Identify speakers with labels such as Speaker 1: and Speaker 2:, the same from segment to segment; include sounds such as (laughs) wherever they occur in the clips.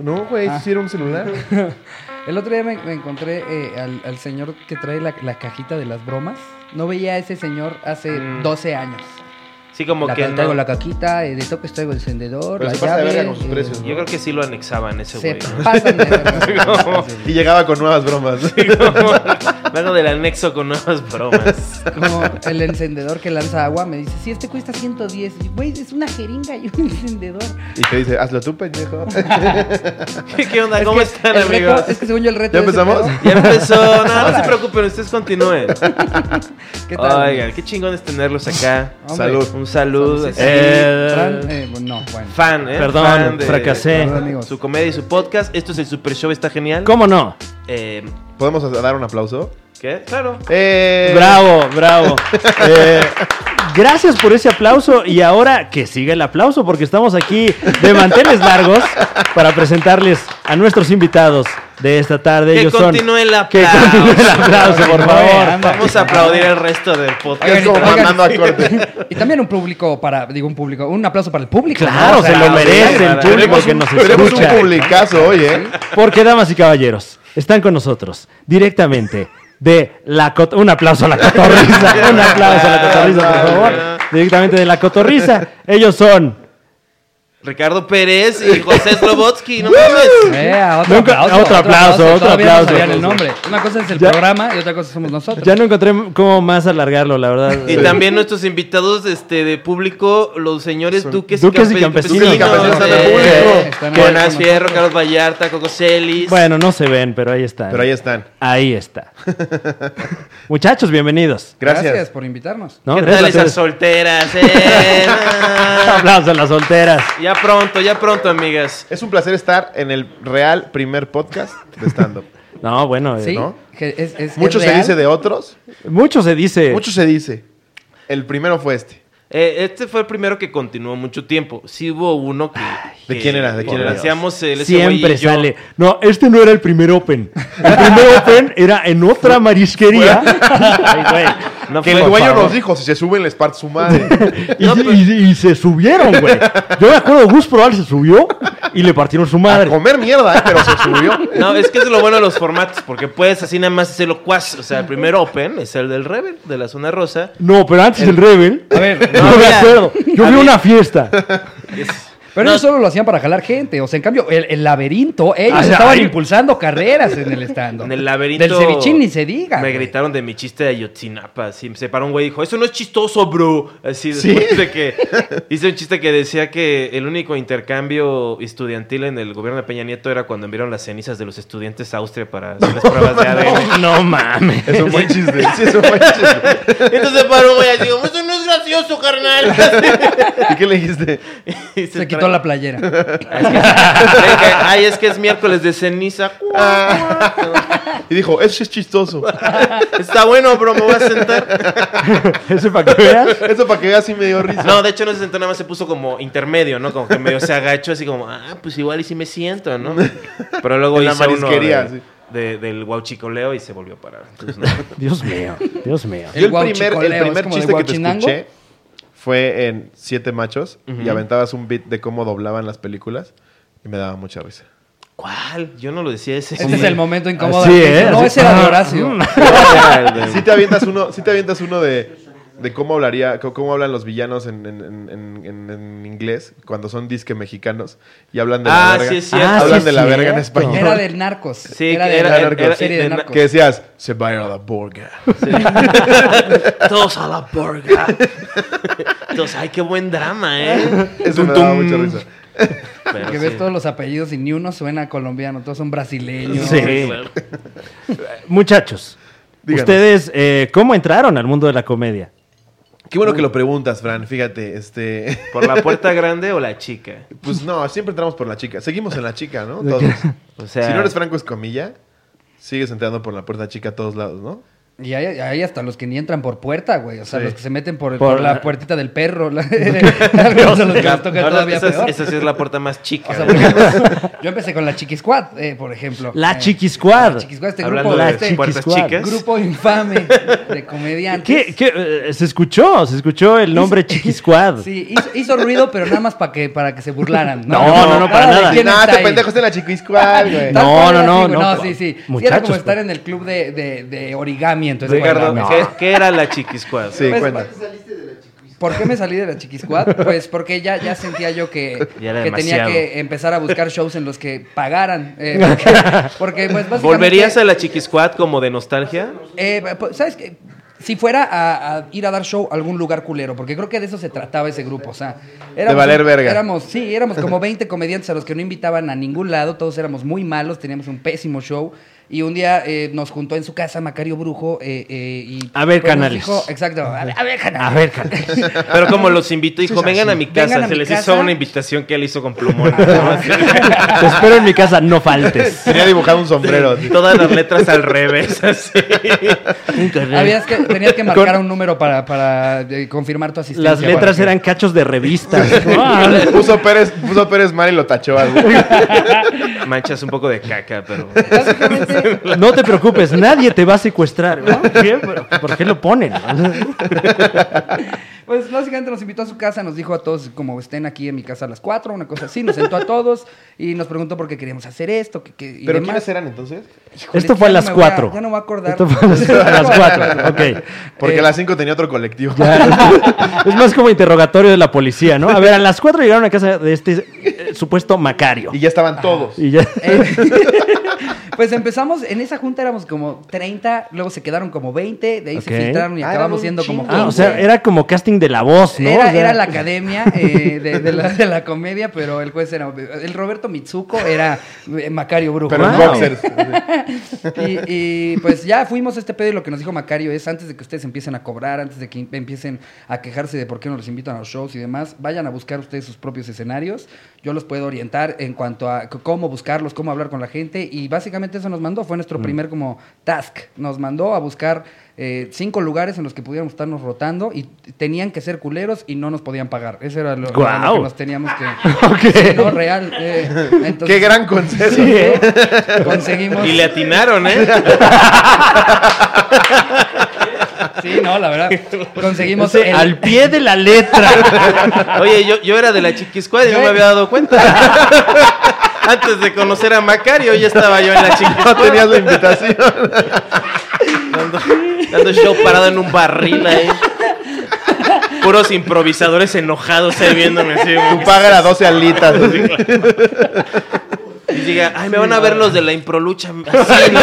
Speaker 1: No, güey,
Speaker 2: Ah.
Speaker 1: eso sí era un celular.
Speaker 3: El otro día me, me encontré eh, al, al señor que trae la, la cajita de las bromas. No veía a ese señor hace
Speaker 4: Mm.
Speaker 3: 12 años.
Speaker 4: Sí, como
Speaker 3: La,
Speaker 4: que
Speaker 3: ca- traigo
Speaker 4: no-
Speaker 3: la caquita, eh, de toques traigo el encendedor.
Speaker 1: Pero
Speaker 3: la
Speaker 1: se pasa de
Speaker 3: llave,
Speaker 1: verga con sus
Speaker 3: eh,
Speaker 1: precios, ¿no?
Speaker 4: Yo creo que sí lo anexaban ese
Speaker 3: Se (laughs)
Speaker 4: güey.
Speaker 1: (laughs)
Speaker 3: pasan de verga.
Speaker 4: Como-
Speaker 1: (laughs) Y llegaba con nuevas bromas.
Speaker 4: Luego del anexo con nuevas
Speaker 3: (laughs)
Speaker 4: bromas.
Speaker 3: Como el encendedor que lanza agua, me dice, si este cuesta 110. Y, Güey, es una jeringa y
Speaker 1: (laughs)
Speaker 3: un encendedor.
Speaker 1: Y te dice, hazlo tú, pendejo. (laughs)
Speaker 4: ¿Qué onda? ¿Cómo
Speaker 3: que
Speaker 4: están,
Speaker 3: el reto-
Speaker 4: amigos?
Speaker 3: es que según yo el reto
Speaker 1: ¿Ya
Speaker 3: de ese
Speaker 1: empezamos?
Speaker 3: pedo-
Speaker 4: Ya
Speaker 3: (laughs)
Speaker 4: empezó. No, no se preocupen, ustedes continúen.
Speaker 3: ¿Qué tal?
Speaker 4: Oigan, qué chingón es tenerlos acá.
Speaker 3: Hombre,
Speaker 1: Salud.
Speaker 4: Un saludo.
Speaker 3: Sí,
Speaker 2: Eh,
Speaker 3: Fran, eh, no, bueno.
Speaker 4: fan, ¿eh?
Speaker 2: Perdón,
Speaker 4: Fan de-
Speaker 2: fracasé.
Speaker 3: Perdón, amigos.
Speaker 4: Su comedia y su podcast. Esto es el Super Show, está genial.
Speaker 2: ¿Cómo no?
Speaker 4: Eh,
Speaker 1: ¿Podemos dar un aplauso?
Speaker 4: ¿Qué? Claro.
Speaker 1: ¡Eh!
Speaker 2: Bravo,
Speaker 1: (laughs)
Speaker 2: bravo. (laughs) Eh, gracias por ese aplauso y ahora que siga el aplauso porque estamos aquí de manteles largos para presentarles a nuestros invitados de esta tarde.
Speaker 4: Que
Speaker 2: Ellos son...
Speaker 4: continúe el
Speaker 2: Que
Speaker 4: aplauso.
Speaker 2: continúe el aplauso, por favor.
Speaker 3: Anda.
Speaker 4: Vamos a aplaudir el resto del podcast.
Speaker 1: Es
Speaker 3: Oigan,
Speaker 1: como
Speaker 3: oigan.
Speaker 1: mandando a corte.
Speaker 3: (laughs) Y también un público para, digo, un público, un aplauso para el público.
Speaker 2: Claro,
Speaker 3: ¿no? O
Speaker 2: se
Speaker 3: sea,
Speaker 2: lo merece el
Speaker 4: claro.
Speaker 2: público
Speaker 1: Tenemos
Speaker 2: que
Speaker 1: un,
Speaker 2: nos
Speaker 1: tenemos un
Speaker 2: escucha.
Speaker 1: publicazo hoy, ¿eh?
Speaker 2: Porque, damas y caballeros, están con nosotros directamente de la Cot- Un aplauso a la cotorriza. Un aplauso a la cotorriza,
Speaker 1: (laughs)
Speaker 2: por favor. Directamente de la cotorriza. Ellos son.
Speaker 4: Ricardo Pérez
Speaker 3: (laughs)
Speaker 4: y José Slobotsky. No mames.
Speaker 3: Vea, otro,
Speaker 2: Nunca-
Speaker 3: aplauso,
Speaker 2: otro aplauso, otro
Speaker 3: Todavía
Speaker 2: aplauso.
Speaker 3: No sabían el nombre. Una cosa es el
Speaker 2: Ya.
Speaker 3: programa y otra cosa somos nosotros.
Speaker 2: Ya no encontré cómo más alargarlo, la verdad.
Speaker 4: Y también nuestros invitados este, de público, los señores duques,
Speaker 2: duques y
Speaker 4: campe-
Speaker 2: campesinos.
Speaker 1: Duques y campesinos
Speaker 4: de-
Speaker 1: de público.
Speaker 3: Están ahí con
Speaker 4: Jonás
Speaker 3: nosotros.
Speaker 4: Fierro, Carlos Vallarta, Coco Celis.
Speaker 2: Bueno, no se ven, pero ahí están.
Speaker 1: Pero ahí están.
Speaker 2: Ahí está. Muchachos, bienvenidos.
Speaker 1: Gracias.
Speaker 3: por invitarnos.
Speaker 2: ¿No?
Speaker 4: ¿Qué
Speaker 2: Gracias
Speaker 4: tal
Speaker 2: a
Speaker 4: esas
Speaker 2: ustedes. (laughs)
Speaker 4: solteras? eh?
Speaker 2: Un aplauso a las solteras.
Speaker 4: ya pronto, ya pronto, amigas.
Speaker 1: Es un placer estar en el real primer podcast de (laughs) stand-up.
Speaker 2: No, bueno, eh,
Speaker 3: Sí,
Speaker 1: ¿no?
Speaker 3: que es, es-
Speaker 1: Mucho
Speaker 3: es
Speaker 1: se
Speaker 3: real.
Speaker 1: dice de otros,
Speaker 2: mucho se dice.
Speaker 1: mucho se dice. El primero fue este.
Speaker 4: Eh, este fue el primero que continuó mucho tiempo. Sí hubo uno que...
Speaker 1: ¿De
Speaker 4: que-
Speaker 1: quién era? ¿De quién era?
Speaker 4: hacíamos el- ese güey y
Speaker 2: Siempre
Speaker 4: yo.
Speaker 2: sale. No, este no era el primer Open. El primer Open era en otra marisquería. (laughs) Ay, güey.
Speaker 4: No
Speaker 1: que
Speaker 4: fue-
Speaker 1: el dueño
Speaker 2: favor.
Speaker 1: nos dijo, si se suben les parte su
Speaker 2: (laughs)
Speaker 1: madre.
Speaker 2: Y, se- y- y se subieron, güey. Yo me acuerdo, Gus Proal se subió y le partieron su
Speaker 1: a
Speaker 2: madre.
Speaker 1: comer mierda, ¿eh? pero se subió.
Speaker 4: No, es que es lo bueno de los formatos, porque puedes así nada más hacerlo cuas. O sea, el primer Open es el del Rebel, de la zona rosa.
Speaker 2: No, pero antes el Rebel.
Speaker 1: (laughs)
Speaker 3: A ver,
Speaker 2: No, me
Speaker 4: mira.
Speaker 2: acuerdo. Yo
Speaker 4: A
Speaker 2: vi
Speaker 4: mí-
Speaker 2: una fiesta.
Speaker 3: pero ellos solo lo hacían para jalar gente. O sea, en cambio, el, el laberinto, ellos
Speaker 2: O sea,
Speaker 3: estaban
Speaker 2: ahí-
Speaker 3: impulsando carreras en el estando.
Speaker 4: En el laberinto.
Speaker 3: Del cevichín ni se diga.
Speaker 4: Me
Speaker 3: güey.
Speaker 4: gritaron de mi chiste de Ayotzinapa. Así se paró un güey y dijo: Eso no es chistoso, bro. Así
Speaker 1: ¿Sí?
Speaker 4: después de que. (laughs) Hice un chiste que decía que el único intercambio estudiantil en el gobierno de Peña Nieto era cuando enviaron las cenizas de los estudiantes a Austria para hacer
Speaker 3: (laughs)
Speaker 4: las pruebas de ADN.
Speaker 2: No mames.
Speaker 1: Es un buen chiste. Sí, es un buen chiste.
Speaker 4: Entonces se paró un güey así: como, Eso no es gracioso, carnal.
Speaker 1: ¿Y qué le dijiste?
Speaker 4: (laughs)
Speaker 3: (laughs)
Speaker 4: Y
Speaker 3: Se quitó la
Speaker 4: (laughs)
Speaker 3: playera.
Speaker 4: Ay, es que es miércoles de ceniza. (laughs)
Speaker 1: Y dijo, eso sí es chistoso.
Speaker 4: Está bueno, bro, me voy a sentar.
Speaker 2: (laughs) Ese para que veas.
Speaker 1: Eso para que veas sí me dio risa.
Speaker 4: (laughs) No, de hecho no se sentó, nada más se puso como intermedio, ¿no? Como que medio se agachó, así como, ah, pues igual y sí me siento, ¿no? Pero luego
Speaker 1: En la
Speaker 4: hizo uno
Speaker 1: marisquería,
Speaker 4: de-
Speaker 1: sí.
Speaker 4: de- del guauchicoleo y se volvió a parar. Entonces,
Speaker 1: (laughs)
Speaker 4: no.
Speaker 2: Dios mío, Dios mío.
Speaker 1: Yo el, primer,
Speaker 3: guauchicoleo,
Speaker 1: el
Speaker 3: es
Speaker 1: primer
Speaker 3: como
Speaker 1: chiste
Speaker 3: de
Speaker 1: que te
Speaker 3: guauchinango.
Speaker 1: escuché fue en Siete Machos y
Speaker 4: Ujú.
Speaker 1: aventabas un beat de cómo doblaban las películas y me daba mucha risa.
Speaker 4: ¿Cuál? Yo no lo decía ese.
Speaker 3: Ese es el momento incómodo.
Speaker 2: Así
Speaker 3: del-
Speaker 2: es.
Speaker 3: No, ese era de
Speaker 2: Ah,
Speaker 3: Horacio.
Speaker 2: mm.
Speaker 1: Si te avientas uno, sí te avientas uno de, de cómo hablaría, co- cómo hablan los villanos en, en- en- en- en- en inglés cuando son disque mexicanos y hablan de la
Speaker 4: Ah,
Speaker 1: verga.
Speaker 4: sí, es cierto.
Speaker 1: hablan
Speaker 2: Ah, sí,
Speaker 1: de la
Speaker 2: es
Speaker 1: verga en
Speaker 2: cierto.
Speaker 1: español.
Speaker 3: Era del Narcos.
Speaker 4: Sí,
Speaker 3: era de
Speaker 4: era-
Speaker 3: la
Speaker 1: era- era-
Speaker 3: serie de
Speaker 4: de-
Speaker 3: Narcos.
Speaker 1: Que decías, se va a ir a la
Speaker 3: (laughs)
Speaker 1: borga.
Speaker 4: Todos a la borga. Entonces, ay, qué buen drama, ¿eh?
Speaker 1: Eso me daba mucha risa.
Speaker 4: Pero
Speaker 3: Que ves
Speaker 4: sí.
Speaker 3: todos los apellidos y ni uno suena colombiano, todos son brasileños.
Speaker 2: Sí. Muchachos,
Speaker 1: Díganos.
Speaker 2: ustedes, eh, ¿cómo entraron al mundo de la comedia?
Speaker 1: Qué bueno que lo preguntas, Fran. Fíjate, este...
Speaker 4: ¿Por la puerta grande o la chica?
Speaker 1: Pues no, siempre entramos por la chica. Seguimos en la chica, ¿no? Todos.
Speaker 4: O sea,
Speaker 1: si no eres Franco Escamilla, sigues entrando por la puerta chica a todos lados, ¿no?
Speaker 3: Y hay, hay hasta los que ni entran por puerta, güey. O sea,
Speaker 1: Sí.
Speaker 3: los que se meten por,
Speaker 2: Por
Speaker 3: por
Speaker 2: la-
Speaker 3: la puertita del perro.
Speaker 2: (laughs)
Speaker 3: la- (laughs) Algunos de los que les toca
Speaker 4: Ahora,
Speaker 3: todavía
Speaker 4: esa, es-
Speaker 3: peor.
Speaker 4: esa sí es la puerta más chica.
Speaker 3: O sea, este
Speaker 4: güey.
Speaker 3: por ejemplo, yo empecé con la Chiqui Squad, eh, por ejemplo.
Speaker 2: La
Speaker 3: Eh,
Speaker 2: Chiqui Squad.
Speaker 3: La Chiqui Squad, este
Speaker 4: Hablando
Speaker 3: grupo,
Speaker 4: de
Speaker 3: este
Speaker 4: puertas
Speaker 2: Squad.
Speaker 4: chicas.
Speaker 3: grupo infame de comediantes.
Speaker 2: ¿Qué, qué, eh, se escuchó, se escuchó el nombre Chiqui Squad.
Speaker 3: Sí, hizo, hizo ruido, pero nada más para que, para que se burlaran.
Speaker 2: No, no, no, para
Speaker 3: de
Speaker 2: nada.
Speaker 3: quién
Speaker 1: Nah,
Speaker 3: está
Speaker 1: te
Speaker 3: ahí.
Speaker 1: pendejos este en la chiquiscual, güey.
Speaker 3: Tal
Speaker 2: No,
Speaker 3: cual
Speaker 2: no,
Speaker 3: era
Speaker 2: no,
Speaker 3: así, güey.
Speaker 2: no.
Speaker 3: sí, sí. Sí, era
Speaker 2: Muchachos,
Speaker 3: como estar
Speaker 2: pues.
Speaker 3: en el club de, de, de origami, entonces.
Speaker 4: Ricardo,
Speaker 3: cuando-
Speaker 4: ¿qué, qué era la chiquiscuad?
Speaker 1: Sí,
Speaker 3: Pues,
Speaker 1: cuenta.
Speaker 3: ¿Por qué me salí de la Chiquisquad? Pues porque ya, ya sentía yo que,
Speaker 4: Ya era
Speaker 3: que tenía
Speaker 4: demasiado.
Speaker 3: que empezar a buscar shows en los que pagaran. eh, porque, porque, pues, básicamente-
Speaker 4: ¿Volverías a la chiquiscuad como de nostalgia?
Speaker 3: Eh, pues, ¿Sabes qué? Si fuera a, a ir a dar show a algún lugar culero, porque creo que de eso se trataba ese grupo, o sea... éramos-
Speaker 1: valer verga.
Speaker 3: Éramos, sí,
Speaker 1: (laughs)
Speaker 3: éramos como 20 comediantes a los que no invitaban a ningún lado, todos éramos muy malos, teníamos un pésimo show, y un día eh, nos juntó en su casa Macario Brujo eh, eh, y...
Speaker 2: A ver,
Speaker 3: pues, nos
Speaker 2: canales.
Speaker 3: dijo- exacto, a ver, a ver, canales.
Speaker 2: A ver, carnal.
Speaker 4: Pero como los invitó, dijo, vengan a mi
Speaker 3: Vengan
Speaker 4: casa.
Speaker 3: a
Speaker 4: Se
Speaker 3: mi
Speaker 4: les hizo
Speaker 3: casa.
Speaker 4: una invitación que él hizo con plumón.
Speaker 2: Te espero en mi casa, no faltes.
Speaker 1: Tenía dibujado un sombrero. así.
Speaker 4: Todas las letras al revés, así.
Speaker 3: (laughs) Habías que, tenías que
Speaker 2: Con-
Speaker 3: marcar un número para, para eh, confirmar tu asistencia.
Speaker 2: Las letras
Speaker 3: para
Speaker 2: eran cachos de revistas.
Speaker 1: (laughs) Puso Pérez, puso Pérez mal y lo tachó güey.
Speaker 4: Manchas un poco de caca, pero...
Speaker 3: que-
Speaker 2: (laughs)
Speaker 3: Básicamente, (laughs)
Speaker 2: No te preocupes, nadie te va a secuestrar. ¿no? ¿Qué? ¿Pero ¿Por qué lo ponen?
Speaker 3: pues básicamente nos invitó a su casa, nos dijo a todos como estén aquí en mi casa a las 4, una cosa así, nos sentó a todos y nos preguntó por qué queríamos hacer esto, que, que- y
Speaker 1: ¿Pero
Speaker 3: demás.
Speaker 1: quiénes eran entonces?
Speaker 3: Híjole,
Speaker 2: Esto fue a
Speaker 3: ya no
Speaker 2: las
Speaker 3: me voy
Speaker 2: 4.
Speaker 3: Ya no me voy a acordar.
Speaker 2: Esto fue
Speaker 3: (laughs)
Speaker 2: a las- a las 4. Ok.
Speaker 1: Porque
Speaker 3: Eh,
Speaker 1: a las 5 tenía otro colectivo.
Speaker 2: Es más como interrogatorio de la policía, ¿no? A ver, a las 4 llegaron a casa de este eh, supuesto Macario.
Speaker 1: (laughs) Y ya
Speaker 3: Ah,
Speaker 1: estaban todos.
Speaker 2: Y ya.
Speaker 3: Eh, pues empezamos, en esa junta éramos como 30, luego se quedaron como 20, de ahí
Speaker 2: Ok.
Speaker 3: se filtraron y
Speaker 1: Ah, eran un
Speaker 3: acabamos siendo como
Speaker 1: chingo.
Speaker 2: Ah, o
Speaker 3: 15.
Speaker 2: sea, era como casting de la voz, ¿no?
Speaker 3: Era,
Speaker 2: O sea,
Speaker 3: era la academia eh, de, de la, de la comedia, pero el juez era. El Roberto Mitsuko era eh, Macario Brujo.
Speaker 1: Pero en
Speaker 2: Wow.
Speaker 1: boxers.
Speaker 3: Y, y, pues ya fuimos a este pedo y lo que nos dijo Macario es antes de que ustedes empiecen a cobrar, antes de que empiecen a quejarse de por qué no los invitan a los shows y demás, vayan a buscar ustedes sus propios escenarios. Yo los puedo orientar en cuanto a c- cómo buscarlos, cómo hablar con la gente y básicamente eso nos mandó, fue nuestro primer como task. Nos mandó a buscar eh, cinco lugares en los que pudiéramos estarnos rotando y t- tenían que ser culeros y no nos podían pagar. Eso era lo,
Speaker 2: Guau.
Speaker 3: a lo que nos teníamos que...
Speaker 2: Ok.
Speaker 3: Sí, no, real. eh, entonces-
Speaker 1: Qué gran consejo.
Speaker 2: Sí, ¿eh?
Speaker 4: (laughs)
Speaker 3: Conseguimos...
Speaker 4: Y le atinaron, ¿eh?
Speaker 3: Sí, no, la verdad. Conseguimos
Speaker 2: Ese
Speaker 3: el-
Speaker 2: Al pie de
Speaker 3: (laughs)
Speaker 2: la letra.
Speaker 4: Oye, yo, yo era de la chiquiscuad y no
Speaker 3: Yo-
Speaker 4: me había dado cuenta. Antes de conocer a Macario, ya estaba yo en
Speaker 1: (laughs)
Speaker 4: la
Speaker 1: No
Speaker 4: chiquiscuad.
Speaker 1: tenías la invitación.
Speaker 4: Dando, dando show parado en un barril ahí. Puros improvisadores enojados ahí viéndome así. güey.
Speaker 1: Tu paga era 12 alitas. así.
Speaker 3: (laughs)
Speaker 4: Y diga, ay, me van a ver los de la improlucha. así, ¿no?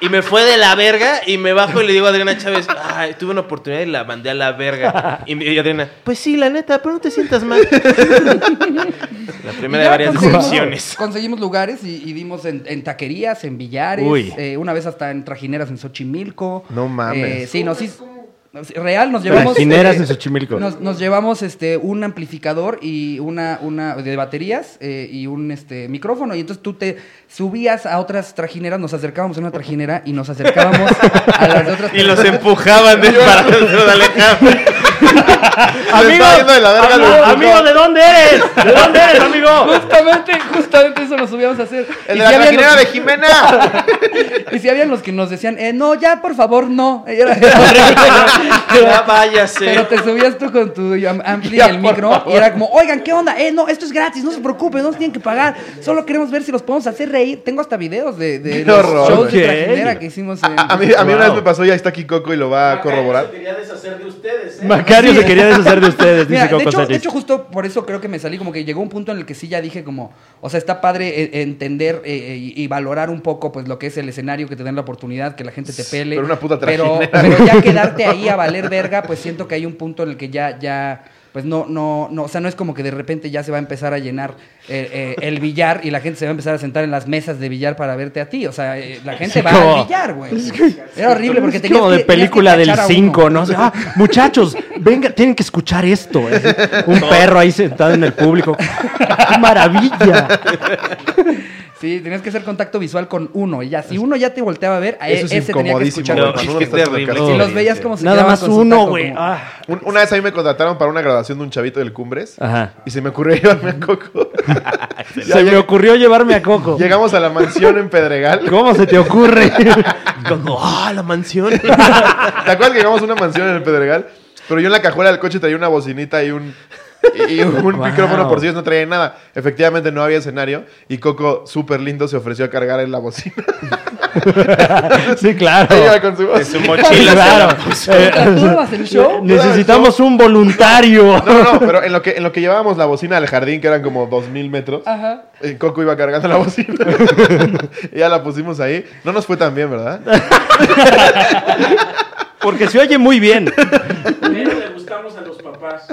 Speaker 4: Y me fue de la verga y me bajo y le digo a Adriana Chávez, ay, tuve una oportunidad y la mandé a la verga. Y, me- y Adriana, pues sí, la neta, pero no te sientas mal. La primera de
Speaker 3: Ya
Speaker 4: varias
Speaker 3: conseguimos-
Speaker 4: discusiones.
Speaker 3: (laughs) Conseguimos lugares y, y dimos en, en taquerías, en billares,
Speaker 2: Uy.
Speaker 3: eh, una vez hasta en trajineras en Xochimilco.
Speaker 1: No mames.
Speaker 3: Eh, sí, nos hizo- nos- Real, nos llevamos.
Speaker 2: Trajineras
Speaker 3: eh,
Speaker 2: en Xochimilco.
Speaker 3: Nos, nos llevamos este un amplificador y una, una de baterías eh, y un este micrófono. Y entonces tú te subías a otras trajineras, nos acercábamos a una trajinera y nos acercábamos a las de otras
Speaker 4: Y los empujaban de para dentro de Alejandro.
Speaker 1: Amigo, yendo de la verga al
Speaker 2: amigo,
Speaker 1: público.
Speaker 2: amigo, ¿de dónde eres? ¿De dónde
Speaker 3: (laughs)
Speaker 2: eres, amigo?
Speaker 3: Justamente, justamente eso nos subíamos a hacer.
Speaker 1: El
Speaker 3: Y
Speaker 1: de la
Speaker 3: sí había
Speaker 1: trajinera
Speaker 3: los-
Speaker 1: de Jimena.
Speaker 3: Y si habían los que nos decían, eh, no, ya, por favor, no. Era-
Speaker 4: Ya váyase.
Speaker 3: Pero te subías tú con tu am- ampli y
Speaker 1: Ya,
Speaker 3: el
Speaker 1: por
Speaker 3: micro y era como, oigan, ¿qué onda? Eh, no, esto es gratis, no se preocupen, no se tienen que pagar. Solo queremos ver si los podemos hacer reír. Tengo hasta videos de, de
Speaker 1: Qué
Speaker 3: los
Speaker 1: horror,
Speaker 3: shows
Speaker 2: güey.
Speaker 3: de trajinera que hicimos en...
Speaker 1: A mí, a mí una vez
Speaker 2: Wow.
Speaker 1: me pasó, ya está aquí Coco y lo va
Speaker 3: Ah,
Speaker 1: a corroborar.
Speaker 5: quería deshacer de ustedes, ¿eh?
Speaker 2: Macario se quería deshacer de ustedes,
Speaker 3: Mira,
Speaker 2: dice
Speaker 3: de,
Speaker 2: Coco
Speaker 3: hecho, de
Speaker 2: Celis.
Speaker 3: hecho, justo por eso creo que me salí, como que llegó un punto en el que sí ya dije como, o sea, está padre eh, entender eh, eh, y, y valorar un poco pues lo que es el escenario, que te den la oportunidad, que la gente te pele.
Speaker 1: pero una puta
Speaker 3: pero,
Speaker 1: trajinera.
Speaker 3: pero ya quedarte ahí a valer verga, pues siento que hay un punto en el que ya, ya, pues no, no, no, o sea, no es como que de repente ya se va a empezar a llenar eh, eh, el billar y la gente se va a empezar a sentar en las mesas de billar para verte a ti. O sea, eh, la gente
Speaker 2: Sí,
Speaker 3: va
Speaker 2: como-
Speaker 3: al billar, güey. Era horrible porque
Speaker 2: Es
Speaker 3: tenías
Speaker 2: como
Speaker 3: que- tenías que
Speaker 2: de película del
Speaker 3: cachar a uno.
Speaker 2: 5, ¿no? O sea, ah, muchachos, venga, tienen que escuchar esto. Es Un perro ahí sentado en el público. ¡Qué maravilla!
Speaker 3: Sí, tenías que hacer contacto visual con uno. Y ya, si uno ya te volteaba a ver, a
Speaker 1: Eso es
Speaker 3: ese tenía que
Speaker 1: incomodísimo,
Speaker 3: escuchar.
Speaker 1: güey.
Speaker 4: No,
Speaker 1: cuando
Speaker 4: es
Speaker 1: uno
Speaker 4: que
Speaker 1: está en
Speaker 4: es
Speaker 1: la
Speaker 4: terrible.
Speaker 1: cárcel.
Speaker 3: Si
Speaker 4: Sí,
Speaker 3: los veías como se
Speaker 2: Nada
Speaker 3: quedaban
Speaker 2: más
Speaker 3: con su
Speaker 2: uno,
Speaker 3: taco,
Speaker 2: güey.
Speaker 3: como-
Speaker 2: Ah.
Speaker 1: Un- una vez a mí me contrataron para una grabación de un chavito del Cumbres.
Speaker 2: Ajá.
Speaker 1: Y se me ocurrió (laughs) llevarme a Coco. Ya
Speaker 2: Se me
Speaker 1: lleg-
Speaker 2: ocurrió llevarme a Coco.
Speaker 1: Llegamos a la mansión en Pedregal.
Speaker 2: ¿Cómo se te (laughs) ocurre?
Speaker 4: Coco, ¡ah, la mansión!
Speaker 1: ¿Te acuerdas que llegamos a una mansión en el Pedregal? Pero yo en la cajuela del coche traía una bocinita y un, y un
Speaker 2: (laughs) Wow.
Speaker 1: micrófono por si ellos no traía nada. Efectivamente no había escenario y Coco, súper lindo, se ofreció a cargar en la bocina.
Speaker 2: (laughs) sí, claro.
Speaker 1: Ahí iba con su
Speaker 4: En su
Speaker 1: bocina.
Speaker 2: Sí,
Speaker 4: mochila.
Speaker 2: claro. Eh,
Speaker 3: ¿Tatuabas el (laughs) show?
Speaker 2: necesitamos un voluntario.
Speaker 1: No, no, no, pero en lo, que, en lo que llevábamos la bocina al jardín, que eran como 2000 metros,
Speaker 3: Ajá.
Speaker 1: eh, Coco iba cargando la
Speaker 2: (laughs)
Speaker 1: bocina. y ya la pusimos ahí. No nos fue tan bien, ¿verdad? (laughs)
Speaker 2: Porque se oye muy bien.
Speaker 5: Pero le gustamos a los papás.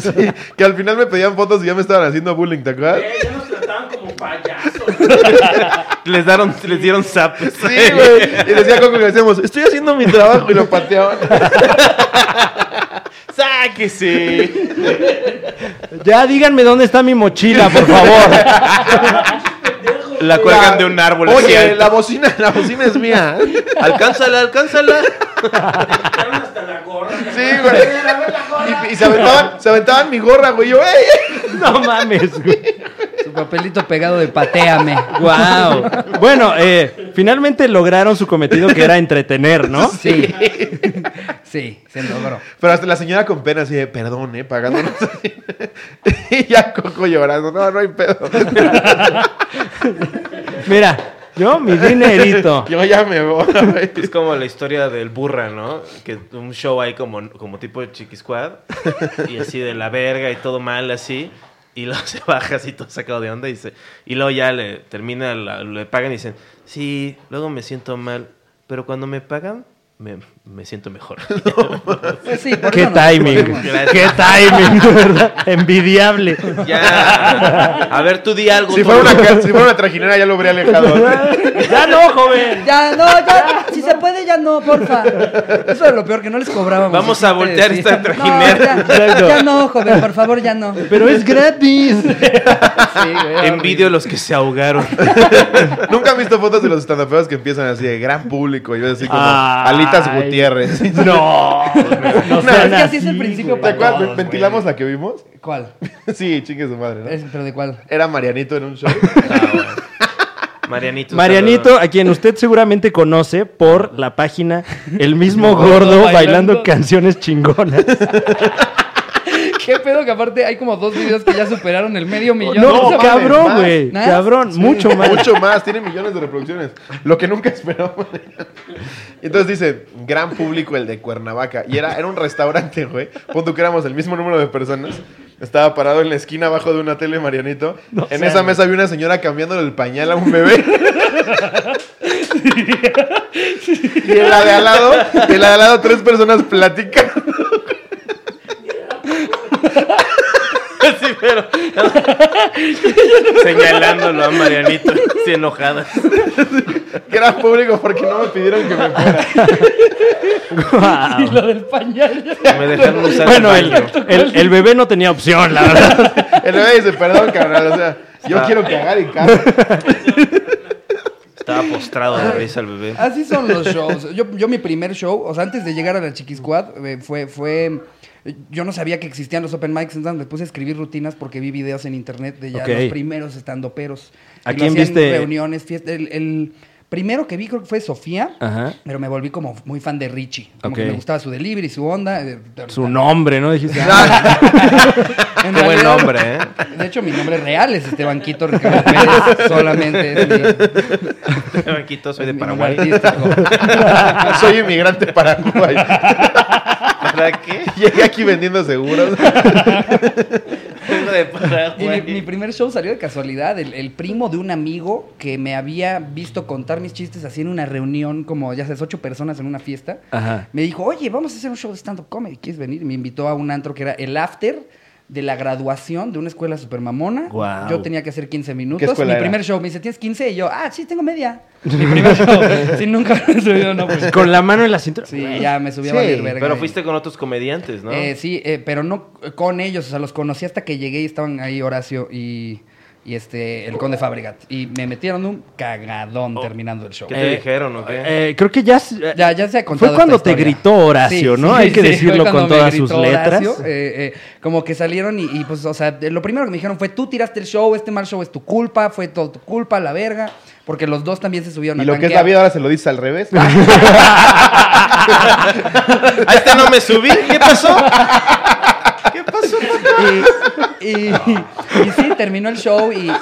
Speaker 1: Sí, que al final me pedían fotos y ya me estaban haciendo bullying, ¿te acuerdas?
Speaker 5: Eh, ya nos trataban como payasos.
Speaker 4: Les, daron, les dieron zapes.
Speaker 1: Sí, güey. Y decía Coco que decíamos, estoy haciendo mi trabajo y lo pateaban.
Speaker 4: ¡Sáquese!
Speaker 2: Ya díganme dónde está mi mochila, por favor.
Speaker 4: La cuelgan de un árbol.
Speaker 1: Oye, la bocina, (laughs) la bocina es mía.
Speaker 4: Alcánzala, alcánzala.
Speaker 5: Quitaron hasta la gorra.
Speaker 1: Sí, güey. Y, y se, aventaban, se aventaban mi gorra, güey. Yo, ¡ey!
Speaker 2: (laughs) No mames, güey.
Speaker 3: Su papelito pegado de pateame.
Speaker 2: Wow. Bueno, eh, finalmente lograron su cometido que era entretener, ¿no?
Speaker 3: Sí. Sí, se logró.
Speaker 1: Pero hasta la señora con pena así de, perdón, eh, pagándonos. (laughs) y ya Coco llorando. No, no hay pedo.
Speaker 2: Mira, yo mi dinerito.
Speaker 1: (laughs) Yo ya me
Speaker 2: (laughs)
Speaker 1: voy, güey.
Speaker 4: Es como la historia del burra, ¿no? Que un show ahí como, como tipo chiquisquad. Y así de la verga y todo mal, así. Y luego (laughs) se baja así todo sacado de onda y se, Y luego ya le termina, la- le pagan y dicen, sí, luego me siento mal. Pero cuando me pagan, me, me siento mejor. (laughs)
Speaker 3: Pues sí, por
Speaker 2: Qué
Speaker 3: eso nos
Speaker 2: timing.
Speaker 3: fuimos.
Speaker 4: Gracias.
Speaker 2: Qué timing, de verdad. Envidiable.
Speaker 4: ya. A ver, tú di algo.
Speaker 1: Si
Speaker 4: tú.
Speaker 1: fuera, una, (laughs)
Speaker 4: (laughs)
Speaker 1: ca- si fuera una trajinera ya lo habría alejado.
Speaker 2: Ya no, joven.
Speaker 3: Ya, no, ya, si se puede, ya no, porfa. Eso era lo peor, que no les cobrábamos.
Speaker 4: Vamos a voltear
Speaker 3: Sí.
Speaker 4: esta
Speaker 3: No,
Speaker 4: trajinera.
Speaker 3: ya,
Speaker 2: Exacto.
Speaker 3: ya no, joven, por favor, ya no.
Speaker 2: Pero es gratis.
Speaker 3: Sí, güey,
Speaker 4: Envidio a los que se ahogaron.
Speaker 1: Nunca han visto fotos de los estandapeos que empiezan así de gran público. Y yo así como,
Speaker 2: Ay.
Speaker 1: Alitas Gutiérrez.
Speaker 2: No. No,
Speaker 3: es
Speaker 2: sean
Speaker 3: que así es el principio
Speaker 1: ¿Te
Speaker 2: güey.
Speaker 1: acuerdas?
Speaker 3: Todos,
Speaker 1: ¿Ventilamos la que vimos? (laughs)
Speaker 3: ¿Cuál?
Speaker 1: Sí, chingue su madre, ¿no?
Speaker 3: Es- ¿Pero de cuál?
Speaker 1: Era Marianito en un show.
Speaker 4: Marianito.
Speaker 2: Marianito, a quien usted seguramente conoce por la página El mismo gordo bailando,
Speaker 3: bailando.
Speaker 2: canciones chingonas.
Speaker 3: Qué pedo que aparte hay como dos videos que ya superaron el medio millón.
Speaker 2: No,
Speaker 1: no,
Speaker 2: cabrón,
Speaker 1: mames,
Speaker 2: güey.
Speaker 3: más.
Speaker 2: Cabrón, mucho más.
Speaker 1: Mucho más, tiene millones de reproducciones. Lo que nunca esperamos. Entonces dice, gran público el de Cuernavaca. Y era, era un restaurante, güey. Punto que éramos el mismo número de personas. Estaba parado en la esquina abajo de una tele, Marianito. en
Speaker 2: sea,
Speaker 1: esa mesa había una señora cambiándole el pañal a un bebé. y en la de al lado, en la de al lado, tres personas platican.
Speaker 4: Sí, pero. Señalándolo a Marianito. Así enojada.
Speaker 1: Gran público porque no me pidieron que me fuera.
Speaker 2: Wow.
Speaker 3: Y lo del pañal.
Speaker 4: Me dejaron usar
Speaker 2: Bueno,
Speaker 4: el
Speaker 2: el,
Speaker 4: baño.
Speaker 2: el- el bebé no tenía opción, la verdad.
Speaker 1: El bebé dice, perdón, carnal. O sea, yo quiero cagar y cago.
Speaker 4: Estaba postrado de risa el bebé.
Speaker 3: Así son los shows. Yo, yo mi primer show, o sea, antes de llegar a la Chiquisquad, eh, fue, fue... Yo no sabía que existían los open mics, entonces me puse a escribir rutinas porque vi videos en internet de ya
Speaker 2: Ok.
Speaker 3: los primeros estandoperos.
Speaker 2: ¿A
Speaker 3: Y lo
Speaker 2: quién
Speaker 3: hacían
Speaker 2: viste?
Speaker 3: Reuniones, fiestas. El, el primero que vi creo que fue Sofía,
Speaker 2: Ajá.
Speaker 3: pero me volví como muy fan de Richie. Como
Speaker 2: Ok.
Speaker 3: que me gustaba su delivery, su onda. eh,
Speaker 2: Su nombre, ¿no? Dijiste.
Speaker 3: (laughs)
Speaker 2: "Ah".
Speaker 3: en
Speaker 4: Qué buen
Speaker 3: realidad-
Speaker 4: nombre, ¿eh?
Speaker 3: De hecho, mi nombre real es Esteban Quito Ricardo Pérez. Solamente es mi,
Speaker 4: (laughs) Banquito, soy de
Speaker 3: mi
Speaker 4: Paraguay.
Speaker 3: nombre artístico.
Speaker 1: (laughs) Soy inmigrante paraguayo.
Speaker 4: (laughs) ¿Para qué?
Speaker 1: Llegué aquí vendiendo seguros.
Speaker 4: Vengo de
Speaker 3: Y mi, mi
Speaker 4: Paraguay.
Speaker 3: primer show salió de casualidad. El, el primo de un amigo que me había visto contar mis chistes así en una reunión, como ya sabes, ocho personas en una fiesta.
Speaker 2: Ajá.
Speaker 3: Me dijo, oye, vamos a hacer un show de stand-up comedy. ¿Quieres venir? Y me invitó a un antro que era el after de la graduación de una escuela super mamona.
Speaker 2: Guau.
Speaker 3: Yo tenía que hacer 15 minutos.
Speaker 1: ¿Qué escuela
Speaker 3: mi
Speaker 1: era?
Speaker 3: primer show me dice, ¿tienes 15? Y yo, ah, sí,
Speaker 1: (laughs)
Speaker 3: tengo media. Mi primer show. sí, nunca (laughs) me he subido, no, pues.
Speaker 2: Con la mano en la cintura.
Speaker 3: Sí, ya me subí a
Speaker 1: Sí,
Speaker 3: valer verga.
Speaker 4: Pero
Speaker 3: Y-
Speaker 4: fuiste con otros comediantes, ¿no?
Speaker 3: eh, sí, eh, pero no eh, con ellos, o sea, los conocí hasta que llegué y estaban ahí Horacio y, y este el Conde Fabregat. Y me metieron un cagadón
Speaker 1: Oh.
Speaker 3: terminando el show.
Speaker 4: ¿Qué te dijeron o qué? (laughs)
Speaker 2: Eh, creo que ya. s-
Speaker 3: Ya, ya se ha contado
Speaker 2: Fue cuando
Speaker 3: esta
Speaker 2: te
Speaker 3: historia.
Speaker 2: gritó Horacio,
Speaker 3: Sí,
Speaker 2: ¿no?
Speaker 3: sí,
Speaker 2: Hay que
Speaker 3: sí,
Speaker 2: decirlo
Speaker 3: fue
Speaker 2: con
Speaker 3: cuando me
Speaker 2: todas sus
Speaker 3: gritó
Speaker 2: letras.
Speaker 3: Horacio, eh, eh, como que salieron y, y, pues, o sea, de- lo primero que me dijeron fue, tú tiraste el show, este mal show es tu culpa, fue todo tu culpa, la verga. Porque los dos también se subieron
Speaker 1: Y
Speaker 3: a
Speaker 1: lo que es
Speaker 3: tanquear.
Speaker 1: la vida ahora se lo dices al revés. (laughs)
Speaker 4: ¿A este no me subí? ¿Qué pasó? ¿Qué pasó, papá?
Speaker 3: Y, y- y sí, terminó el show y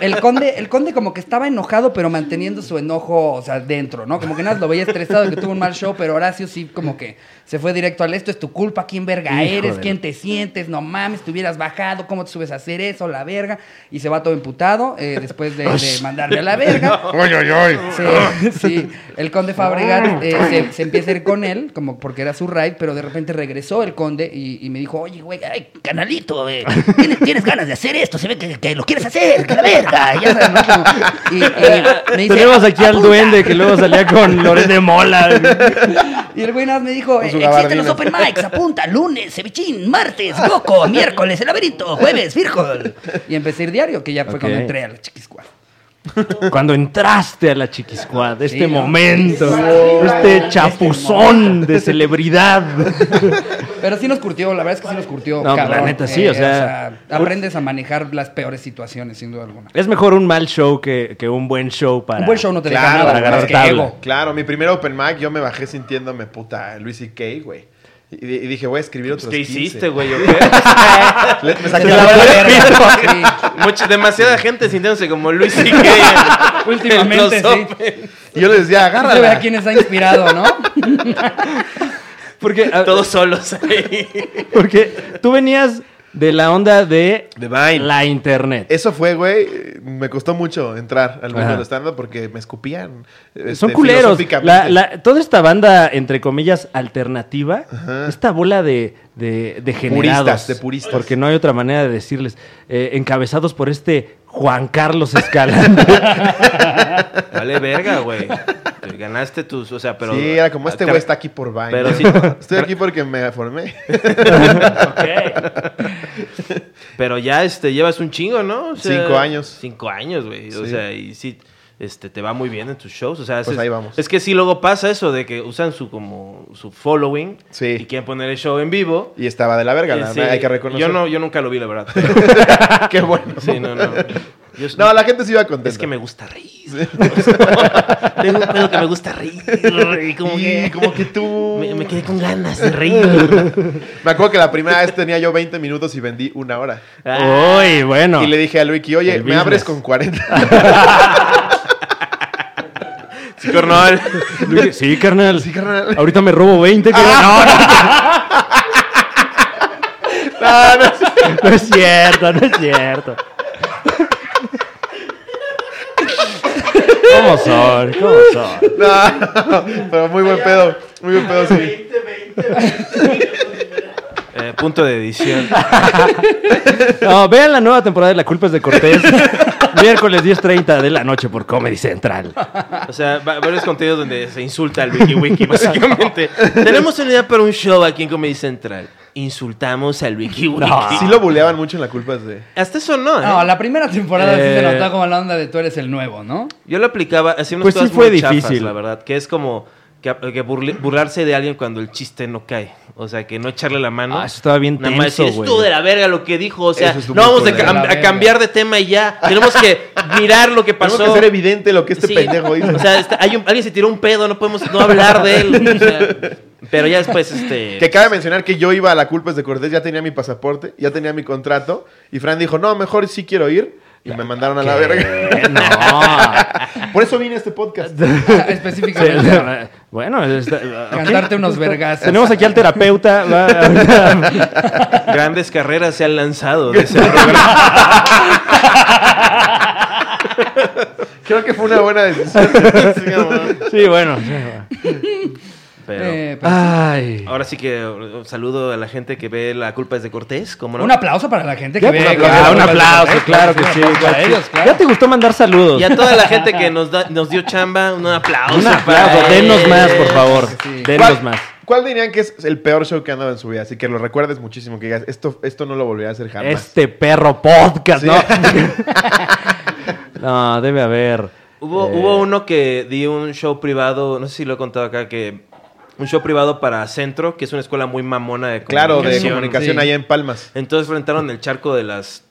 Speaker 3: el conde, el conde como que estaba enojado, pero manteniendo su enojo, o sea, dentro, ¿no? Como que nada, lo veía estresado de que tuvo un mal show, pero Horacio sí como que se fue directo al esto es tu culpa, quién verga
Speaker 2: Hijo
Speaker 3: eres,
Speaker 2: de
Speaker 3: quién te sientes, no mames, te hubieras bajado, cómo te subes a hacer eso, la verga. Y se va todo emputado eh, después de, de mandarme a la
Speaker 2: (laughs)
Speaker 3: verga.
Speaker 1: ¡Oy, oy, oy!
Speaker 2: Ah.
Speaker 3: Sí, (laughs) sí. El conde Fabregat eh, se, se empieza a ir con él, como porque era su ride, pero de repente regresó el conde y, y me dijo, oye, güey, ay,
Speaker 6: Canalito, eh, ¿tienes, tienes ganas de hacer esto, se ve que, que lo quieres hacer, que la verga.
Speaker 3: ya sabes, ¿no? Como- y, y me dice,
Speaker 2: Tenemos aquí al
Speaker 6: "Apunta".
Speaker 2: duende que luego salía con Loret de Mola.
Speaker 3: y el güey nada más me dijo,
Speaker 1: Con su
Speaker 3: eh,
Speaker 6: Existen los
Speaker 1: gabardina.
Speaker 6: open mics, apunta, lunes, cevichín, martes, coco, miércoles, el laberinto, jueves, virgol.
Speaker 3: y empecé a ir diario, que ya fue
Speaker 2: Ok.
Speaker 3: cuando entré a la chiquiscua.
Speaker 2: Cuando entraste a la Chiquisquad, este
Speaker 3: Sí, ¿no?
Speaker 2: momento,
Speaker 3: Sí.
Speaker 2: este
Speaker 3: Este
Speaker 2: chapuzón de celebridad.
Speaker 3: (laughs) Pero sí nos curtió, la verdad es que sí nos curtió.
Speaker 2: No,
Speaker 3: cabrón. Eh,
Speaker 2: la neta sí, o sea-
Speaker 3: aprendes a manejar las peores situaciones, sin duda alguna.
Speaker 2: Es mejor un mal show que, que un buen show para.
Speaker 3: Un buen show no te deja
Speaker 1: Claro,
Speaker 3: nada,
Speaker 2: para
Speaker 3: güey,
Speaker 2: agarrar
Speaker 3: es que
Speaker 2: tabla.
Speaker 3: ego.
Speaker 1: Claro, mi primer open mic yo me bajé sintiéndome puta Luis y Kay, güey. Y, y dije, voy a escribir otros
Speaker 4: Pues, ¿Qué
Speaker 1: 15.
Speaker 4: hiciste, güey? o
Speaker 1: (laughs)
Speaker 4: qué? (laughs)
Speaker 1: Le- me
Speaker 2: Te
Speaker 1: saqué
Speaker 2: la
Speaker 1: la
Speaker 2: voy a
Speaker 1: verga.
Speaker 2: pedir. (laughs)
Speaker 3: Sí,
Speaker 4: Mucha, demasiada gente sintiéndose como Luis y que
Speaker 3: últimamente, sí.
Speaker 1: (laughs) Y yo le decía,
Speaker 3: Se ve a
Speaker 1: agárrala.
Speaker 3: quién está inspirado,
Speaker 2: (laughs)
Speaker 3: ¿no?
Speaker 2: Porque, a-
Speaker 4: Todos
Speaker 3: (laughs)
Speaker 4: solos ahí.
Speaker 2: porque tú venías de la onda de
Speaker 1: De Vine.
Speaker 2: la internet.
Speaker 1: Eso fue, güey. eh, Me costó mucho entrar al mundo
Speaker 2: Ajá.
Speaker 1: del stand porque me escupían. este,
Speaker 2: Son culeros. La-
Speaker 1: filosóficamente.
Speaker 2: la- toda esta banda, entre comillas, alternativa, esta bola de, de, de generados,
Speaker 1: de puristas.
Speaker 2: Porque no hay otra manera de decirles. eh, encabezados por este Juan Carlos Escalante.
Speaker 1: (laughs)
Speaker 4: Vale, verga, güey. Te Ganaste tus, o sea, pero...
Speaker 1: sí, era como este
Speaker 4: te-
Speaker 1: güey está aquí por Vine.
Speaker 4: Pero
Speaker 1: (laughs)
Speaker 4: sí.
Speaker 1: Estoy aquí porque me formé. (laughs)
Speaker 4: Pero ya este, llevas un chingo, ¿no? O
Speaker 1: Cinco años.
Speaker 4: Cinco años, güey. O
Speaker 1: Sí.
Speaker 4: sea, y sí, este, te va muy bien en tus shows. O sea,
Speaker 1: Pues
Speaker 4: es,
Speaker 1: ahí vamos.
Speaker 4: Es que sí, luego pasa eso de que usan su como su following
Speaker 1: Sí.
Speaker 4: y quieren poner el show en vivo.
Speaker 1: Y estaba de la verga, la
Speaker 4: Eh, sí,
Speaker 1: verdad, hay que reconocer.
Speaker 4: Yo no, yo nunca lo vi, la verdad. pero-
Speaker 1: (laughs) Qué bueno.
Speaker 4: sí, no, no. Yo-
Speaker 1: No, la gente se iba contenta.
Speaker 4: es
Speaker 1: (laughs)
Speaker 4: que me gusta reír. Tengo un pedo que me gusta reír. Y como que,
Speaker 1: Y como que tú.
Speaker 4: me, me quedé con ganas de reír.
Speaker 1: Me acuerdo que la primera vez tenía yo 20 minutos y vendí una hora.
Speaker 2: Uy, bueno.
Speaker 1: Y le dije a Luiki, oye,
Speaker 2: El
Speaker 1: me abres
Speaker 2: business.
Speaker 1: con 40.
Speaker 4: (laughs) Sí, Cornol.
Speaker 2: Luis, Sí, carnal.
Speaker 1: Sí, carnal. Ah.
Speaker 2: Ahorita me robo 20.
Speaker 1: (laughs)
Speaker 2: que-
Speaker 1: No, no, sí.
Speaker 2: No, no, no es cierto, no es cierto. ¿Cómo son? ¿Cómo son?
Speaker 1: No, no. Pero muy buen pedo. Muy buen pedo, sí.
Speaker 5: 20, 20, 20.
Speaker 4: (laughs) Eh, punto de edición.
Speaker 2: No, vean la nueva temporada de La Culpa es de Cortés. miércoles 10.30 de la noche por Comedy Central.
Speaker 4: O sea, va- varios contenidos donde se insulta al Wiki Wiki, básicamente. Tenemos una idea para un show aquí en Comedy Central. Insultamos al Wiki Wiki.
Speaker 1: Sí lo buleaban mucho en la culpa de.
Speaker 4: Hasta eso no, ¿eh?
Speaker 3: No, la primera temporada sí
Speaker 2: Eh.
Speaker 3: se notaba como la onda de tú eres el nuevo, ¿no?
Speaker 4: Yo lo aplicaba, hacía unas
Speaker 2: Pues sí
Speaker 4: cosas
Speaker 2: fue
Speaker 4: muy chafas,
Speaker 2: difícil.
Speaker 4: la verdad. Que es como que, que burle- burlarse de alguien cuando el chiste no cae. O sea, que no echarle la mano.
Speaker 2: Ah, eso estaba bien
Speaker 4: Nada más
Speaker 2: tenso,
Speaker 4: decir,
Speaker 2: güey.
Speaker 4: "Estuvo de la verga lo que dijo. O sea,
Speaker 1: Eso estuvo
Speaker 4: no vamos
Speaker 1: de
Speaker 4: a,
Speaker 1: la
Speaker 4: cam- a
Speaker 3: verga.
Speaker 4: cambiar de tema y ya. Tenemos que mirar lo que pasó.
Speaker 1: Tenemos que ser evidente lo que este
Speaker 4: Sí.
Speaker 1: pendejo hizo.
Speaker 4: (laughs) O sea, está- hay un- alguien se tiró un pedo, no podemos no hablar de él. o sea, pero ya después, este.
Speaker 1: Que cabe mencionar que yo iba a la culpa es de Cortés, ya tenía mi pasaporte, ya tenía mi contrato. Y Fran dijo, no, mejor sí quiero ir. Y me mandaron a la verga. (laughs)
Speaker 2: Eh, No.
Speaker 1: Por eso vine a este
Speaker 4: (laughs)
Speaker 1: podcast.
Speaker 3: Ah, (laughs) Específicamente.
Speaker 2: Bueno, está-
Speaker 3: Cantarte unos vergazos.
Speaker 2: tenemos aquí al terapeuta. va- (laughs)
Speaker 4: Grandes carreras se han lanzado de ese programa.
Speaker 1: (laughs) Creo que fue una buena decisión. Sí, mamá.
Speaker 2: Sí, bueno. sí, bueno.
Speaker 4: Pero
Speaker 3: Eh, pero-
Speaker 2: Ay.
Speaker 4: ahora sí que uh, saludo a la gente que ve La culpa es de Cortés, como no?
Speaker 3: Un aplauso para la gente que
Speaker 2: Ya,
Speaker 3: ve.
Speaker 2: un
Speaker 3: que ve la
Speaker 2: aplauso, un
Speaker 3: Culpa es de
Speaker 2: aplauso, ¿eh?
Speaker 3: Cortés,
Speaker 2: claro que
Speaker 3: un
Speaker 2: sí.
Speaker 3: aplauso
Speaker 2: claro
Speaker 3: para
Speaker 2: que
Speaker 3: ellos,
Speaker 2: sí.
Speaker 3: claro.
Speaker 2: Ya te gustó mandar saludos.
Speaker 4: Y a toda la gente que nos, da- nos dio chamba, un aplauso.
Speaker 2: Un aplauso,
Speaker 4: para
Speaker 2: denos
Speaker 4: ellos.
Speaker 2: más, por favor.
Speaker 3: Sí.
Speaker 2: Denos
Speaker 1: ¿Cuál-
Speaker 2: más.
Speaker 1: ¿Cuál dirían que es el peor show que han dado en su vida? Así que lo recuerdes muchísimo, que digas, esto, esto no lo volveré a hacer jamás.
Speaker 2: Este perro podcast,
Speaker 1: Sí.
Speaker 2: ¿no? (laughs) no, debe haber.
Speaker 4: Hubo,
Speaker 2: Eh.
Speaker 4: hubo uno que di un show privado, no sé si lo he contado acá, que un show privado para Centro, que es una escuela muy mamona de
Speaker 1: Claro, de
Speaker 4: comunicación.
Speaker 1: comunicación
Speaker 3: sí.
Speaker 1: allá en Palmas.
Speaker 4: Entonces rentaron el charco de las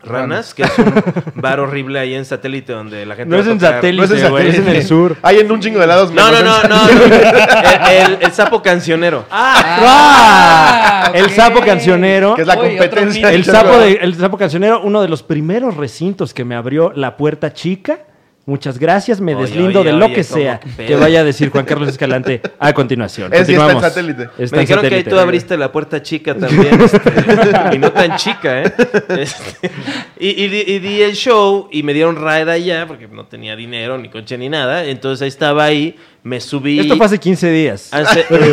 Speaker 4: ranas, que es un bar horrible ahí en satélite donde la gente...
Speaker 2: No
Speaker 4: va
Speaker 2: es
Speaker 4: a
Speaker 2: en
Speaker 4: tocar.
Speaker 2: satélite. güey, es en el sur.
Speaker 1: Hay en un chingo de lados.
Speaker 4: No, no,
Speaker 1: menos
Speaker 4: no,
Speaker 1: en-
Speaker 4: no.
Speaker 2: (laughs)
Speaker 4: no. El, el- el sapo cancionero.
Speaker 2: ¡Ah!
Speaker 3: Ah,
Speaker 2: El
Speaker 3: ok.
Speaker 2: sapo cancionero.
Speaker 1: Que es la
Speaker 3: Uy, otro
Speaker 1: competencia.
Speaker 3: mito.
Speaker 2: El sapo, de- el sapo cancionero, uno de los primeros recintos que me abrió la puerta chica. Muchas gracias, me
Speaker 4: Oye,
Speaker 2: deslindo
Speaker 4: oye,
Speaker 2: de lo
Speaker 4: oye,
Speaker 2: que
Speaker 4: ¿cómo
Speaker 2: sea
Speaker 4: qué pedo?
Speaker 2: que vaya a decir Juan Carlos Escalante a continuación.
Speaker 1: Es- y está en
Speaker 2: Continuamos.
Speaker 1: satélite.
Speaker 2: Está
Speaker 4: Me dijeron
Speaker 2: en
Speaker 4: que ahí
Speaker 2: satélite. ¿eh?
Speaker 4: tú abriste la puerta chica también. este, y no tan chica, ¿eh? Este, y, y di- y di el show y me dieron ride allá porque no tenía dinero, ni coche, ni nada. Entonces ahí estaba ahí, me subí.
Speaker 2: Esto fue hace 15 días.
Speaker 4: hace- eh,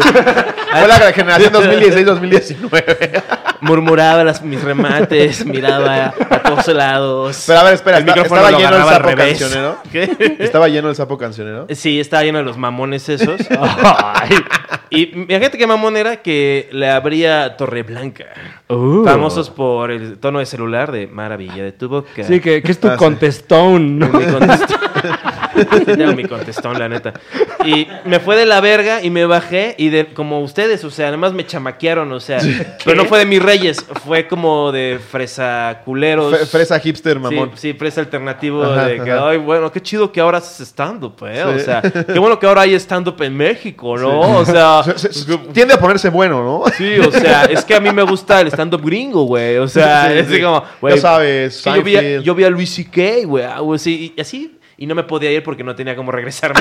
Speaker 1: Fue la generación
Speaker 4: (laughs)
Speaker 1: 2016-2019.
Speaker 4: murmuraba las- mis remates, miraba a todos lados.
Speaker 1: Pero a ver, espera,
Speaker 4: El
Speaker 1: esta-
Speaker 4: micrófono
Speaker 1: estaba
Speaker 4: lo
Speaker 1: lleno el
Speaker 4: agarraba al
Speaker 1: sapo
Speaker 4: revés.
Speaker 1: cancionero.
Speaker 4: (laughs) ¿Qué?
Speaker 1: Estaba lleno el sapo cancionero.
Speaker 4: Sí, estaba lleno de los mamones
Speaker 2: (laughs)
Speaker 4: esos. Ah,
Speaker 2: Ay.
Speaker 4: Y fíjate qué mamón era que le abría Torreblanca.
Speaker 2: Uh.
Speaker 4: Famosos por el tono de celular de Maravilla de tu boca.
Speaker 2: Sí,
Speaker 4: (laughs)
Speaker 2: que, que es tu
Speaker 1: Ah, sí.
Speaker 2: contestón. ¿no?
Speaker 4: Mi (laughs) contestón. Tenía mi contestón, la neta. Y me fue de la verga y me bajé. Y de, como ustedes, o sea, además me chamaquearon, o sea. Pero no fue de mis reyes, fue como de fresa culeros.
Speaker 1: Fe- fresa hipster, mamón.
Speaker 4: Sí, sí, fresa alternativo
Speaker 1: Ajá,
Speaker 4: de que,
Speaker 1: ajá.
Speaker 4: ay, bueno, qué chido que ahora haces stand-up, eh. O
Speaker 1: Sí.
Speaker 4: sea, qué bueno que ahora hay stand-up en México, ¿no?
Speaker 1: (laughs)
Speaker 4: O sea,
Speaker 1: Se- se- se- tiende a ponerse bueno, ¿no? (laughs)
Speaker 4: Sí, o sea, es que a mí me gusta el stand-up gringo, güey. O sea,
Speaker 1: Sí,
Speaker 4: es
Speaker 1: sí.
Speaker 4: como,
Speaker 1: Ya
Speaker 4: güey.
Speaker 1: sabes,
Speaker 4: es que yo, vi a,
Speaker 1: Seinfeld.
Speaker 4: yo vi a Luis C.K., güey. ah, güey, sí, y así. Y no me podía ir porque no tenía
Speaker 1: (laughs)
Speaker 4: cómo regresarme.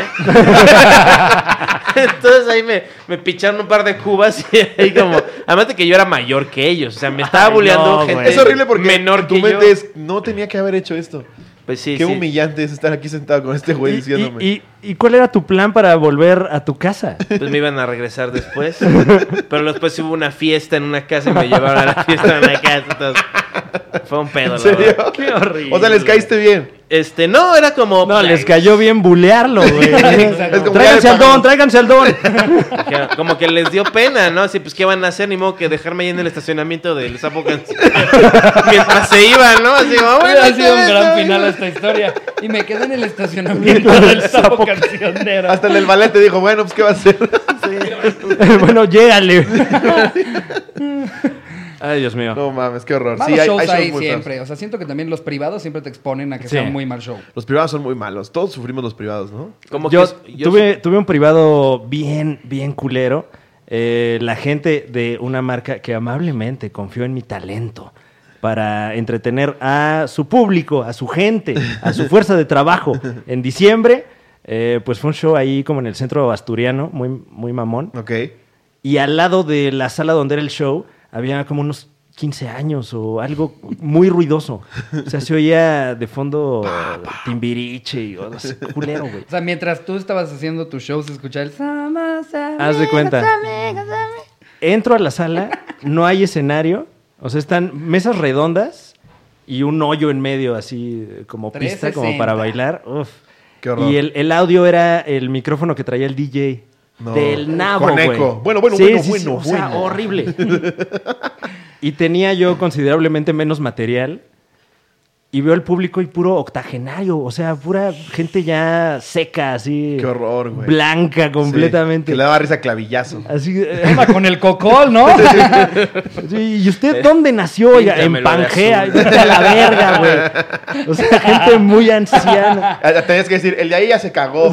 Speaker 4: Entonces ahí me, me picharon un par de cubas y ahí como... Además de que yo era mayor que ellos. O sea, me estaba
Speaker 2: Ay,
Speaker 4: bulleando
Speaker 2: no,
Speaker 4: gente
Speaker 2: güey.
Speaker 1: Es horrible porque
Speaker 4: menor
Speaker 1: tu
Speaker 4: que
Speaker 1: mente
Speaker 4: yo.
Speaker 1: es, no tenía que haber hecho esto.
Speaker 4: Pues sí,
Speaker 1: Qué
Speaker 4: sí.
Speaker 1: humillante es estar aquí sentado con este güey
Speaker 2: ¿Y,
Speaker 1: diciéndome.
Speaker 2: y- y- y cuál era tu plan para volver a tu casa?
Speaker 4: Pues me iban a regresar después. Pero después hubo una fiesta en una casa y me llevaron a la fiesta en una casa. Entonces, fue un pedo,
Speaker 1: ¿En
Speaker 4: la
Speaker 1: serio?
Speaker 4: verdad.
Speaker 2: Qué horrible.
Speaker 1: (laughs) O sea, les caíste bien.
Speaker 4: Este, no, pues. era como...
Speaker 2: No, les cayó bien bulearlo, güey.
Speaker 1: (laughs) Es como,
Speaker 2: tráiganse
Speaker 1: ya le
Speaker 2: al don,
Speaker 1: pagamos.
Speaker 2: tráiganse al don.
Speaker 4: Dijeron, Como que les dio pena, ¿no? Así, pues, ¿qué van a hacer? Ni modo que dejarme ahí en el estacionamiento del sapo Canc- (laughs) Mientras se iban, ¿no? Así, ah, bueno,
Speaker 3: ha sido un
Speaker 4: ¿qué
Speaker 3: gran
Speaker 4: ves?
Speaker 3: final a esta historia. Y me quedé en
Speaker 2: (laughs)
Speaker 3: el estacionamiento del sapo cancionero.
Speaker 1: Hasta el del ballet te dijo, bueno, pues ¿qué va a hacer? (laughs)
Speaker 2: (laughs) bueno, llégale. Ay, Dios mío.
Speaker 1: No mames, qué horror.
Speaker 3: Malos
Speaker 1: Sí, hay,
Speaker 3: shows
Speaker 1: hay shows
Speaker 3: hay
Speaker 1: muy feos.
Speaker 3: siempre. O sea, siento que también los privados siempre te exponen a que
Speaker 2: Sí.
Speaker 3: sea un muy mal show.
Speaker 1: Los privados son muy malos. Todos sufrimos los privados, ¿no?
Speaker 4: Como
Speaker 2: yo,
Speaker 4: que yo-
Speaker 2: tuve, tuve un privado bien, bien culero. Eh, la gente de una marca que amablemente confió en mi talento para entretener a su público, a su gente, a su fuerza de trabajo en diciembre. eh, pues fue un show ahí como en el centro asturiano, muy, muy mamón.
Speaker 1: Ok.
Speaker 2: Y al lado de la sala donde era el show, había como unos 15 años o algo muy ruidoso. O sea, se oía de fondo timbiriche y algo así, culero, güey.
Speaker 3: O sea, mientras tú estabas haciendo tus shows, escuchar el...
Speaker 2: Haz de cuenta. Entro a la sala, no hay escenario. O sea, están mesas redondas y un hoyo en medio, así eh, como pista, como
Speaker 3: 360.
Speaker 2: para bailar. Uf.
Speaker 1: Qué horror.
Speaker 2: Y el, el audio era el micrófono que traía el DJ.
Speaker 1: No.
Speaker 2: Del nabo,
Speaker 1: Con
Speaker 2: güey.
Speaker 1: eco. Bueno, bueno, bueno, bueno,
Speaker 2: O sea,
Speaker 1: bueno. (laughs)
Speaker 2: horrible. y tenía yo considerablemente menos material. Y veo el público y puro octagenario. O sea, pura gente ya seca, así.
Speaker 1: Qué horror, güey.
Speaker 2: Blanca
Speaker 1: Sí,
Speaker 2: completamente.
Speaker 1: que le daba risa a clavillazo.
Speaker 2: Así, eh,
Speaker 3: Tema con el cocol, ¿no?
Speaker 2: sí, ¿Y usted dónde nació? Oiga, en
Speaker 4: Píntamelo de
Speaker 2: Pangea.
Speaker 4: azul.
Speaker 2: Vete a la verga, güey. O sea, gente
Speaker 1: (laughs)
Speaker 2: muy anciana.
Speaker 1: Ah, Tenías que decir, el de ahí ya se
Speaker 3: (laughs)
Speaker 1: cagó.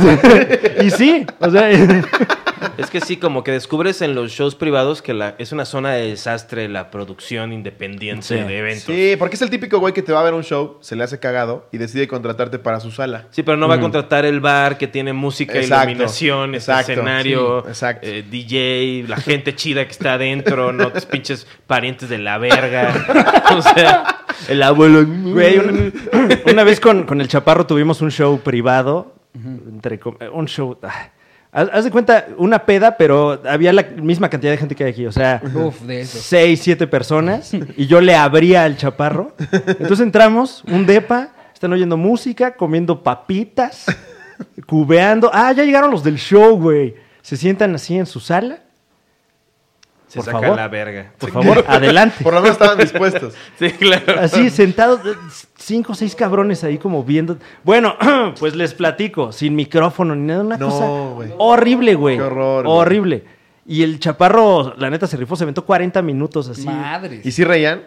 Speaker 2: Y sí, o sea,
Speaker 4: Es que sí, como que descubres en los shows privados que la, es una zona de desastre la producción independiente
Speaker 2: Sí.
Speaker 4: de eventos. Sí.
Speaker 1: sí, porque es el típico güey que te va a ver un show, se le hace cagado y decide contratarte para su sala.
Speaker 4: pero no va a contratar el bar que tiene música,
Speaker 1: Exacto,
Speaker 4: iluminación, este
Speaker 1: exacto,
Speaker 4: escenario,
Speaker 1: sí, exacto.
Speaker 4: eh, DJ, la gente chida que está adentro, no tus pinches parientes de la verga. (laughs) O sea, el abuelo.
Speaker 2: güey, una, una vez con, con el Chaparro tuvimos un show privado. entre com- un show. ah, haz, haz de cuenta, una peda, pero había la misma cantidad de gente que hay aquí. O sea,
Speaker 3: Uf, de eso.
Speaker 2: seis, siete personas y yo le abría al chaparro. Entonces entramos, un depa, están oyendo música, comiendo papitas, cubeando. Ah, ya llegaron los del show, güey. Se sientan así en su sala
Speaker 4: Se
Speaker 2: Por
Speaker 4: sacan
Speaker 2: favor.
Speaker 4: la verga. (laughs)
Speaker 2: Por favor, adelante.
Speaker 1: Por lo menos estaban
Speaker 3: (laughs)
Speaker 1: dispuestos.
Speaker 4: Sí, claro.
Speaker 2: Así, sentados, eh, cinco o seis cabrones ahí como viendo. Bueno, (clears throat) pues les platico, sin micrófono ni nada, una
Speaker 1: No,
Speaker 2: cosa
Speaker 1: güey.
Speaker 2: horrible, güey.
Speaker 1: Qué horror, güey.
Speaker 2: Horrible. Y el chaparro, la neta, se rifó, se aventó 40 minutos así.
Speaker 3: Madres.
Speaker 1: ¿Y si reían?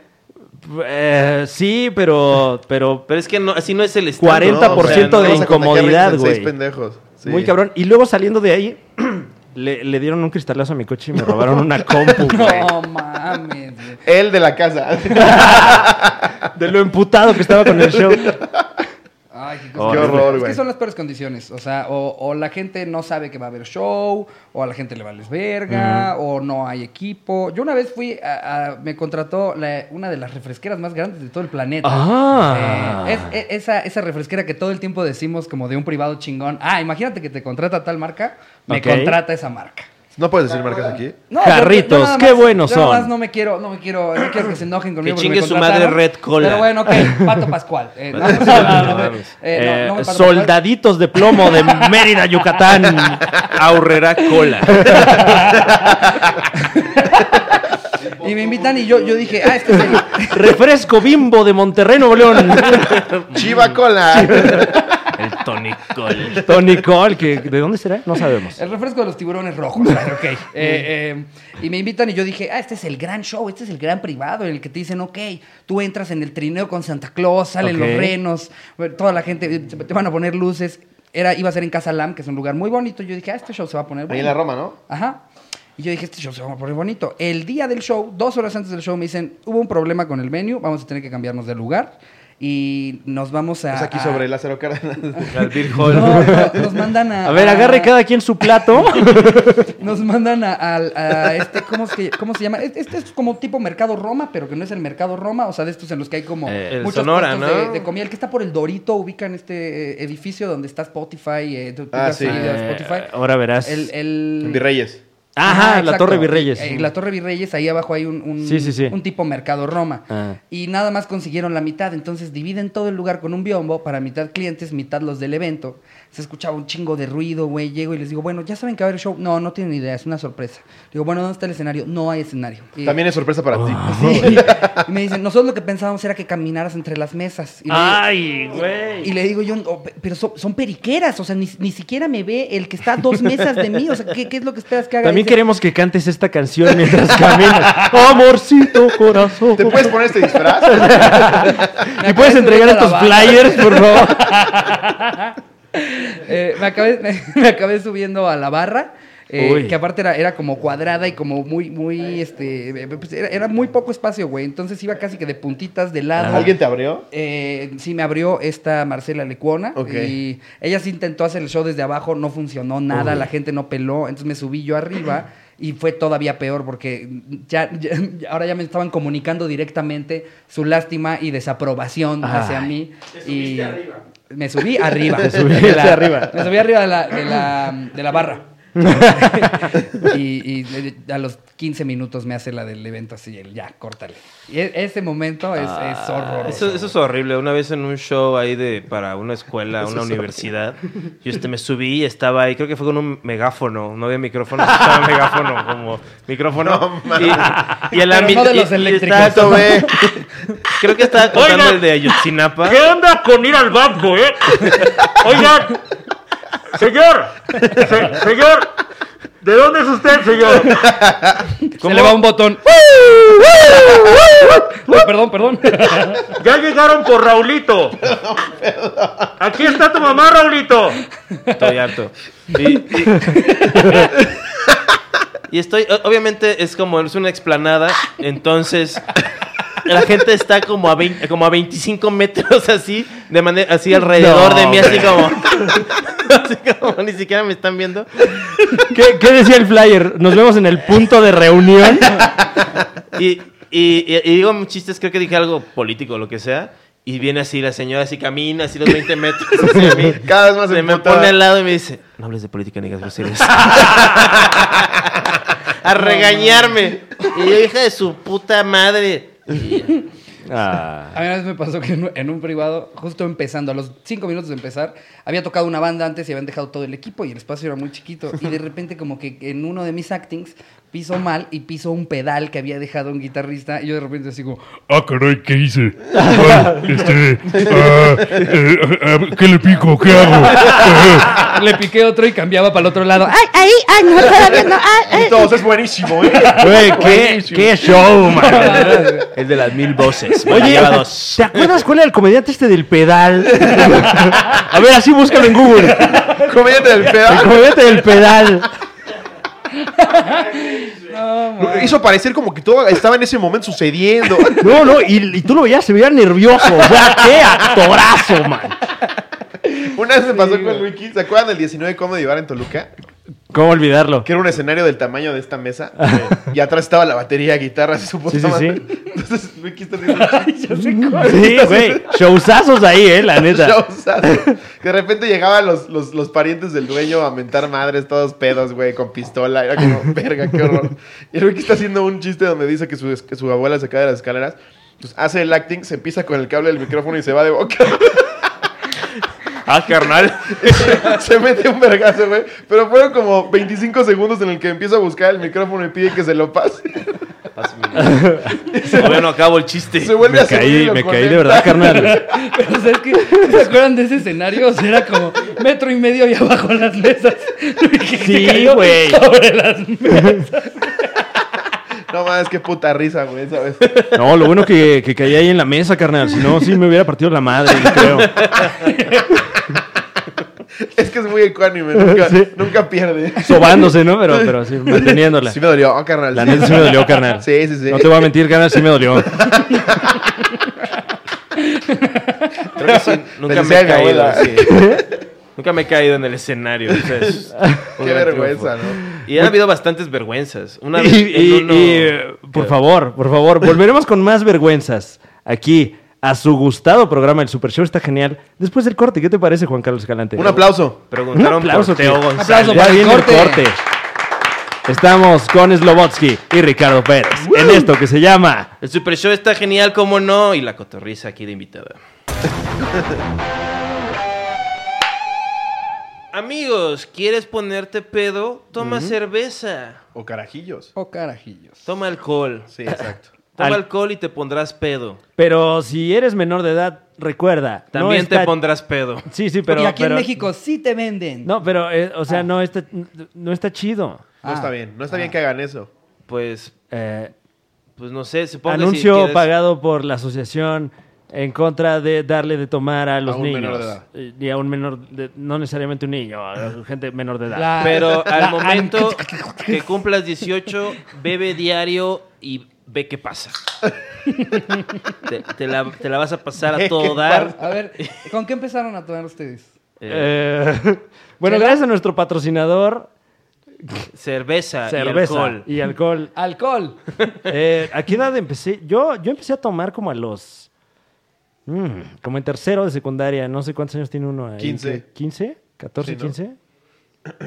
Speaker 2: Eh, sí, pero, pero
Speaker 4: Pero es que no, así no es el stand.
Speaker 2: 40%
Speaker 4: ¿no? O sea,
Speaker 1: no
Speaker 2: de
Speaker 1: vas a contagiar
Speaker 2: incomodidad,
Speaker 1: 26
Speaker 2: güey.
Speaker 1: pendejos. Sí.
Speaker 2: muy cabrón. Y luego saliendo de ahí, (clears throat) le, le dieron un cristalazo a mi coche y me robaron una compu,
Speaker 3: (laughs)
Speaker 2: güey.
Speaker 3: No mames. güey.
Speaker 1: El de la casa. (laughs)
Speaker 2: De lo emputado que estaba con el show.
Speaker 3: Ay, qué,
Speaker 1: Qué
Speaker 3: horrible.
Speaker 1: horror,
Speaker 3: Es
Speaker 1: güey.
Speaker 3: que son las peores condiciones. O sea, o, o la gente no sabe que va a haber show, o a la gente le vales verga, o no hay equipo. Yo una vez fui, a, a- me contrató la- una de las refresqueras más grandes de todo el planeta.
Speaker 2: Ah.
Speaker 3: Eh, es- e- esa, esa refresquera que todo el tiempo decimos como de un privado chingón. Ah, imagínate que te contrata tal marca, me
Speaker 2: Ok.
Speaker 3: contrata esa marca.
Speaker 1: ¿No puedes decir marcas aquí?
Speaker 3: No,
Speaker 2: Carritos,
Speaker 3: nada
Speaker 2: qué buenos
Speaker 3: yo nada
Speaker 2: son.
Speaker 3: más no me quiero, no me quiero, no quiero que se enojen conmigo. porque
Speaker 4: chingue
Speaker 3: me
Speaker 4: su madre
Speaker 3: contrataron.
Speaker 4: Red Cola.
Speaker 3: Pero bueno, ok, Pato Pascual. Eh, no, no, no, no, eh,
Speaker 2: Eh,
Speaker 3: no, no, Pato Pascual.
Speaker 2: soldaditos de plomo de Mérida, Yucatán. Aurrera cola.
Speaker 3: Y me invitan y yo, yo dije, ah, este es el...
Speaker 2: Refresco bimbo de Monterrey, Nuevo León. (laughs)
Speaker 1: Chiva Cola.
Speaker 4: El Tony Cole.
Speaker 2: Tony Cole, que ¿de dónde será? No sabemos.
Speaker 3: El refresco de los tiburones rojos. claro, ok. Eh, eh, y me invitan y yo dije, ah, este es el gran show, este es el gran privado en el que te dicen, ok, tú entras en el trineo con Santa Claus, salen
Speaker 2: Ok.
Speaker 3: los renos, toda la gente, eh, te van a poner luces. Era, iba a ser en Casa Lam, que es un lugar muy bonito. Yo dije, ah, este show se va a poner
Speaker 1: Ahí en
Speaker 3: bueno".
Speaker 1: la Roma, ¿no?
Speaker 3: Ajá. Y yo dije, este show se va a poner bonito. El día del show, dos horas antes del show, me dicen, hubo un problema con el venue, vamos a tener que cambiarnos de lugar y nos vamos
Speaker 2: Ah,
Speaker 3: a...
Speaker 1: Es aquí
Speaker 3: a- (laughs)
Speaker 1: sobre Lázaro Cárdenas.
Speaker 4: Al Bill Hall.
Speaker 3: No, no, nos mandan a...
Speaker 2: (laughs) A ver,
Speaker 3: Ah.
Speaker 2: agarre cada quien su plato.
Speaker 3: (laughs) Nos mandan a, al- a este, ¿cómo, es que- cómo se llama? Este, este es como tipo mercado Roma, pero que no es el mercado Roma, o sea, de estos en los que hay como
Speaker 4: Eh, el
Speaker 3: muchos
Speaker 4: Sonora,
Speaker 3: puestos de,
Speaker 4: ¿no?
Speaker 3: de comida. El que está por el Dorito ubica en este eh, edificio donde está Spotify, eh, tú- tú
Speaker 1: Ah,
Speaker 3: has
Speaker 1: sí.
Speaker 3: ido a
Speaker 2: Eh,
Speaker 3: Spotify.
Speaker 2: ahora verás.
Speaker 3: El, el-
Speaker 1: Virreyes.
Speaker 2: Ajá, Ah, la
Speaker 3: Ah, exacto.
Speaker 2: Torre Virreyes.
Speaker 3: Eh, la Torre Virreyes, ahí abajo hay un, un-
Speaker 2: Sí, sí, sí.
Speaker 3: un tipo mercado Roma.
Speaker 2: Ah.
Speaker 3: Y nada más consiguieron la mitad. Entonces dividen todo el lugar con un biombo para mitad clientes, mitad los del evento. Se escuchaba un chingo de ruido, güey. Llego y les digo, bueno, ya saben que va a haber show. No, no tienen idea, es una sorpresa. Digo, bueno, ¿dónde está el escenario? No hay escenario. Y-
Speaker 1: También es sorpresa para ti.
Speaker 2: Ah.
Speaker 3: Sí. (laughs) Y me dicen, nosotros lo que pensábamos era que caminaras entre las mesas. Y le-
Speaker 2: Ay, güey.
Speaker 3: y le digo yo, "Oh, pe- pero so- son periqueras, o sea, ni, ni siquiera me ve el que está a dos mesas de mí, o sea, ¿qué, qué es lo que esperas que haga?
Speaker 2: También
Speaker 3: Dice,
Speaker 2: queremos que cantes esta canción
Speaker 3: (laughs)
Speaker 2: mientras caminas. Amorcito, corazón.
Speaker 1: ¿Te puedes poner este
Speaker 2: (laughs)
Speaker 1: disfraz?
Speaker 3: Me
Speaker 2: ¿Y
Speaker 3: acabé
Speaker 2: puedes
Speaker 3: de subir
Speaker 2: entregar
Speaker 3: a
Speaker 2: estos
Speaker 3: la barra.
Speaker 2: flyers, por favor?
Speaker 3: Eh, me, acabé, (laughs) me, me acabé subiendo a la barra. eh,
Speaker 2: Uy.
Speaker 3: que aparte era, era como cuadrada y como muy, muy, este, eh, pues, era, era muy poco espacio, güey. Entonces iba casi que de puntitas de lado.
Speaker 1: ¿Alguien te abrió?
Speaker 3: Eh, sí, me abrió esta Marcela Lecuona.
Speaker 1: Ok.
Speaker 3: Y ella sí intentó hacer el show desde abajo, no funcionó nada, la gente no peló. Entonces me subí yo arriba y fue todavía peor porque ya, ya- ya- ahora ya me estaban comunicando directamente su lástima y desaprobación
Speaker 2: Ay.
Speaker 3: hacia mí.
Speaker 5: subiste
Speaker 3: y
Speaker 5: arriba.
Speaker 3: Me subí arriba.
Speaker 2: Te subiste
Speaker 3: De la-
Speaker 2: arriba.
Speaker 3: Me subí arriba de la, de la, de la
Speaker 2: (laughs)
Speaker 3: barra. y, y a los 15 minutos me hace la del evento así, el ya, córtale. Y e- ese momento es,
Speaker 2: Ah.
Speaker 3: es horroroso.
Speaker 4: Eso, eso es horrible. Una vez en un show ahí de para una escuela, una universidad, yo este, me subí y estaba ahí, creo que fue con un megáfono, no había micrófono, (laughs) estaba un megáfono como micrófono.
Speaker 1: No,
Speaker 4: y, y en la
Speaker 3: Pero no
Speaker 4: mitad-
Speaker 3: de los
Speaker 4: y- y
Speaker 3: eléctricos.
Speaker 4: estaba-
Speaker 1: Esto ve.
Speaker 4: creo que estaba contando
Speaker 7: Oiga.
Speaker 4: el de
Speaker 2: (laughs)
Speaker 7: (laughs)
Speaker 4: Ayotzinapa.
Speaker 7: ¿Qué onda con ir al banco, eh? Oigan, señor, se- señor, ¿de dónde es usted, señor?
Speaker 3: Se le va un (laughs) botón. Ay, perdón, perdón.
Speaker 7: Ya llegaron por Raulito. Aquí está tu mamá, Raulito.
Speaker 4: Estoy harto. Y, y- y estoy, o- obviamente es como, es una explanada, entonces la gente está como a, 20 como a 25 metros así, de manera, así alrededor de mí, así como, así como, (laughs) ni siquiera me están viendo.
Speaker 2: ¿Qué, qué decía el flyer? Nos vemos en el punto de reunión.
Speaker 4: Y, y, y- y digo chistes, creo que dije algo político, lo que sea. Y viene así la señora, así camina, así los 20 metros. hacia mí.
Speaker 1: Cada vez más
Speaker 4: Se me
Speaker 1: emputada.
Speaker 4: pone al lado y me dice, no hables de política ni
Speaker 1: (laughs)
Speaker 4: digas groserías". A regañarme. Y yo, hija de su puta madre.
Speaker 2: Ah.
Speaker 3: (laughs) A mí una vez me pasó que en un, en un privado, justo empezando, a los cinco minutos de empezar, había tocado una banda antes y habían dejado todo el equipo y el espacio era muy chiquito. Y de repente, como que en uno de mis actings, pisó mal y pisó un pedal que había dejado un guitarrista. Y yo de repente así como,
Speaker 8: Ah, caray, ¿qué hice? Ah, este, ah, eh, ah, ¿Qué le pico? ¿Qué hago? Ah,
Speaker 3: le piqué otro y cambiaba para el otro lado. ¡Ay!
Speaker 9: Ay, ay, no, todavía no. Ay, ay.
Speaker 1: Entonces es
Speaker 2: (laughs)
Speaker 1: buenísimo, ¿eh?
Speaker 2: Güey, qué, qué show, man.
Speaker 4: Es de las mil voces. (laughs) Oye,
Speaker 2: Oye,
Speaker 4: lleva dos.
Speaker 2: ¿te acuerdas cuál era el comediante este del pedal? A ver, así búscalo en Google.
Speaker 1: Comediante del
Speaker 2: El
Speaker 1: pedal.
Speaker 2: comediante del pedal.
Speaker 1: Lo Hizo parecer como que todo estaba en ese momento
Speaker 2: (laughs)
Speaker 1: sucediendo.
Speaker 2: No, no, y, y tú lo veías, se veía nervioso. O sea, qué actorazo, man.
Speaker 1: Una vez me pasó con Luiki. ¿Se acuerdan del 19 Comedy Bar en Toluca?
Speaker 2: ¿Cómo olvidarlo?
Speaker 1: Que era un escenario del tamaño de esta mesa. eh, y atrás estaba la batería, guitarra, se supuso.
Speaker 2: Sí, sí, sí.
Speaker 1: Entonces Luiki está haciendo
Speaker 2: Sí, güey. Showzazos ahí, eh, la neta.
Speaker 1: showzazo. Que de repente llegaban los, los, los parientes del dueño a mentar madres, todos pedos, güey, con pistola. Era
Speaker 2: (laughs)
Speaker 1: como, verga, qué horror. Y Luiki está haciendo un chiste donde dice que su, que su abuela se cae de las escaleras. Pues hace el acting, se empieza con el cable del micrófono y se va de boca. (laughs)
Speaker 4: Ah, carnal.
Speaker 1: se mete un vergazo, güey. Pero fueron como 25 segundos en el que empieza a buscar el micrófono y pide que se lo pase.
Speaker 4: Todavía no acabo el chiste.
Speaker 1: Se vuelve
Speaker 2: Me
Speaker 1: a subir y
Speaker 2: caí,
Speaker 1: lo
Speaker 2: me caí
Speaker 1: conecta.
Speaker 2: de verdad, carnal.
Speaker 3: Pero ¿sabes qué? ¿Se acuerdan de ese escenario? O sea, era como metro y medio y abajo las mesas. (laughs)
Speaker 2: Sí, güey.
Speaker 1: No mames, qué puta risa, güey, ¿sabes?
Speaker 2: No, lo bueno que, que caí ahí en la mesa, carnal. Si no, sí me hubiera partido la madre, yo creo.
Speaker 1: (laughs) Es que es muy ecuánime, nunca, nunca pierde.
Speaker 2: Sobándose, ¿no? Pero, pero sí, manteniéndola.
Speaker 1: Sí me dolió, oh, carnal.
Speaker 2: La
Speaker 1: sí.
Speaker 2: neta sí me dolió, carnal.
Speaker 1: Sí, sí, sí.
Speaker 2: No te voy a mentir, carnal, sí me dolió.
Speaker 4: Creo
Speaker 2: (laughs)
Speaker 4: que sí, Nunca me
Speaker 1: Felicidades,
Speaker 4: he caído.
Speaker 1: abuela.
Speaker 4: sí. Nunca me he caído en
Speaker 1: (laughs)
Speaker 4: el escenario. o sea, es un
Speaker 1: Qué
Speaker 4: gran
Speaker 1: vergüenza,
Speaker 4: triunfo.
Speaker 1: ¿no?
Speaker 4: Y han habido bastantes vergüenzas. (laughs) Una vez
Speaker 2: Y,
Speaker 4: en
Speaker 2: y-
Speaker 4: uno-
Speaker 2: y, eh, por favor, por favor, volveremos con más vergüenzas aquí a su gustado programa El Super Show. Está genial. Después del corte, ¿qué te parece, Juan Carlos Escalante?
Speaker 1: Un aplauso.
Speaker 4: Preguntaron
Speaker 2: Un aplauso,
Speaker 4: por Teo
Speaker 2: tío.
Speaker 4: González.
Speaker 2: Ya
Speaker 3: para el
Speaker 2: viene el
Speaker 3: corte.
Speaker 2: corte. Estamos con Slobotsky y Ricardo Pérez en esto que se llama.
Speaker 4: El Super Show está genial, cómo no. Y la cotorriza aquí de invitada. Amigos, ¿quieres ponerte pedo? Toma cerveza.
Speaker 1: O carajillos.
Speaker 3: Oh, carajillos.
Speaker 4: Toma alcohol.
Speaker 1: Sí, exacto.
Speaker 4: Toma
Speaker 2: Al-
Speaker 4: alcohol y te pondrás pedo.
Speaker 2: Pero si eres menor de edad, recuerda. no
Speaker 4: También te
Speaker 2: está-
Speaker 4: pondrás pedo.
Speaker 2: Sí, sí, pero.
Speaker 3: y aquí
Speaker 2: pero-
Speaker 3: en México Ah. sí te venden.
Speaker 2: No, pero, eh, o sea, no, está, no está chido.
Speaker 1: No está bien, no está bien que hagan eso.
Speaker 4: Pues,
Speaker 2: Eh,
Speaker 4: pues no sé, supongo
Speaker 2: Anuncio
Speaker 4: que si quieres-
Speaker 2: pagado por la asociación en contra de darle de tomar a los
Speaker 1: un
Speaker 2: niños.
Speaker 1: menor de edad.
Speaker 2: Eh, Y a un menor, de- no necesariamente un niño, a gente menor de edad.
Speaker 3: La-
Speaker 4: Pero
Speaker 3: la-
Speaker 2: (laughs) Ah,
Speaker 4: al momento que cumplas 18, bebe diario y ve qué
Speaker 2: (laughs)
Speaker 4: pasa. te, te la, te la vas a pasar a todo dar.
Speaker 3: A ver, ¿con qué empezaron a tomar ustedes?
Speaker 4: Eh,
Speaker 2: Eh, (laughs) bueno, gracias a nuestro patrocinador,
Speaker 4: cerveza,
Speaker 2: cerveza
Speaker 4: Ah, y alcohol.
Speaker 2: y alcohol.
Speaker 3: Alcohol.
Speaker 2: Eh, ¿A qué edad empecé? Yo, yo empecé a tomar como a los... mm, como en tercero de secundaria, no sé cuántos años tiene uno. ahí.
Speaker 1: 15.
Speaker 2: ¿15? ¿14,
Speaker 1: Sí, ¿no?
Speaker 2: 15?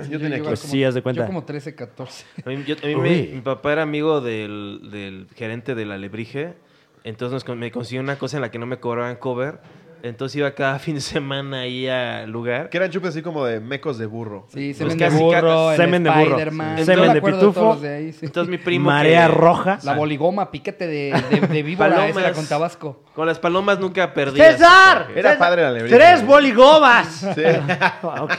Speaker 1: Yo tenía
Speaker 3: iba
Speaker 1: que...
Speaker 2: Pues sí, haz de cuenta.
Speaker 3: Yo como 13, 14.
Speaker 4: A mí, yo- a mí me-
Speaker 2: Uy.
Speaker 4: mi papá era amigo del, del gerente del Alebrije, entonces nos con- me consiguió una cosa en la que no me cobraban cover. Entonces iba cada (laughs) fin de semana ahí al lugar.
Speaker 1: Que eran chupes así como de mecos de burro.
Speaker 3: Sí,
Speaker 4: Pues
Speaker 3: semen
Speaker 4: casi
Speaker 3: de burro, el
Speaker 2: semen de burro.
Speaker 3: Spider-Man.
Speaker 4: Sí.
Speaker 3: Yo me
Speaker 4: Semen de
Speaker 3: acuerdo todos
Speaker 2: pitufo.
Speaker 3: los de ahí, sí.
Speaker 4: Entonces mi primo...
Speaker 2: Marea
Speaker 4: que-
Speaker 2: roja.
Speaker 3: (laughs) La boligoma, piquete de, de, de víbora, esa
Speaker 4: Palomas.
Speaker 3: era con Tabasco.
Speaker 4: Con las palomas nunca perdí.
Speaker 2: ¡César!
Speaker 1: Era padre la alegría.
Speaker 2: ¡Tres boligobas!
Speaker 1: (laughs) Sí.
Speaker 2: Ah, ok.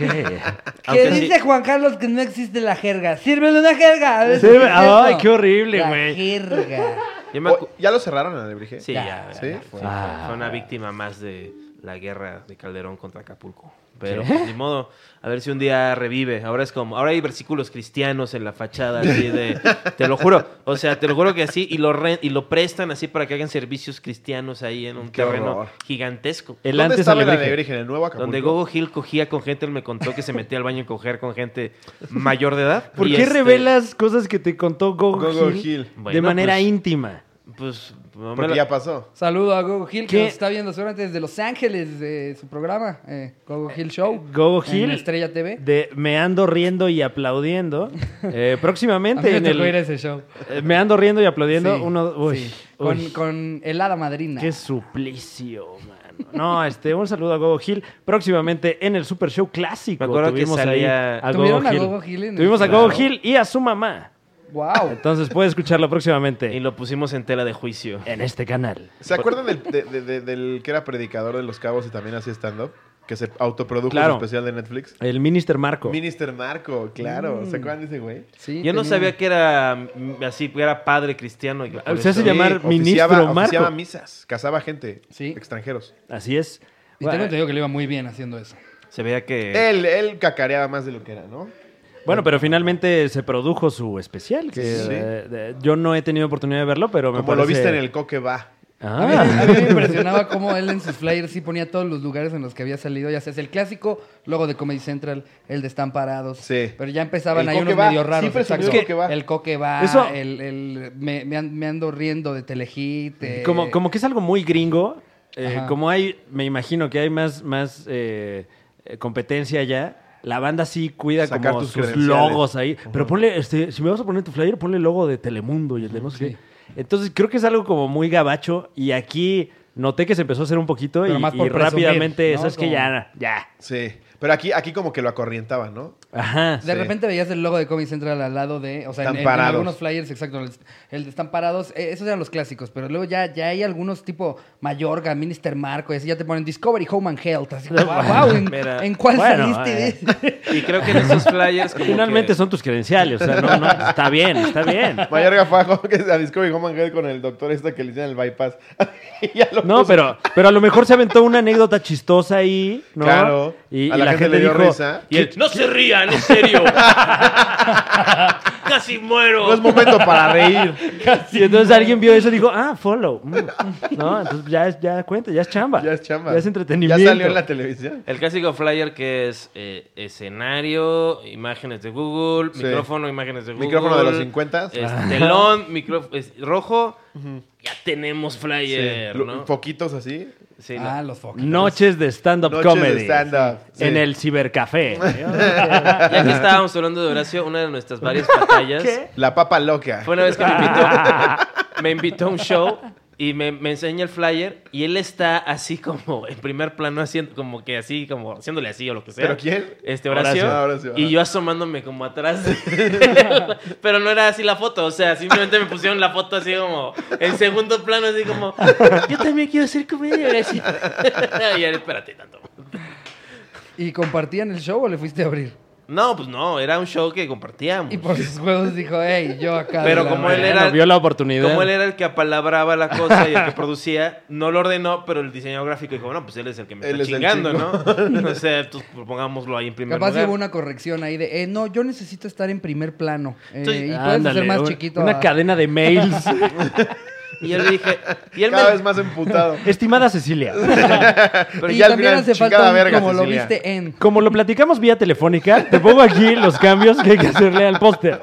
Speaker 4: Aunque sí-
Speaker 3: Juan Carlos que no existe la jerga? ¡Sírvele una jerga! A ver si
Speaker 2: Sirve-
Speaker 3: es eso.
Speaker 2: ay, qué horrible,
Speaker 3: La
Speaker 2: güey.
Speaker 3: jerga.
Speaker 4: Yo me
Speaker 1: O-
Speaker 4: acu-
Speaker 1: ¿Ya lo cerraron la alebrije?
Speaker 4: Sí, ya.
Speaker 1: ¿Sí?
Speaker 4: ya fue,
Speaker 2: Ah.
Speaker 4: fue una víctima más de la guerra de Calderón contra Acapulco. Pero pues, ni modo, a ver si un día revive. Ahora es como, ahora hay versículos cristianos en la fachada así de, te lo juro, o sea, te lo juro que así y lo re- y lo prestan así para que hagan servicios cristianos ahí en un
Speaker 1: Qué
Speaker 4: terreno
Speaker 1: horror.
Speaker 4: gigantesco.
Speaker 2: El
Speaker 1: ¿Dónde
Speaker 2: antes
Speaker 1: estaba la
Speaker 2: alebrije.
Speaker 1: alebrije? ¿En el nuevo Acapulco?
Speaker 4: Donde Gogo Gil cogía con gente, él me contó que se metía al baño a coger con gente mayor de edad.
Speaker 2: ¿Por
Speaker 4: Y,
Speaker 2: qué
Speaker 4: este,
Speaker 2: revelas cosas que te contó Gogo,
Speaker 1: Gogo
Speaker 2: Gil,
Speaker 1: Gil.
Speaker 2: de
Speaker 4: Bueno,
Speaker 2: manera
Speaker 4: pues-
Speaker 2: íntima?
Speaker 4: Pues, no me
Speaker 1: Porque
Speaker 4: la-
Speaker 1: ya pasó.
Speaker 3: Saludo a Gogo Gil,
Speaker 2: ¿Qué?
Speaker 3: que nos está viendo seguramente desde Los Ángeles de su programa, eh, Gogo Gil Show.
Speaker 2: Gogo Gil.
Speaker 3: En Estrella TV.
Speaker 2: De me ando riendo y
Speaker 3: (laughs)
Speaker 2: aplaudiendo. Eh,
Speaker 3: A mí
Speaker 2: próximamente
Speaker 3: me
Speaker 2: en
Speaker 3: tocó ir a
Speaker 2: el,
Speaker 3: ese show.
Speaker 2: eh, me ando riendo y aplaudiendo.
Speaker 3: Sí,
Speaker 2: uno, uy,
Speaker 3: sí.
Speaker 2: uy,
Speaker 3: Con, con helada madrina.
Speaker 2: qué suplicio, mano. No, este, un saludo a Gogo Gil. Próximamente en el Super Show Clásico.
Speaker 4: Me acuerdo que
Speaker 2: tuvimos ahí
Speaker 4: salía-
Speaker 2: a Gogo
Speaker 3: ¿Tuvieron a
Speaker 2: Gil.
Speaker 3: Gogo Gil en el-
Speaker 2: Tuvimos a Gogo
Speaker 4: Claro.
Speaker 2: Gil y a su mamá.
Speaker 3: Wow.
Speaker 2: Entonces puede escucharlo
Speaker 4: Y
Speaker 2: próximamente
Speaker 4: lo pusimos en tela de juicio.
Speaker 2: en este canal.
Speaker 1: ¿Se acuerdan del, de- de- de- del que era predicador de los cabos y también hacía stand-up? Que se autoprodujo
Speaker 2: Claro.
Speaker 1: un especial de Netflix.
Speaker 2: El Minister Marco.
Speaker 1: Minister Marco, claro. ¿Se acuerdan de ese güey?
Speaker 3: Sí,
Speaker 4: Yo no
Speaker 3: tenía- Ah,
Speaker 4: sabía que era mm, así, que era padre cristiano. y que por
Speaker 2: Se hace
Speaker 4: eso-
Speaker 2: llamar- ministro
Speaker 1: oficiaba,
Speaker 2: Marco.
Speaker 1: oficiaba misas, casaba gente,
Speaker 3: Sí.
Speaker 1: extranjeros.
Speaker 2: Así es.
Speaker 3: Y tengo entendido que le iba muy bien haciendo eso.
Speaker 4: Se veía
Speaker 2: Eh.
Speaker 3: Eh.
Speaker 4: que...
Speaker 1: Él, él cacareaba más de lo que era, ¿no?
Speaker 2: Bueno, pero finalmente se produjo su especial. que,
Speaker 1: Sí.
Speaker 2: eh, de- yo no he tenido oportunidad de verlo, pero me
Speaker 1: Como lo
Speaker 2: parece-
Speaker 1: viste en el coque va.
Speaker 3: (laughs) A mí,
Speaker 2: Ah.
Speaker 3: a mí me impresionaba cómo él en sus flyers sí ponía todos los lugares en los que había salido. Ya sea es el clásico, luego de Comedy Central, el de Están Parados.
Speaker 1: Sí.
Speaker 3: Pero ya empezaban
Speaker 1: El
Speaker 3: ahí
Speaker 1: Coque
Speaker 3: unos
Speaker 1: Va,
Speaker 3: medio
Speaker 1: sí
Speaker 3: raros.
Speaker 1: presumió
Speaker 3: exacto.
Speaker 1: el Coque Va.
Speaker 3: El coque va,
Speaker 2: Eso-
Speaker 3: el, el- me, me an- me ando riendo de Telehit. eh,
Speaker 2: Como, como que es algo muy gringo. eh,
Speaker 3: Ajá.
Speaker 2: como hay, me imagino que hay más, más eh, eh, competencia allá. La banda sí cuida
Speaker 1: Sacar
Speaker 2: como
Speaker 1: tus
Speaker 2: sus
Speaker 1: credenciales.
Speaker 2: logos ahí. Pero ponle, este, si me vas a poner tu flyer, ponle el logo de Telemundo y el de no sé
Speaker 3: Sí.
Speaker 2: qué. Entonces creo que es algo como muy gabacho. Y aquí noté que se empezó a hacer un poquito
Speaker 3: Pero
Speaker 2: y,
Speaker 3: más por
Speaker 2: y
Speaker 3: presumir,
Speaker 2: rápidamente,
Speaker 3: ¿no?
Speaker 2: ¿sabes qué?
Speaker 3: Como-
Speaker 2: Ya, ya.
Speaker 1: Sí. Pero aquí, aquí como que lo acorrientaban, ¿no?
Speaker 2: Ajá.
Speaker 3: De
Speaker 1: Sí.
Speaker 3: repente veías el logo de Comedy Central al lado de, o sea, en,
Speaker 1: Están
Speaker 3: en- en
Speaker 1: parados.
Speaker 3: algunos flyers, exacto, el, el de Están Parados, eh, esos eran los clásicos, pero luego ya, ya hay algunos tipo Mayorga, Minister Marco, y así ya te ponen Discovery Home and Health, así, wow, wow, ¿en,
Speaker 4: Mira.
Speaker 3: en cuál (laughs)
Speaker 2: Bueno,
Speaker 3: saliste? de-
Speaker 4: Y creo que en esos flyers como
Speaker 2: Finalmente
Speaker 4: que-
Speaker 2: son tus credenciales. O sea, no, no, está bien, está bien.
Speaker 1: Mayorga fue a, que a Discovery Home and Health con el doctor esta que le hicieron el bypass. (laughs) Y ya lo
Speaker 2: No,
Speaker 1: puso.
Speaker 2: pero, pero a lo mejor se aventó una anécdota chistosa ahí, ¿no?
Speaker 1: Claro.
Speaker 2: Y,
Speaker 1: A la
Speaker 2: y la,
Speaker 1: gente
Speaker 2: gente,
Speaker 1: le dio
Speaker 2: dijo,
Speaker 1: risa.
Speaker 4: Y el, no se rían, en serio. Casi muero.
Speaker 1: No es momento para reír.
Speaker 2: (laughs) Y entonces alguien vio eso y dijo, ah, follow. mm, No, entonces ya, es- ya cuenta, ya es chamba.
Speaker 1: Ya es chamba.
Speaker 2: Ya es entretenimiento.
Speaker 1: Ya salió en la televisión.
Speaker 4: El clásico flyer que es eh, escenario, imágenes de Google,
Speaker 1: Sí.
Speaker 4: micrófono, imágenes de Google.
Speaker 1: Micrófono de los 50.
Speaker 4: es telón, micrófono rojo. Ya tenemos flyer,
Speaker 1: Sí.
Speaker 4: ¿no?
Speaker 1: Poquitos así.
Speaker 4: Sí, no.
Speaker 3: ah, los fucking.
Speaker 2: Noches de stand-up
Speaker 1: Noches de
Speaker 2: comedy.
Speaker 1: stand-up, sí.
Speaker 2: En
Speaker 1: (laughs)
Speaker 2: el cibercafé.
Speaker 4: Ya que estábamos hablando de Horacio, una de
Speaker 3: (laughs)
Speaker 4: nuestras varias batallas
Speaker 1: La papa loca.
Speaker 4: fue una vez que me
Speaker 1: (laughs)
Speaker 4: invitó, me invitó a un show y me, me enseña el flyer y él está así como en primer plano haciendo como que así como haciéndole así o lo que sea.
Speaker 1: ¿Pero quién?
Speaker 4: Este Horacio.
Speaker 1: Horacio. Ah, Horacio, ajá.
Speaker 4: y yo asomándome como atrás. de él. (laughs) Pero no era así la foto, o sea, simplemente me pusieron la foto así como en segundo plano así como (laughs) yo también quiero hacer comedia, Horacio. y él, espérate tanto.
Speaker 3: ¿Y compartían el show o le fuiste a abrir?
Speaker 4: No, pues no, era un show que compartíamos.
Speaker 3: Y por sus juegos dijo, hey, yo acá. de
Speaker 4: Pero
Speaker 3: la
Speaker 4: como
Speaker 3: verga".
Speaker 4: él era-
Speaker 2: vio la oportunidad.
Speaker 4: Como él era el que apalabraba la cosa y el que producía, no lo ordenó, pero el diseñador gráfico dijo, bueno, pues él es el que me
Speaker 1: Él
Speaker 4: está
Speaker 1: es el
Speaker 4: chingando,
Speaker 1: chingo. (laughs)
Speaker 4: ¿no? O sea, pues pongámoslo ahí en primer
Speaker 3: Capaz
Speaker 4: lugar.
Speaker 3: hubo una corrección ahí de, eh, no, yo necesito estar en primer plano. eh,
Speaker 4: Entonces,
Speaker 3: y puedes
Speaker 2: Ándale,
Speaker 3: hacer más
Speaker 2: un-
Speaker 3: chiquito.
Speaker 2: Una
Speaker 3: a-
Speaker 2: cadena de mails. (laughs)
Speaker 4: Y yo le dije, y él
Speaker 1: Cada
Speaker 4: me-
Speaker 1: vez más emputado.
Speaker 2: Estimada Cecilia.
Speaker 1: Pero
Speaker 3: Y
Speaker 1: ya al
Speaker 3: también
Speaker 1: final,
Speaker 3: hace falta
Speaker 1: chingada
Speaker 3: un
Speaker 1: verga,
Speaker 3: como
Speaker 1: Cecilia.
Speaker 3: lo viste en.
Speaker 2: Como lo platicamos vía telefónica, te pongo aquí los cambios que hay que hacerle al póster.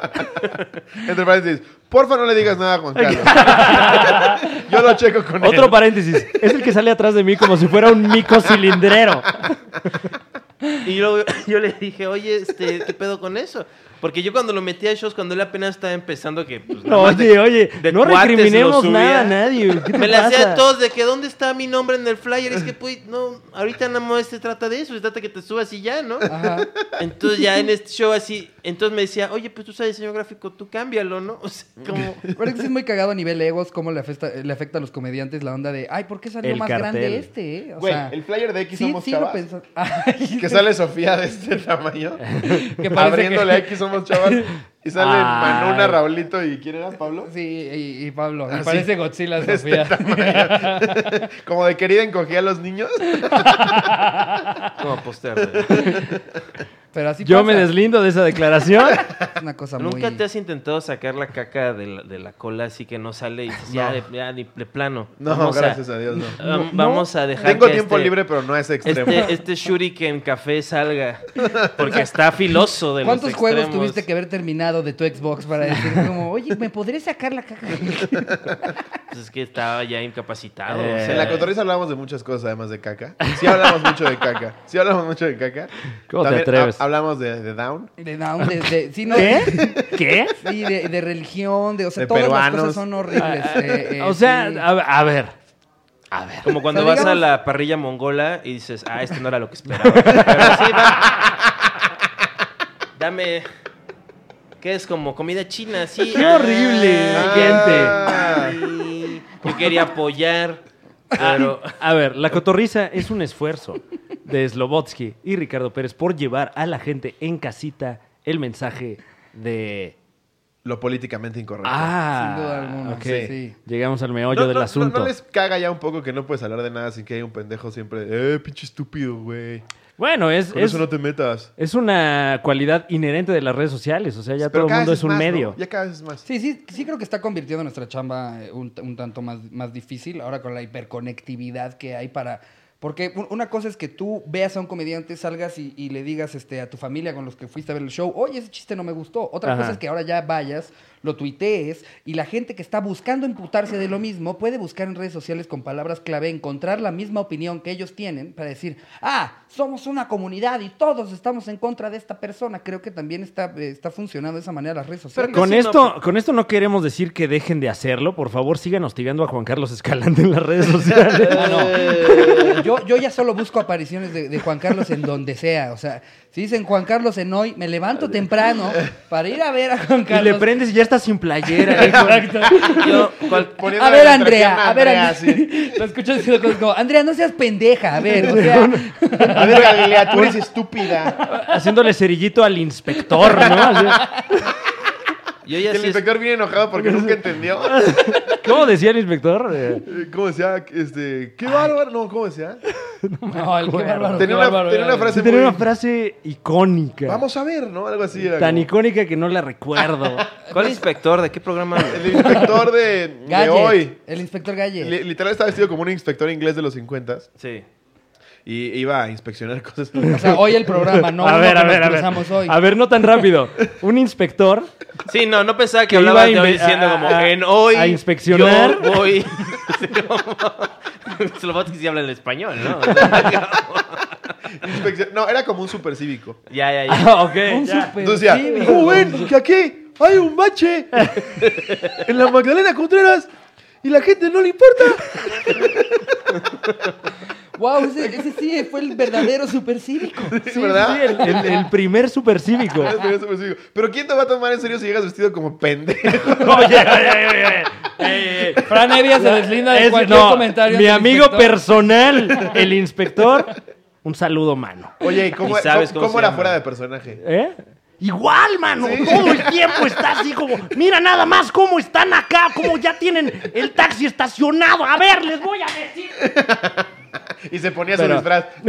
Speaker 1: Entre paréntesis, porfa no le digas nada a Juan Carlos. (laughs) Yo lo checo con él.
Speaker 2: Otro paréntesis. Es el que sale atrás de mí como si fuera un mico cilindrero.
Speaker 4: (laughs) Y yo, yo le dije, oye, este, ¿qué pedo con eso? Porque yo cuando lo metí a shows, cuando él apenas estaba empezando, que pues, nada más
Speaker 2: Oye,
Speaker 4: de-
Speaker 2: oye,
Speaker 4: de
Speaker 2: no
Speaker 4: cuates lo
Speaker 2: recriminemos
Speaker 4: subía.
Speaker 2: nada a nadie. ¿Qué te
Speaker 4: me la hacía
Speaker 2: pasa?
Speaker 4: de todos de que dónde está mi nombre en el flyer. Es que, pues, no, ahorita nada más se trata de eso, se trata que te subas y ya, ¿no?
Speaker 2: Ah.
Speaker 3: Ajá.
Speaker 4: Entonces ya en este show así, entonces me decía, oye, pues tú sabes diseño gráfico, tú cámbialo, ¿no? O sea, como...
Speaker 3: Pero es que sí es muy cagado a nivel egos cómo le afecta, le afecta a los comediantes la onda de, ay, ¿por qué salió
Speaker 2: El
Speaker 3: más
Speaker 2: cartel.
Speaker 3: grande este? eh?" O
Speaker 1: Güey,
Speaker 3: sea,
Speaker 1: el flyer de X
Speaker 3: sí,
Speaker 1: Somos
Speaker 3: sí lo
Speaker 1: Chavas. (laughs)
Speaker 3: pensó. Ay,
Speaker 1: Que sale Sofía de este tamaño.
Speaker 3: que parece
Speaker 1: abriéndole a
Speaker 3: que-
Speaker 1: X Somos Chavas. Y sale
Speaker 2: Ay.
Speaker 1: Manuna, Raulito y ¿quién era? Pablo.
Speaker 3: (laughs) Sí, y, y Pablo. y
Speaker 2: Ah,
Speaker 1: Así.
Speaker 3: parece
Speaker 1: (laughs)
Speaker 3: Godzilla
Speaker 1: De este
Speaker 3: Sofía.
Speaker 1: tamaño. Como de querida encogía a los niños.
Speaker 4: Como poster. güey.
Speaker 3: Pero así
Speaker 2: Yo
Speaker 3: pasa.
Speaker 2: me deslindo de
Speaker 4: (laughs)
Speaker 2: esa declaración.
Speaker 3: Es una cosa muy...
Speaker 4: ¿Nunca te has intentado sacar la caca de la, de la cola así que no sale y dices, ya, de, ya ni de plano?
Speaker 1: No,
Speaker 4: Vamos a-
Speaker 1: gracias a Dios, no.
Speaker 4: vam- Vamos a dejar
Speaker 1: Tengo
Speaker 4: que
Speaker 1: tiempo
Speaker 4: este-
Speaker 1: libre, pero no es extremo.
Speaker 4: Este, este shuriken café salga. Porque está filoso de los
Speaker 3: ¿Cuántos juegos
Speaker 4: extremos.
Speaker 3: tuviste que haber terminado de tu Xbox para decir como, oye, ¿me podré sacar la caja? (laughs)
Speaker 4: Pues es que estaba ya incapacitado.
Speaker 2: Eh,
Speaker 4: o sea,
Speaker 1: En la cotorriza hablamos de muchas cosas además de caca. Sí hablamos mucho de caca. Sí hablamos mucho de caca.
Speaker 2: ¿Cómo te
Speaker 1: También
Speaker 2: atreves?
Speaker 1: ha- Hablamos de, de Down.
Speaker 3: De down, de... de- sí, no,
Speaker 2: ¿Qué? ¿Qué?
Speaker 3: Sí, de, de religión, de... O sea,
Speaker 1: De
Speaker 3: todas las
Speaker 1: peruanos.
Speaker 3: cosas son horribles. eh, eh,
Speaker 2: Ah, O sea,
Speaker 3: sí.
Speaker 2: a, ver- a ver. A ver.
Speaker 4: Como cuando
Speaker 3: O sea,
Speaker 4: vas a
Speaker 3: digamos-
Speaker 4: la parrilla mongola y dices, ah, esto no era lo que esperaba. Pero sí, va. Dame que es como comida china, sí.
Speaker 2: ¡Qué horrible,
Speaker 4: Ah, sí, Yo quería apoyar. Pero,
Speaker 2: A ver, la cotorriza es un esfuerzo de Slobotsky y Ricardo Pérez por llevar a la gente en casita el mensaje de.
Speaker 1: Lo políticamente incorrecto.
Speaker 2: Ah,
Speaker 3: Sin duda alguna,
Speaker 2: ok.
Speaker 3: sí, sí.
Speaker 2: Llegamos al
Speaker 1: No,
Speaker 2: meollo
Speaker 1: no,
Speaker 2: del
Speaker 1: no, no,
Speaker 2: asunto.
Speaker 1: No, les caga ya un poco que no puedes hablar de nada sin que haya un pendejo siempre. Eh, pinche estúpido, güey.
Speaker 2: Bueno, es,
Speaker 1: Con
Speaker 2: es,
Speaker 1: eso no te metas.
Speaker 2: es una cualidad inherente de las redes sociales. O sea, ya todo el
Speaker 1: cada
Speaker 2: mundo
Speaker 1: vez
Speaker 2: es un
Speaker 1: más, ¿no?
Speaker 2: medio.
Speaker 1: Ya cada vez es más.
Speaker 2: pues.
Speaker 3: Sí, sí, sí creo que está convirtiendo nuestra chamba eh, un, un tanto más, más difícil ahora con la hiperconectividad que hay para... Porque u- una cosa es que tú veas a un comediante, salgas y, y le digas este, a tu familia con los que fuiste a ver el show, oye, ese chiste no me gustó. Otra
Speaker 2: Ajá.
Speaker 3: cosa es que ahora ya vayas, lo tuitees y la gente que está buscando imputarse de lo mismo puede buscar en redes sociales con palabras clave, encontrar la misma opinión que ellos tienen para decir, ah, somos una comunidad y todos estamos en contra de esta persona. Creo que también está, eh, está funcionando de esa manera las redes sociales.
Speaker 2: Con esto, con esto no queremos decir que dejen de hacerlo. Por favor, sigan hostigando a Juan Carlos Escalante en las
Speaker 3: (laughs)
Speaker 2: redes sociales.
Speaker 3: Ah, Eh, Yo, yo ya solo busco apariciones de, de Juan Carlos en donde sea. O sea, si dicen Juan Carlos en hoy, me levanto temprano para ir a ver a Juan
Speaker 2: Y le
Speaker 3: Carlos.
Speaker 2: prendes y ya está sin
Speaker 3: (laughs)
Speaker 2: playera. hijo.
Speaker 4: yo, cual-
Speaker 1: Poniendo
Speaker 3: a ver,
Speaker 1: la
Speaker 3: Andrea,
Speaker 1: distracción
Speaker 3: a ver, Andrea.
Speaker 1: sí.
Speaker 3: (laughs) Lo escucho diciendo cosas como, Andrea, no seas pendeja, a ver, o sea,
Speaker 1: A ver, Galilea, tú
Speaker 2: (laughs)
Speaker 1: eres estúpida.
Speaker 2: Haciéndole cerillito al inspector, ¿no? Así-
Speaker 4: yo ya
Speaker 1: Y el
Speaker 4: sí es-
Speaker 1: inspector viene enojado porque nunca
Speaker 2: (laughs)
Speaker 1: entendió.
Speaker 2: ¿Cómo decía el inspector? Eh,
Speaker 1: Eh, ¿Cómo decía? Este, qué bárbaro. No, ¿cómo decía?
Speaker 3: (laughs) no, el qué bárbaro,
Speaker 1: Tenía
Speaker 3: qué
Speaker 1: una,
Speaker 3: bárbaro,
Speaker 1: tenía una
Speaker 3: ya.
Speaker 1: frase
Speaker 2: tenía
Speaker 1: muy-
Speaker 2: una frase icónica.
Speaker 1: Vamos a ver, ¿no? Algo así. Era
Speaker 2: tan
Speaker 1: como-
Speaker 2: icónica que no la recuerdo.
Speaker 4: ¿Cuál inspector? ¿De qué programa?
Speaker 1: El inspector de, de
Speaker 3: Gallet,
Speaker 1: hoy.
Speaker 3: el inspector Galle.
Speaker 1: li- literal estaba vestido como un inspector inglés de los 50
Speaker 4: Sí.
Speaker 1: y iba a inspeccionar cosas.
Speaker 3: O sea, hoy el programa, (laughs) no
Speaker 2: (laughs) a
Speaker 3: uno
Speaker 2: ver,
Speaker 3: que
Speaker 2: a
Speaker 3: nos
Speaker 2: ver, a
Speaker 3: cruzamos
Speaker 2: ver.
Speaker 3: hoy.
Speaker 2: A ver, no tan rápido. Un inspector (laughs)
Speaker 4: Sí, no, no pensaba
Speaker 2: Que
Speaker 4: que hablaba de
Speaker 2: iba a
Speaker 4: hoy
Speaker 2: inve-
Speaker 4: diciendo
Speaker 2: a-
Speaker 4: como
Speaker 2: a-
Speaker 4: en hoy.
Speaker 2: a inspeccionar.
Speaker 4: Yo voy. (laughs) Slobotsky sí habla el español, ¿no? O sea,
Speaker 1: Inspeccio- No, era como un supercívico.
Speaker 4: ya, ya, ya.
Speaker 2: (laughs) Ah, ok,
Speaker 3: Un
Speaker 2: ya.
Speaker 3: super
Speaker 1: Entonces decía,
Speaker 3: cívico.
Speaker 1: joven, que aquí hay un bache en la Magdalena Contreras y la gente no le importa.
Speaker 3: Wow, ese, ese sí fue el verdadero
Speaker 2: (laughs)
Speaker 3: supercívico.
Speaker 1: Sí, ¿verdad?
Speaker 2: Sí, el, el- (laughs) el primer supercívico.
Speaker 1: Era el primer supercívico. Pero ¿quién te va a tomar en serio si llegas vestido como
Speaker 4: (laughs)
Speaker 1: pendejo?
Speaker 2: Oye, oye, oye, oye. Ey, ey.
Speaker 3: Eh, Fran Evia se deslinda de
Speaker 2: Es-
Speaker 3: cualquier
Speaker 2: no,
Speaker 3: comentario.
Speaker 2: Mi
Speaker 3: del
Speaker 2: amigo
Speaker 3: inspector. (laughs)
Speaker 2: personal, el inspector. Un saludo, mano.
Speaker 1: Oye, ¿y cómo,
Speaker 4: Ni sabes
Speaker 1: cómo-
Speaker 4: cómo
Speaker 1: cómo
Speaker 4: se
Speaker 1: era
Speaker 4: llama.
Speaker 1: fuera de personaje?
Speaker 2: ¿Eh? Igual, mano. Todo el tiempo está así como, mira nada más cómo están acá, cómo ya tienen el taxi estacionado. A ver, les voy a decir.
Speaker 1: Y se ponía su
Speaker 2: Pero-
Speaker 1: disfraz. (laughs)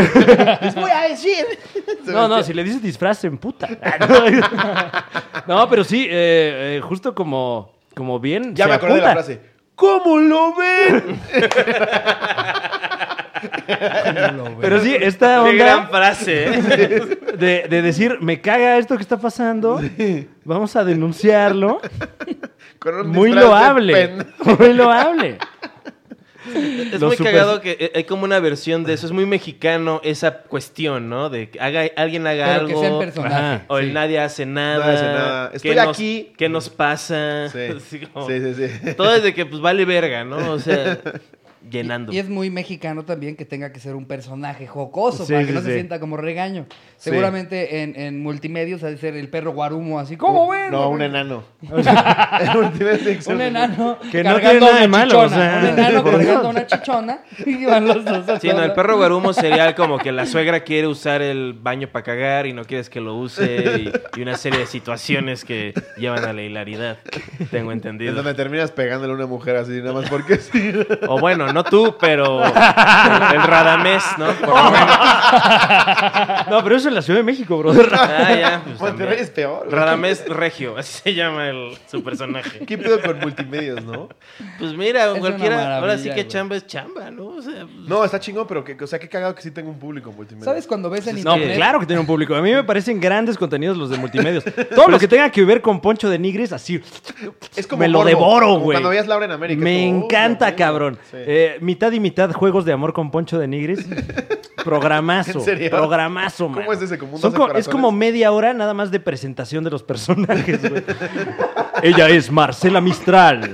Speaker 2: No, no, si le dices disfraz, se emputa. (laughs) Ah, No, No, pero sí, eh, eh, justo como, como bien.
Speaker 1: Ya
Speaker 2: se
Speaker 1: me acordé de la
Speaker 2: apunta.
Speaker 1: frase. ¿Cómo lo ven?
Speaker 2: Pero sí, esta
Speaker 4: Qué gran
Speaker 2: onda
Speaker 4: frase,
Speaker 2: (laughs)
Speaker 4: ¿eh?
Speaker 2: de, de decir, me caga esto que está pasando, vamos a denunciarlo.
Speaker 1: Con un
Speaker 2: Muy
Speaker 1: disfraz de
Speaker 4: (laughs)
Speaker 2: loable.
Speaker 1: pendejo.
Speaker 2: Muy loable.
Speaker 4: Es
Speaker 2: Los
Speaker 4: muy
Speaker 2: super-
Speaker 4: cagado que eh, hay como una versión de eso. Es muy mexicano esa cuestión, ¿no? De que haga, alguien haga
Speaker 3: Pero que
Speaker 4: algo.
Speaker 3: sea el personaje.
Speaker 2: Ajá.
Speaker 4: O el
Speaker 3: sí.
Speaker 4: nadie hace nada.
Speaker 1: Nadie hace nada.
Speaker 4: ¿Qué
Speaker 1: Estoy
Speaker 4: nos-
Speaker 1: aquí.
Speaker 4: ¿Qué nos pasa?
Speaker 1: Sí,
Speaker 4: (laughs) Así como-
Speaker 1: sí, sí. sí.
Speaker 4: Todo desde que pues vale verga, ¿no? O (laughs) sea, llenando.
Speaker 3: Y es muy mexicano también que tenga que ser un personaje jocoso
Speaker 2: Sí,
Speaker 3: para que
Speaker 2: sí,
Speaker 3: no
Speaker 2: sí.
Speaker 3: se sienta como regaño. Seguramente en, en multimedios ha de ser el perro guarumo, así como ven.
Speaker 1: No, un
Speaker 3: Un
Speaker 1: enano. (laughs) un
Speaker 3: un enano
Speaker 2: Que no tiene
Speaker 3: cargando
Speaker 2: nada
Speaker 3: a
Speaker 2: de
Speaker 3: una
Speaker 2: malo,
Speaker 3: chichona.
Speaker 2: o sea,
Speaker 3: un enano
Speaker 2: por Dios.
Speaker 3: cargando a una chichona. Y van los dos a
Speaker 4: Sí, no,
Speaker 3: todo.
Speaker 4: el perro guarumo sería como que la suegra quiere usar el baño para cagar y no quieres que lo use y, y una serie de situaciones que llevan a la hilaridad, tengo
Speaker 1: Es
Speaker 4: entendido.
Speaker 1: donde terminas pegándole a una mujer así, nada más porque sí.
Speaker 4: O bueno, no tú,
Speaker 3: (laughs)
Speaker 4: pero el Radamés, ¿no? Por lo menos.
Speaker 2: No, pero eso en la Ciudad de México, brother.
Speaker 4: Ah, ya. pues,
Speaker 1: Monterrey es
Speaker 4: también.
Speaker 1: peor.
Speaker 4: Radamés Regio, así se llama el, su personaje.
Speaker 1: ¿Qué pedo con multimedios, no?
Speaker 4: Pues mira,
Speaker 3: una
Speaker 4: cualquiera, ahora sí
Speaker 3: maravilla,
Speaker 4: que
Speaker 3: güey.
Speaker 4: chamba es chamba, ¿no? O sea, pues,
Speaker 1: No, está chingón, pero que, o sea, qué cagado que sí tengo un público multimedia.
Speaker 3: ¿Sabes cuando ves en
Speaker 4: Pues,
Speaker 2: No,
Speaker 3: internet?
Speaker 2: claro que tiene un público. A mí me parecen grandes contenidos los de
Speaker 1: (laughs)
Speaker 2: multimedios. Todo lo que tenga que ver con Poncho de Nigris, así.
Speaker 1: Es
Speaker 2: me lo devoro,
Speaker 1: como
Speaker 2: güey.
Speaker 1: Cuando veías Laura en América.
Speaker 2: Me
Speaker 1: es como, oh,
Speaker 2: encanta,
Speaker 1: la verga.
Speaker 2: cabrón.
Speaker 1: Sí.
Speaker 2: Eh, mitad y mitad juegos de amor con Poncho de
Speaker 1: (laughs)
Speaker 2: Nigris. Programazo.
Speaker 1: ¿En serio?
Speaker 2: Programazo,
Speaker 1: ¿Cómo
Speaker 2: mano.
Speaker 1: es ese? ¿Como un
Speaker 2: Son
Speaker 1: doce
Speaker 2: co- es
Speaker 1: corazones?
Speaker 2: como media hora nada más de presentación de los personajes, güey. Ella es Marcela Mistral,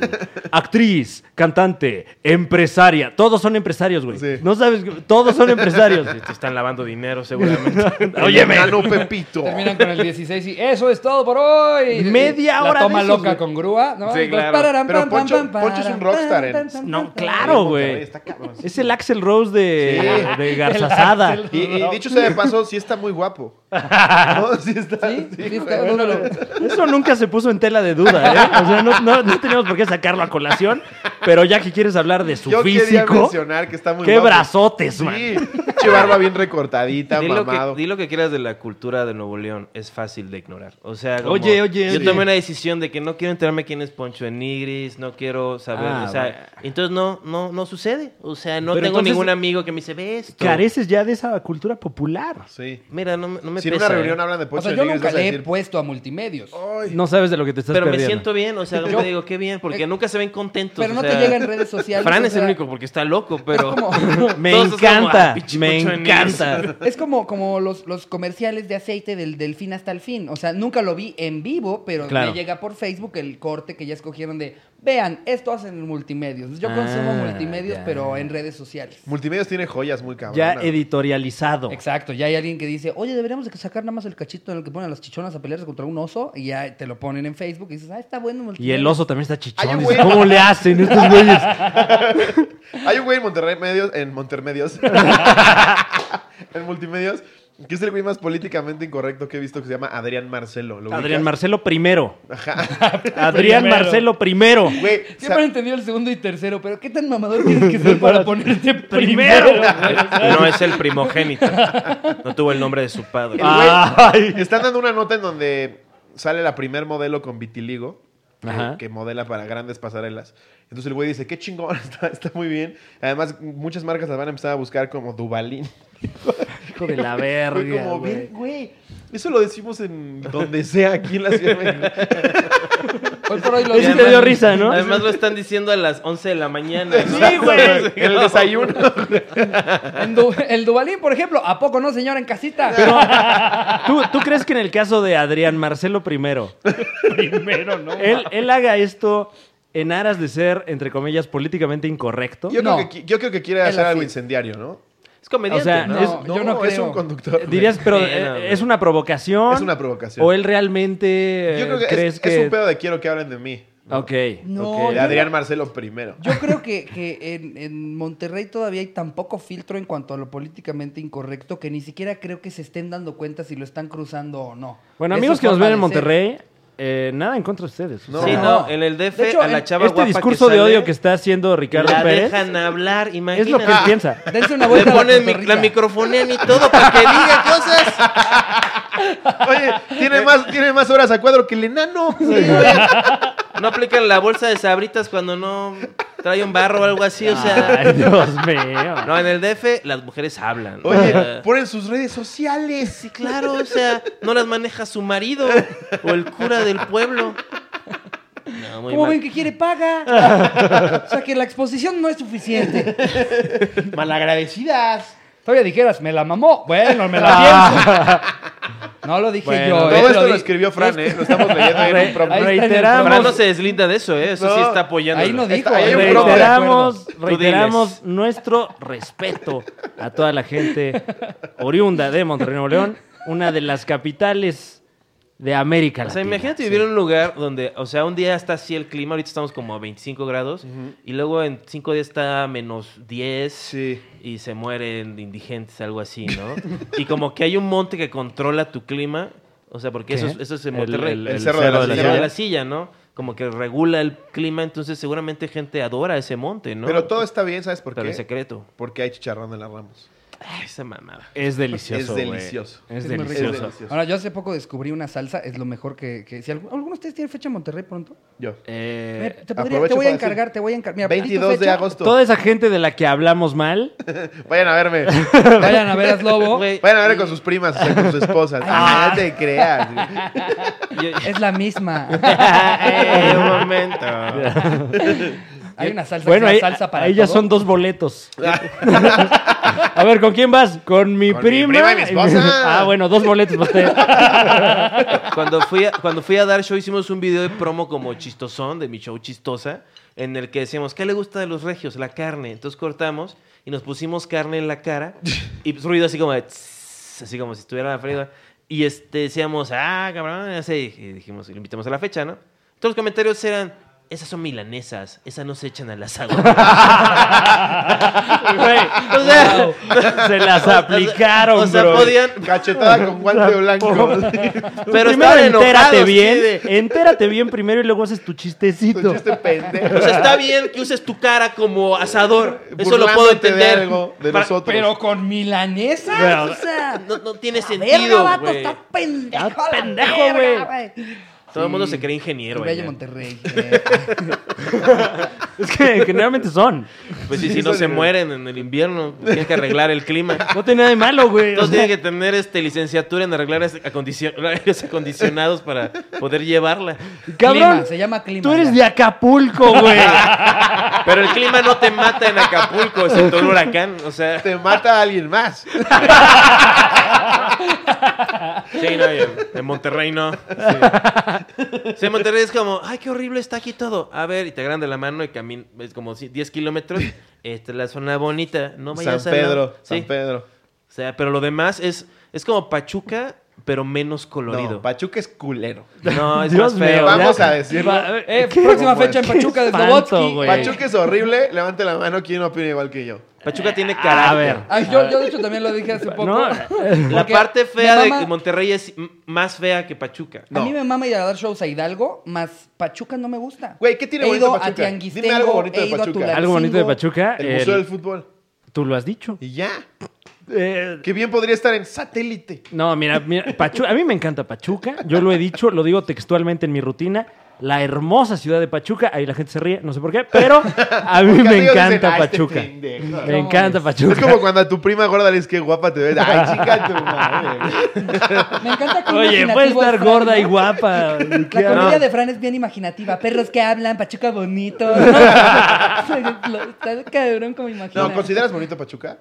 Speaker 2: actriz, cantante, empresaria. Todos son empresarios, güey.
Speaker 1: Sí.
Speaker 2: No sabes, todos
Speaker 1: (laughs)
Speaker 2: son empresarios.
Speaker 4: Te están lavando dinero seguramente. (laughs)
Speaker 1: Oye, mano Pepito.
Speaker 3: Terminan con el 16 y eso es todo por hoy.
Speaker 2: Media
Speaker 3: La
Speaker 2: hora de
Speaker 3: toma
Speaker 2: esos,
Speaker 3: loca
Speaker 2: güey.
Speaker 3: con grúa, ¿no?
Speaker 4: Sí,
Speaker 3: Entonces,
Speaker 4: claro.
Speaker 3: pararán,
Speaker 1: Pero
Speaker 3: pam, pam,
Speaker 1: Poncho-
Speaker 3: pam,
Speaker 1: Poncho es un
Speaker 3: pararán,
Speaker 1: rockstar en-
Speaker 3: pam, pam,
Speaker 2: No,
Speaker 3: pam,
Speaker 2: claro,
Speaker 1: Monterrey
Speaker 2: güey.
Speaker 1: está cabrón.
Speaker 2: Es el Axel Rose de, de Garzazada.
Speaker 3: Axl
Speaker 1: Y, y dicho sea de paso, sí está muy guapo. No, sí está.
Speaker 3: Sí,
Speaker 1: sí,
Speaker 3: sí,
Speaker 1: güey.
Speaker 3: está uno lo-
Speaker 2: Eso nunca se puso en tela de duda, ¿eh? O sea, no, no, no teníamos por qué sacarlo a colación, pero ya que quieres hablar de su
Speaker 1: Yo quería
Speaker 2: físico,
Speaker 1: mencionar que está muy
Speaker 2: qué
Speaker 1: guapo.
Speaker 2: brazotes, man.
Speaker 1: Sí, che barba bien recortadita,
Speaker 4: Di lo, que,
Speaker 1: mamado.
Speaker 4: di lo que quieras de la cultura de Nuevo León, es fácil de ignorar. O sea, como-
Speaker 2: Oye, oye,
Speaker 4: yo
Speaker 2: oye.
Speaker 4: tomé una decisión de que no quiero enterarme quién es Poncho Enigris, no quiero saber,
Speaker 2: Ah,
Speaker 4: o sea, entonces no, no, no sucede. O sea, no
Speaker 2: Pero
Speaker 4: tengo
Speaker 2: entonces-
Speaker 4: ningún amigo que me dice, ve esto.
Speaker 2: Careces ya de esa cultura popular.
Speaker 1: Sí.
Speaker 4: Mira, no, me- no me
Speaker 1: Si en
Speaker 4: pesa.
Speaker 1: una reunión
Speaker 4: ¿eh?
Speaker 1: hablan de
Speaker 3: O
Speaker 1: Poncho
Speaker 3: sea, yo
Speaker 1: Rodríguez,
Speaker 3: nunca
Speaker 1: vas a
Speaker 3: le he
Speaker 1: decir,
Speaker 3: puesto a multimedios.
Speaker 2: No sabes de lo que te estás
Speaker 4: Pero me
Speaker 2: perdiendo.
Speaker 4: siento bien, o sea,
Speaker 3: Yo-
Speaker 4: yo digo, qué bien, porque
Speaker 3: Eh,
Speaker 4: nunca se ven contentos.
Speaker 3: Pero
Speaker 4: o
Speaker 3: no te
Speaker 4: sea,
Speaker 3: llega en redes sociales.
Speaker 4: Fran
Speaker 3: o
Speaker 4: es el
Speaker 3: sea,
Speaker 4: único porque está loco, pero... (laughs)
Speaker 3: como-
Speaker 2: (laughs) Me
Speaker 4: Todos es como,
Speaker 2: encanta,
Speaker 4: "Ah, pinche
Speaker 2: me
Speaker 4: Poncho Enigris". (laughs)
Speaker 2: encanta.
Speaker 3: Es como, como los, los comerciales de aceite del, del fin hasta el fin. O sea, nunca lo vi en vivo, pero
Speaker 2: Claro.
Speaker 3: me llega por Facebook el corte que ya escogieron de, vean, esto hacen en multimedios. Yo
Speaker 2: Ah,
Speaker 3: consumo multimedios,
Speaker 2: ya.
Speaker 3: pero en redes sociales.
Speaker 1: Multimedios tiene joyas muy cabronas.
Speaker 2: Ya editorializado.
Speaker 3: Exacto, ya hay alguien que dice, oye, deberíamos de sacar nada más el cachito en el que ponen a las chichonas a pelearse contra un oso y ya te lo ponen en Facebook y dices, ah, está bueno.
Speaker 2: Y el oso también está
Speaker 1: Hay
Speaker 2: chichón.
Speaker 1: un
Speaker 2: Dices,
Speaker 1: güey-
Speaker 2: ¿Cómo le hacen estos güeyes?
Speaker 1: (laughs) Hay un güey en Monterrey Medios, en Montermedios, (laughs) en Multimedios, que es el güey más políticamente incorrecto que he visto que se llama Adrián Marcelo. ¿Lo
Speaker 2: Adrián
Speaker 1: ubicas?
Speaker 2: Marcelo primero. (laughs) Adrián Marcelo primero.
Speaker 1: Güey, o sea,
Speaker 3: Siempre
Speaker 1: (laughs)
Speaker 3: he entendido el segundo y tercero, pero ¿qué tan mamador tienes que ser para ponerte
Speaker 2: Primero.
Speaker 3: primero?
Speaker 4: (laughs)
Speaker 1: (laughs)
Speaker 4: No es el primogénito. No tuvo el nombre de su padre.
Speaker 2: Ay.
Speaker 1: están dando una nota en donde sale la primer modelo con vitiligo. que-
Speaker 2: Ajá.
Speaker 1: Que modela para grandes pasarelas. Entonces el güey dice, qué chingón, (laughs) está, está muy bien. Además, muchas marcas las van a empezar a buscar como
Speaker 2: (laughs)
Speaker 1: Dubalín.
Speaker 2: Hijo de la
Speaker 1: Fue
Speaker 2: verga.
Speaker 1: como,
Speaker 2: güey.
Speaker 1: "Bien, güey. Eso lo decimos en donde sea aquí en la ciudad. de
Speaker 2: (laughs)
Speaker 1: México.
Speaker 3: Hoy Pues por hoy lo
Speaker 2: Ese te
Speaker 3: llaman-
Speaker 2: dio risa, ¿no?
Speaker 4: Además lo están diciendo a las 11 de la mañana. ¿no? (laughs)
Speaker 2: Sí, güey.
Speaker 1: En el desayuno.
Speaker 3: En Du- (laughs) el Dubalín, por ejemplo, ¿a poco no, señora, en casita?
Speaker 2: (laughs) ¿Tú, tú crees que en el caso de Adrián Marcelo primero,
Speaker 7: Primero, ¿no?
Speaker 2: él, él haga esto en aras de ser, entre comillas, políticamente incorrecto?
Speaker 1: Yo,
Speaker 3: No.
Speaker 1: creo que, qui- yo creo que quiere
Speaker 3: Él
Speaker 1: hacer algo
Speaker 3: así.
Speaker 1: incendiario, ¿no?
Speaker 4: Es comediante.
Speaker 2: O sea,
Speaker 4: ¿no?
Speaker 3: no, yo no
Speaker 1: es
Speaker 3: creo.
Speaker 1: un conductor.
Speaker 2: Dirías, pero
Speaker 4: Sí,
Speaker 2: eh,
Speaker 4: no, güey.
Speaker 2: ¿es una provocación?
Speaker 1: Es una provocación.
Speaker 2: ¿O él realmente eh,
Speaker 1: yo creo que,
Speaker 2: crees
Speaker 1: es,
Speaker 2: que...?
Speaker 1: es un pedo de quiero que hablen de mí.
Speaker 2: Ok.
Speaker 3: No,
Speaker 2: ok.
Speaker 1: De Adrián Marcelo primero.
Speaker 3: Yo creo que, que en, en Monterrey todavía hay tan poco filtro en cuanto a lo políticamente incorrecto que ni siquiera creo que se estén dando cuenta si lo están cruzando o no.
Speaker 2: Bueno,
Speaker 3: Es
Speaker 2: amigos
Speaker 3: su
Speaker 2: que nos
Speaker 3: forma
Speaker 2: ven en
Speaker 3: de ser.
Speaker 2: Monterrey, eh, nada en contra de ustedes.
Speaker 1: No.
Speaker 4: Sí, no, en el DF
Speaker 3: De hecho,
Speaker 4: a la
Speaker 3: en-
Speaker 4: chava
Speaker 2: Este
Speaker 4: guapa
Speaker 2: discurso
Speaker 4: que
Speaker 2: de
Speaker 4: sale,
Speaker 2: odio que está haciendo Ricardo
Speaker 4: la
Speaker 2: Pérez
Speaker 4: dejan hablar, imagínate.
Speaker 2: es lo que él
Speaker 4: (laughs)
Speaker 2: piensa.
Speaker 3: Dense una
Speaker 4: Le
Speaker 3: vuelta a la
Speaker 4: ponen mi-
Speaker 3: cotorrita.
Speaker 4: la microfonía y todo para que diga cosas.
Speaker 1: Oye, tiene más, tiene más horas a cuadro que el enano.
Speaker 4: No aplican la bolsa de sabritas cuando no trae un barro o algo así, o
Speaker 2: Ay,
Speaker 4: sea...
Speaker 2: Dios mío.
Speaker 4: No, en el DF las mujeres hablan. o
Speaker 1: Oye, (laughs)
Speaker 2: pues,
Speaker 4: sea,
Speaker 1: ponen sus redes sociales.
Speaker 4: Sí, claro, o sea, no las maneja su marido o el cura del pueblo. No, muy
Speaker 3: ¿Cómo
Speaker 4: mal.
Speaker 3: ven que quiere paga? o sea que la exposición no es suficiente.
Speaker 1: Malagradecidas.
Speaker 3: Todavía dijeras, me la mamó. Bueno, me la pienso. No lo dije
Speaker 2: Ah. Bueno,
Speaker 3: yo.
Speaker 1: Todo
Speaker 3: ¿eh?
Speaker 1: esto
Speaker 3: di-
Speaker 1: lo escribió Fran, ¿eh? Lo (laughs) estamos leyendo ahí en un prompt.
Speaker 3: Ahí está en el
Speaker 2: Reiteramos-
Speaker 4: Fran no se deslinda de eso, ¿eh? Eso sí
Speaker 1: No,
Speaker 4: está apoyando.
Speaker 3: Ahí no dijo.
Speaker 1: Ahí hay
Speaker 3: ¿eh?
Speaker 1: un
Speaker 3: Pero-
Speaker 1: profe.
Speaker 2: reiteramos,
Speaker 4: Tú diles.
Speaker 2: reiteramos nuestro respeto a toda la gente oriunda de Monterrey Nuevo León, una de las capitales de América
Speaker 4: O sea,
Speaker 2: Latina.
Speaker 4: imagínate vivir en un lugar donde, o sea, un día está así el clima, ahorita estamos como a 25 grados, y luego en 5 días está a menos 10,
Speaker 1: Sí.
Speaker 4: y se mueren indigentes, algo así, ¿no? (laughs) y como que hay un monte que controla tu clima, o sea, porque eso, es- eso es en Monterrey.
Speaker 1: el Cerro de la
Speaker 4: El
Speaker 1: Silla.
Speaker 4: Cerro de la silla, ¿no? Como que regula el clima, entonces seguramente gente adora ese monte, ¿no?
Speaker 1: Pero todo está bien, ¿sabes por
Speaker 4: Pero en
Speaker 1: qué?
Speaker 4: secreto.
Speaker 1: Porque hay chicharrón en las ramos.
Speaker 4: Ay, esa mamada.
Speaker 2: Es delicioso.
Speaker 1: Es
Speaker 2: güey.
Speaker 1: delicioso.
Speaker 3: Es
Speaker 2: Es
Speaker 3: muy rico.
Speaker 1: Es
Speaker 2: delicioso.
Speaker 1: delicioso.
Speaker 3: Ahora, yo hace poco descubrí una salsa, es lo mejor que... que- si algu- ¿Alguno de ustedes tiene fecha en Monterrey pronto?
Speaker 1: Yo.
Speaker 2: Eh,
Speaker 3: Mira, te, podría-
Speaker 1: aprovecho
Speaker 3: te voy a
Speaker 1: para decir,
Speaker 3: encargar, te voy a encargar. Mira, pon tu
Speaker 1: 22 de
Speaker 3: fecha.
Speaker 1: agosto.
Speaker 2: toda esa gente de la que hablamos mal,
Speaker 1: Vayan a (laughs) verme.
Speaker 3: Vayan a ver a
Speaker 2: (laughs)
Speaker 3: Slobo.
Speaker 4: (laughs) Güey,
Speaker 1: Vayan a ver con sus primas, o sea, con sus esposas. Ah, no te creas. güey.
Speaker 4: yo-
Speaker 2: (laughs)
Speaker 3: Es la misma.
Speaker 4: Eh, un momento.
Speaker 3: Hay una salsa
Speaker 2: bueno,
Speaker 3: que se
Speaker 2: ahí,
Speaker 3: llama salsa para
Speaker 2: ahí ya
Speaker 3: todo.
Speaker 2: son dos boletos. a ver, ¿con quién vas? Con mi
Speaker 1: Con mi
Speaker 2: prima.
Speaker 1: prima y mi esposa.
Speaker 2: (laughs) ah, bueno, dos boletos para usted.
Speaker 4: Cuando fui, a, cuando fui a dar show, hicimos un video de promo como chistosón, de mi show chistosa, en el que decíamos, ¿qué le gusta de los regios? La carne. Entonces cortamos y nos pusimos carne en la cara y pues, ruido así como de tss, así como si estuviera la freidora. Y este, decíamos, ah, cabrón, y así. Y dijimos, y lo invitamos a la fecha, ¿no? Todos los comentarios eran, esas son milanesas, esas no se echan a
Speaker 2: (laughs)
Speaker 4: las aguas.
Speaker 2: Güey,
Speaker 4: O sea,
Speaker 2: se las aplicaron,
Speaker 4: o sea,
Speaker 2: bro.
Speaker 4: podían...
Speaker 1: Cachetada con guante blanco.
Speaker 4: Pero
Speaker 2: primero
Speaker 4: estaban enojados,
Speaker 2: entérate
Speaker 4: sí,
Speaker 2: bien,
Speaker 4: de-
Speaker 2: entérate bien primero y luego haces tu chistecito.
Speaker 1: Tu chiste pendejo.
Speaker 4: O
Speaker 1: (laughs)
Speaker 4: sea, está bien que uses tu cara como asador. Eso lo
Speaker 1: Burlándote
Speaker 4: puedo
Speaker 1: de
Speaker 4: entender.
Speaker 1: algo de
Speaker 4: Para-
Speaker 1: nosotros.
Speaker 3: Pero con milanesa.
Speaker 2: Bueno,
Speaker 3: o sea,
Speaker 4: No, no tiene
Speaker 6: Verga,
Speaker 4: sentido,
Speaker 6: vato,
Speaker 4: güey.
Speaker 6: está pendejo.
Speaker 2: Está
Speaker 6: la
Speaker 2: pendejo,
Speaker 6: verga,
Speaker 4: Todo el mundo
Speaker 3: Sí.
Speaker 4: se cree ingeniero.
Speaker 3: Bello
Speaker 4: allá.
Speaker 3: Monterrey. eh.
Speaker 2: Es que generalmente son.
Speaker 4: Pues sí, si no se mueren en el invierno, tienen que arreglar el clima.
Speaker 2: No tiene nada de malo, güey. O
Speaker 4: Entonces
Speaker 2: sea,
Speaker 4: tienen que tener este, licenciatura en arreglar aire acondicion- (laughs) aires acondicionados para poder llevarla.
Speaker 2: cabrón,
Speaker 3: Clima, se llama clima.
Speaker 2: tú eres
Speaker 3: ya.
Speaker 2: de Acapulco, güey.
Speaker 4: Pero el clima no te mata en Acapulco, excepto un huracán. O sea,
Speaker 1: Te mata a alguien más.
Speaker 4: sí, no, en en Monterrey no. Sí. Sí, en Monterrey es como, ay, qué horrible está aquí todo. A ver, y te agarran de la mano y caminas, es como si- 10 kilómetros. Esta es la zona bonita, no
Speaker 1: San
Speaker 4: vayas a la-
Speaker 1: Pedro,
Speaker 4: Sí.
Speaker 1: San Pedro.
Speaker 4: O sea, pero lo demás es, es como Pachuca, pero menos
Speaker 1: No,
Speaker 4: colorido.
Speaker 1: Pachuca es culero.
Speaker 4: No, es
Speaker 2: Dios
Speaker 4: más feo.
Speaker 2: mío,
Speaker 1: Vamos
Speaker 2: ya.
Speaker 1: a decirlo.
Speaker 2: Va, ver,
Speaker 3: Eh,
Speaker 2: ¿qué?
Speaker 3: próxima
Speaker 1: ¿Cómo
Speaker 3: fecha en
Speaker 2: es?
Speaker 3: Pachuca
Speaker 2: Qué
Speaker 3: de
Speaker 2: espanto,
Speaker 3: Slobotsky.
Speaker 2: güey.
Speaker 1: Pachuca es horrible. Levante la mano quien opina igual que yo.
Speaker 4: Pachuca tiene carácter.
Speaker 2: A ver.
Speaker 3: Ay, yo, yo de hecho también lo dije hace poco.
Speaker 2: No,
Speaker 4: La
Speaker 3: Porque
Speaker 4: parte fea
Speaker 3: me
Speaker 4: de
Speaker 3: mama-
Speaker 4: Monterrey es m- más fea que Pachuca.
Speaker 3: A
Speaker 1: No.
Speaker 3: mí me mama ir a dar shows a Hidalgo, más Pachuca no me gusta.
Speaker 1: Güey, ¿qué tiene
Speaker 3: He
Speaker 1: bonito
Speaker 3: ido a
Speaker 1: Pachuca?
Speaker 3: Tianguistengo,
Speaker 1: Dime algo bonito
Speaker 3: he
Speaker 1: de
Speaker 3: ido a
Speaker 1: Pachuca.
Speaker 3: Tulancingo.
Speaker 2: (laughs) Algo bonito de Pachuca.
Speaker 1: El
Speaker 2: el-
Speaker 1: Museo del Fútbol.
Speaker 2: Tú lo has dicho.
Speaker 1: Y ya.
Speaker 2: Eh,
Speaker 1: Que bien podría estar en satélite.
Speaker 2: No, mira, mira, Pachu- a mí me encanta Pachuca. Yo lo he dicho, lo digo textualmente en mi rutina. La hermosa ciudad de Pachuca. Ahí la gente se ríe, no sé por qué, pero a
Speaker 1: (laughs)
Speaker 2: mí
Speaker 1: Porque
Speaker 2: me
Speaker 1: amigos dicen,
Speaker 2: encanta
Speaker 1: "Ah, este
Speaker 2: Pachuca.
Speaker 1: pendejo".
Speaker 2: Me encanta
Speaker 1: Es
Speaker 3: (laughs)
Speaker 1: como
Speaker 2: Pachuca.
Speaker 1: cuando a tu prima gorda le dices que guapa te ves. Ay, chica, tu madre.
Speaker 3: Me encanta que
Speaker 2: Oye,
Speaker 3: imaginativo
Speaker 2: puede
Speaker 3: es
Speaker 2: estar
Speaker 3: Fran,
Speaker 2: gorda
Speaker 3: ¿no?
Speaker 2: y guapa.
Speaker 3: La
Speaker 2: No.
Speaker 3: comedia de Fran es bien imaginativa. Perros que hablan, Pachuca
Speaker 1: (laughs)
Speaker 3: bonito. Lo- Está cabrón como imagina.
Speaker 1: No, ¿consideras bonito Pachuca?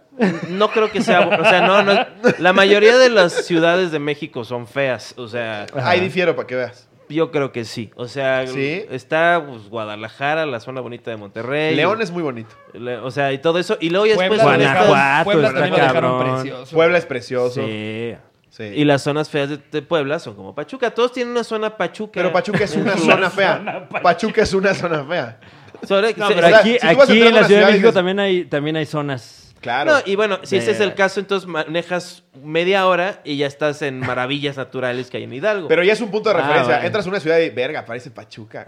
Speaker 4: No creo que sea. O sea, no, no. es- La mayoría de las ciudades de México son feas. O sea,
Speaker 1: Ahí difiero para que veas.
Speaker 4: yo creo que sí. O sea,
Speaker 1: ¿Sí?
Speaker 4: está pues, Guadalajara, la zona bonita de Monterrey.
Speaker 1: León es muy bonito.
Speaker 4: Le- O sea, y todo eso. Y luego ya después.
Speaker 3: Puebla,
Speaker 4: son estas-
Speaker 2: Guanajuato
Speaker 3: Puebla
Speaker 2: está
Speaker 3: también lo dejaron
Speaker 2: cabrón.
Speaker 3: precioso.
Speaker 1: Puebla es precioso. Sí.
Speaker 2: Sí.
Speaker 4: Y las zonas feas de, de Puebla son como Pachuca. Todos tienen una zona Pachuca.
Speaker 1: Pero Pachuca
Speaker 4: (laughs)
Speaker 1: es una zona fea. Pachuca es una zona fea.
Speaker 4: Sobre- se-
Speaker 2: Pero
Speaker 1: o sea,
Speaker 2: aquí,
Speaker 1: si tú vas entrando
Speaker 2: aquí
Speaker 1: a
Speaker 2: en la
Speaker 1: una
Speaker 2: Ciudad de
Speaker 1: ciudad y
Speaker 2: México
Speaker 1: dices-
Speaker 2: también hay, también hay zonas.
Speaker 1: Claro.
Speaker 4: No, y bueno, si ese es el
Speaker 2: Verga.
Speaker 4: caso, entonces manejas media hora y ya estás en maravillas naturales que hay en Hidalgo.
Speaker 1: Pero ya es un punto de
Speaker 2: Ah,
Speaker 1: referencia.
Speaker 2: vale.
Speaker 1: Entras a una ciudad y verga, parece Pachuca.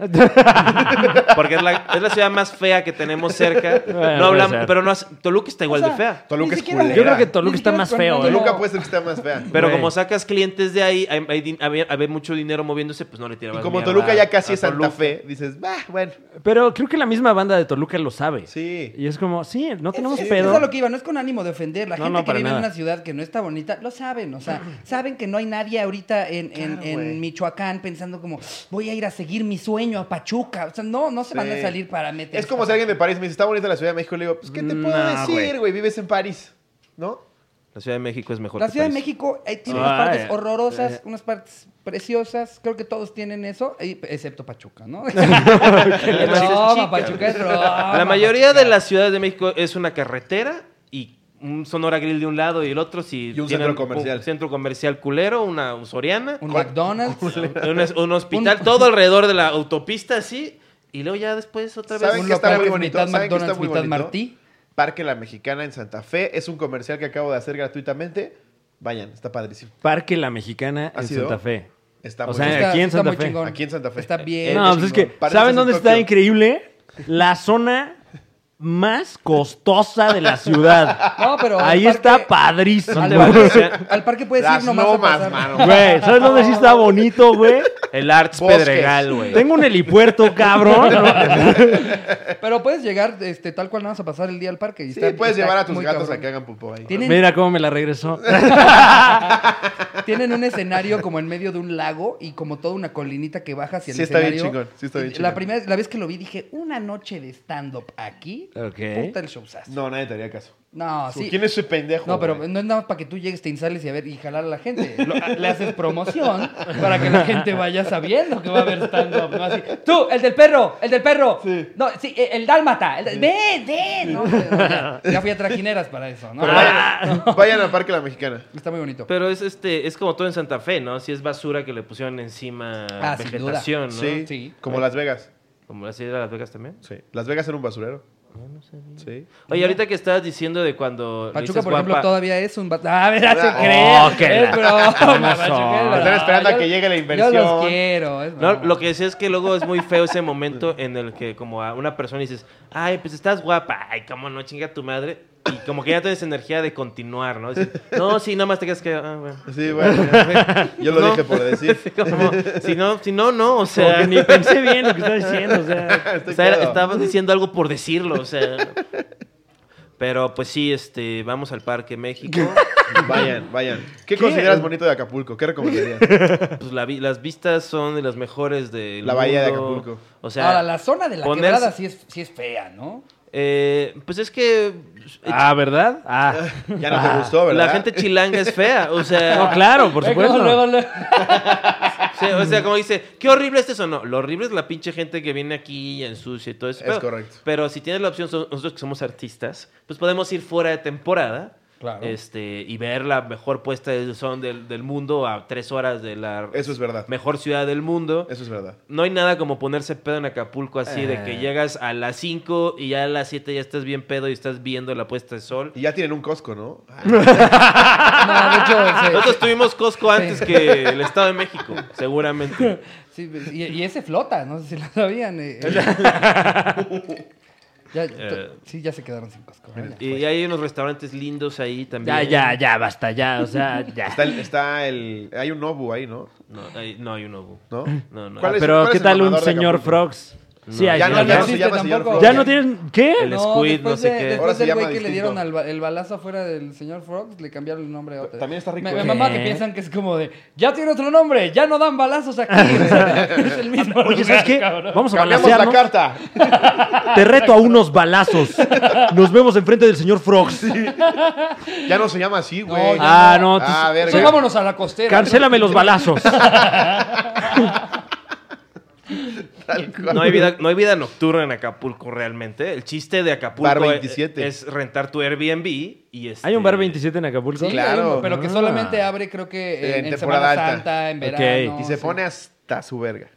Speaker 4: Porque es la, es la ciudad más fea que tenemos cerca.
Speaker 2: (laughs) Bueno,
Speaker 4: no hablamos-
Speaker 2: puede ser.
Speaker 4: pero no hace- Toluca está igual de fea.
Speaker 1: Toluca es
Speaker 2: Yo
Speaker 1: culera.
Speaker 2: creo que Toluca está más feo. ¿eh?
Speaker 1: Toluca puede ser que esté más fea.
Speaker 4: Pero
Speaker 2: Güey.
Speaker 4: como sacas clientes de ahí, hay, hay din- había, había mucho dinero moviéndose, pues no le
Speaker 1: Y
Speaker 4: tirabas
Speaker 1: como
Speaker 4: mierda
Speaker 1: Toluca ya casi
Speaker 4: a
Speaker 1: es Santa
Speaker 4: Toluca.
Speaker 1: Fe, dices, bah, bueno.
Speaker 2: Pero creo que la misma banda de Toluca lo sabe.
Speaker 1: Sí.
Speaker 2: Y es como, sí, no tenemos
Speaker 3: es,
Speaker 2: pedo.
Speaker 3: Es a lo que iba, no es con ánimo de ofender. La
Speaker 2: No,
Speaker 3: gente
Speaker 2: no,
Speaker 3: que
Speaker 2: para
Speaker 3: vive en
Speaker 2: nada.
Speaker 3: una ciudad que no está bonita, lo saben. O sea, saben que no hay nadie ahorita en, en- en Michoacán pensando como, voy a ir a seguir mi sueño a Pachuca. O sea, no, no se van a
Speaker 1: Sí.
Speaker 3: salir para meter.
Speaker 1: Es como si alguien de París me dice, está bonita la Ciudad de México. Le digo, pues, ¿qué te puedo
Speaker 2: No, güey.
Speaker 1: decir, güey? Vives en París, ¿no?
Speaker 4: La Ciudad de México es mejor.
Speaker 3: La
Speaker 4: que
Speaker 3: Ciudad de
Speaker 4: París.
Speaker 3: México eh, tiene
Speaker 2: Ah,
Speaker 3: unas partes
Speaker 2: eh,
Speaker 3: horrorosas,
Speaker 2: eh.
Speaker 3: unas partes preciosas. Creo que todos tienen eso, y- excepto Pachuca,
Speaker 1: (laughs)
Speaker 3: ¿no? (laughs)
Speaker 4: La
Speaker 3: Es
Speaker 4: mayoría-
Speaker 3: broma, Pachuca es broma.
Speaker 4: La mayoría de las ciudades de México es una carretera y un Sonora Grill de un lado y el otro si
Speaker 1: Y un
Speaker 4: tienen
Speaker 1: centro comercial.
Speaker 4: un centro comercial culero, una un Soriana,
Speaker 3: Un McDonald's.
Speaker 4: un, es-
Speaker 3: (laughs)
Speaker 4: un hospital, todo alrededor de la autopista así y luego ya después otra vez
Speaker 1: ¿Saben
Speaker 3: un
Speaker 1: qué está
Speaker 3: local
Speaker 1: muy
Speaker 3: que es
Speaker 1: bonito?
Speaker 3: mitad
Speaker 1: ¿Saben qué está
Speaker 3: McDonald's,
Speaker 1: muy
Speaker 3: mitad
Speaker 1: bonito? Eh,
Speaker 3: Martí.
Speaker 1: Parque La Mexicana en Santa Fe. Es un comercial que acabo de hacer gratuitamente. Vayan, está padrísimo.
Speaker 2: Parque La Mexicana
Speaker 1: ¿Ha
Speaker 2: en
Speaker 1: sido?
Speaker 2: Santa Fe.
Speaker 1: Está
Speaker 2: O
Speaker 1: muy
Speaker 2: sea,
Speaker 1: bien.
Speaker 3: Está-
Speaker 2: aquí en
Speaker 3: está
Speaker 2: Santa
Speaker 3: muy
Speaker 2: Fe.
Speaker 3: chingón.
Speaker 1: Aquí en Santa Fe.
Speaker 3: Está bien.
Speaker 2: No,
Speaker 4: Eh,
Speaker 2: pues es
Speaker 1: chingón.
Speaker 2: que,
Speaker 1: Pareces
Speaker 2: ¿saben
Speaker 1: en
Speaker 2: dónde está
Speaker 1: Tokio.
Speaker 2: increíble? La zona más costosa de la ciudad.
Speaker 3: (laughs) No, pero al
Speaker 2: Ahí
Speaker 3: parque-
Speaker 2: está padrísimo.
Speaker 3: Al
Speaker 4: Te van a
Speaker 3: parque,
Speaker 2: (laughs)
Speaker 4: hacer-
Speaker 3: al parque puedes
Speaker 1: Las
Speaker 3: ir nomás a
Speaker 1: lomas,
Speaker 3: pasar.
Speaker 1: mano.
Speaker 2: Güey, ¿sabes dónde sí está bonito, güey?
Speaker 4: El Arts
Speaker 1: Bosques.
Speaker 4: Pedregal, güey.
Speaker 2: Tengo un helipuerto, cabrón.
Speaker 3: (laughs) Pero puedes llegar este, tal cual, nada más a pasar el día al parque. Y
Speaker 1: Sí,
Speaker 3: está-
Speaker 1: puedes
Speaker 3: está
Speaker 1: llevar a tus
Speaker 3: muy
Speaker 1: gatos
Speaker 3: cabrón.
Speaker 1: a que hagan pupó ahí.
Speaker 3: Tienen,
Speaker 2: Mira cómo me la (laughs) regresó.
Speaker 3: tienen un escenario como en medio de un lago y como toda una colinita que baja hacia el
Speaker 1: Sí está bien
Speaker 3: escenario.
Speaker 1: chingón, sí está bien
Speaker 3: Y
Speaker 1: chingón.
Speaker 3: La primera la vez que lo vi dije, una noche de stand-up aquí.
Speaker 2: Ok.
Speaker 3: Puta el showzazo.
Speaker 1: No, nadie te haría caso.
Speaker 3: No, sí.
Speaker 1: ¿Quién es ese pendejo?
Speaker 3: No, pero
Speaker 1: güey?
Speaker 3: no es nada más para que tú llegues, te instales y a ver y jalar a la gente. Lo- le haces promoción para que la gente vaya sabiendo que va a haber stand-up. ¿no? Así, tú, el del perro, el del perro. No, sí, eh, el dálmata. el de- Ven, ven. No, hombre, no, ya, ya fui a trajineras para eso. Ah. ¿no?
Speaker 1: Pero vayan, vayan al Parque La Mexicana.
Speaker 3: Está muy bonito.
Speaker 4: Pero es este, es como todo en Santa Fe, ¿no? Si es basura que le pusieron encima
Speaker 3: Ah, sin duda.
Speaker 4: vegetación, ¿no?
Speaker 1: Sí,
Speaker 3: Sí.
Speaker 1: Como Las Vegas.
Speaker 4: Como así era Las Vegas también.
Speaker 1: Sí. Las Vegas era un basurero. Sí.
Speaker 4: Oye, ahorita que estabas diciendo de cuando. le
Speaker 3: Pachuca,
Speaker 4: dices
Speaker 3: por ejemplo,
Speaker 4: guapa-
Speaker 3: todavía es un... bat- Ah, mira, se
Speaker 1: Oh,
Speaker 3: cree.
Speaker 2: qué
Speaker 3: es broma,
Speaker 2: lacrimosón.
Speaker 3: Pachuca, es broma.
Speaker 1: Están esperando a
Speaker 3: Yo-
Speaker 1: que llegue la
Speaker 3: Yo
Speaker 1: inversión.
Speaker 3: los quiero. es
Speaker 4: No,
Speaker 3: broma.
Speaker 4: lo que decía es que luego es muy feo ese momento en el que como a una persona dices, ay, pues estás guapa, ay, cómo no, chinga tu madre. Y como que ya tienes energía de continuar, ¿no? Dices, no, sí, nada más te quedas que... Ah, bueno.
Speaker 1: Sí, bueno. Yo lo
Speaker 4: No.
Speaker 1: dije por
Speaker 4: (laughs)
Speaker 1: decir.
Speaker 4: Sí, como, si no, si no, no, o
Speaker 2: Como (laughs) que
Speaker 4: sea,
Speaker 2: ni pensé bien lo que estaba diciendo. O sea,
Speaker 1: Ah, Estoy
Speaker 4: o sea, era-
Speaker 1: pedo.
Speaker 4: estabas diciendo algo por decirlo, o sea. Pero pues sí, este, vamos al Parque México.
Speaker 1: Vayan, vayan. ¿Qué, consideras bonito de Acapulco? ¿Qué recomendarías?
Speaker 4: Pues la vi- las vistas son de las mejores de
Speaker 1: La bahía de Acapulco.
Speaker 4: O sea,
Speaker 3: Ahora, Ah, la zona de la
Speaker 4: ponerse-
Speaker 3: quebrada sí es, sí es fea, ¿no?
Speaker 4: eh, pues es que
Speaker 2: ah, ¿verdad? Ah.
Speaker 1: Ya no te gustó, ¿verdad?
Speaker 4: la gente chilanga es fea, o sea,
Speaker 2: (laughs) No, claro, por
Speaker 3: Eh, como luego
Speaker 2: supuesto.
Speaker 3: le-
Speaker 4: Sí, o sea, como dice, qué horrible este o no. Lo horrible es la pinche gente que viene aquí y ensucia y todo eso.
Speaker 1: Es correcto.
Speaker 4: Pero si tienes la opción, so- nosotros que somos artistas, pues podemos ir fuera de temporada.
Speaker 3: Claro.
Speaker 4: Este, y ver la mejor puesta de son del, del mundo a tres horas de la
Speaker 1: Eso es verdad.
Speaker 4: mejor ciudad del mundo.
Speaker 1: Eso es verdad.
Speaker 4: No hay nada como ponerse pedo en Acapulco así, de
Speaker 2: Eh.
Speaker 4: que llegas a las 5 y ya a las 7 ya estás bien pedo y estás viendo la puesta de sol.
Speaker 1: Y ya tienen un Costco, ¿no? Ah,
Speaker 3: Ah, No,
Speaker 1: (laughs)
Speaker 3: de hecho, se-
Speaker 4: Nosotros tuvimos Costco antes
Speaker 3: Sí.
Speaker 4: que el Estado de México, seguramente.
Speaker 3: Sí, y, y ese flota, no sé si lo sabían.
Speaker 1: (laughs)
Speaker 3: eh, eh. Ya, to-
Speaker 4: Eh.
Speaker 3: sí, ya se quedaron sin Costco. vaya.
Speaker 4: Y hay unos restaurantes lindos ahí también.
Speaker 2: Pues. Ya, ya, ya, basta, ya. O sea, ya.
Speaker 1: Está el, está el- Hay un Nobu ahí, ¿no?
Speaker 4: No, hay, no hay un obu.
Speaker 1: ¿No?
Speaker 4: No, no.
Speaker 1: ¿Cuál es-
Speaker 2: Ah, Pero,
Speaker 1: cuál
Speaker 2: ¿qué
Speaker 1: es el
Speaker 2: tal un
Speaker 1: mamador de
Speaker 2: señor
Speaker 1: Acapulco?
Speaker 2: Frogs? Sí, hay-
Speaker 4: ya no, ya no
Speaker 1: se
Speaker 3: existe
Speaker 1: llama señor
Speaker 3: tampoco.
Speaker 1: Frogs.
Speaker 2: ya no tienen. ¿Qué?
Speaker 4: El squid, no
Speaker 3: después
Speaker 4: sé
Speaker 3: de-
Speaker 4: qué.
Speaker 1: Ahora
Speaker 3: Después
Speaker 1: se
Speaker 3: del
Speaker 1: llama
Speaker 3: güey que le
Speaker 1: distinto.
Speaker 3: dieron al ba- el balazo afuera del señor Frogs, le cambiaron el nombre a otro.
Speaker 1: También está rico,
Speaker 3: Me,
Speaker 1: ¿eh?
Speaker 3: me mama que
Speaker 2: ¿Qué?
Speaker 3: piensan que es como de, ya tiene otro nombre, ya no dan
Speaker 1: (laughs)
Speaker 3: balazos aquí. O sea, es el mismo
Speaker 2: Oye,
Speaker 3: lugar,
Speaker 2: ¿sabes qué?
Speaker 3: cabrón.
Speaker 2: Vamos a
Speaker 1: Cambiamos la
Speaker 2: balancearnos.
Speaker 1: carta.
Speaker 2: Te reto a unos balazos. Nos vemos enfrente del señor Frogs.
Speaker 1: Ya no se llama así, güey.
Speaker 3: ya
Speaker 2: Ah, no. tú-
Speaker 1: Ah, verga.
Speaker 3: Entonces, vámonos a la costera.
Speaker 2: Cancélame los balazos.
Speaker 1: Tal cual.
Speaker 4: No hay, vida, no hay vida nocturna en Acapulco realmente. El chiste de Acapulco
Speaker 1: Bar
Speaker 4: es-
Speaker 1: 27.
Speaker 4: Es, rentar tu Airbnb y este-
Speaker 2: ¿Hay un bar 27 en Acapulco?
Speaker 3: Sí,
Speaker 1: Claro.
Speaker 3: hay uno, pero que
Speaker 2: Ah.
Speaker 3: solamente abre, creo que en,
Speaker 1: En
Speaker 3: en
Speaker 1: temporada
Speaker 3: Semana
Speaker 1: alta.
Speaker 3: Santa, en
Speaker 2: Ok.
Speaker 3: verano.
Speaker 1: Y se
Speaker 3: sí.
Speaker 1: pone hasta su verga.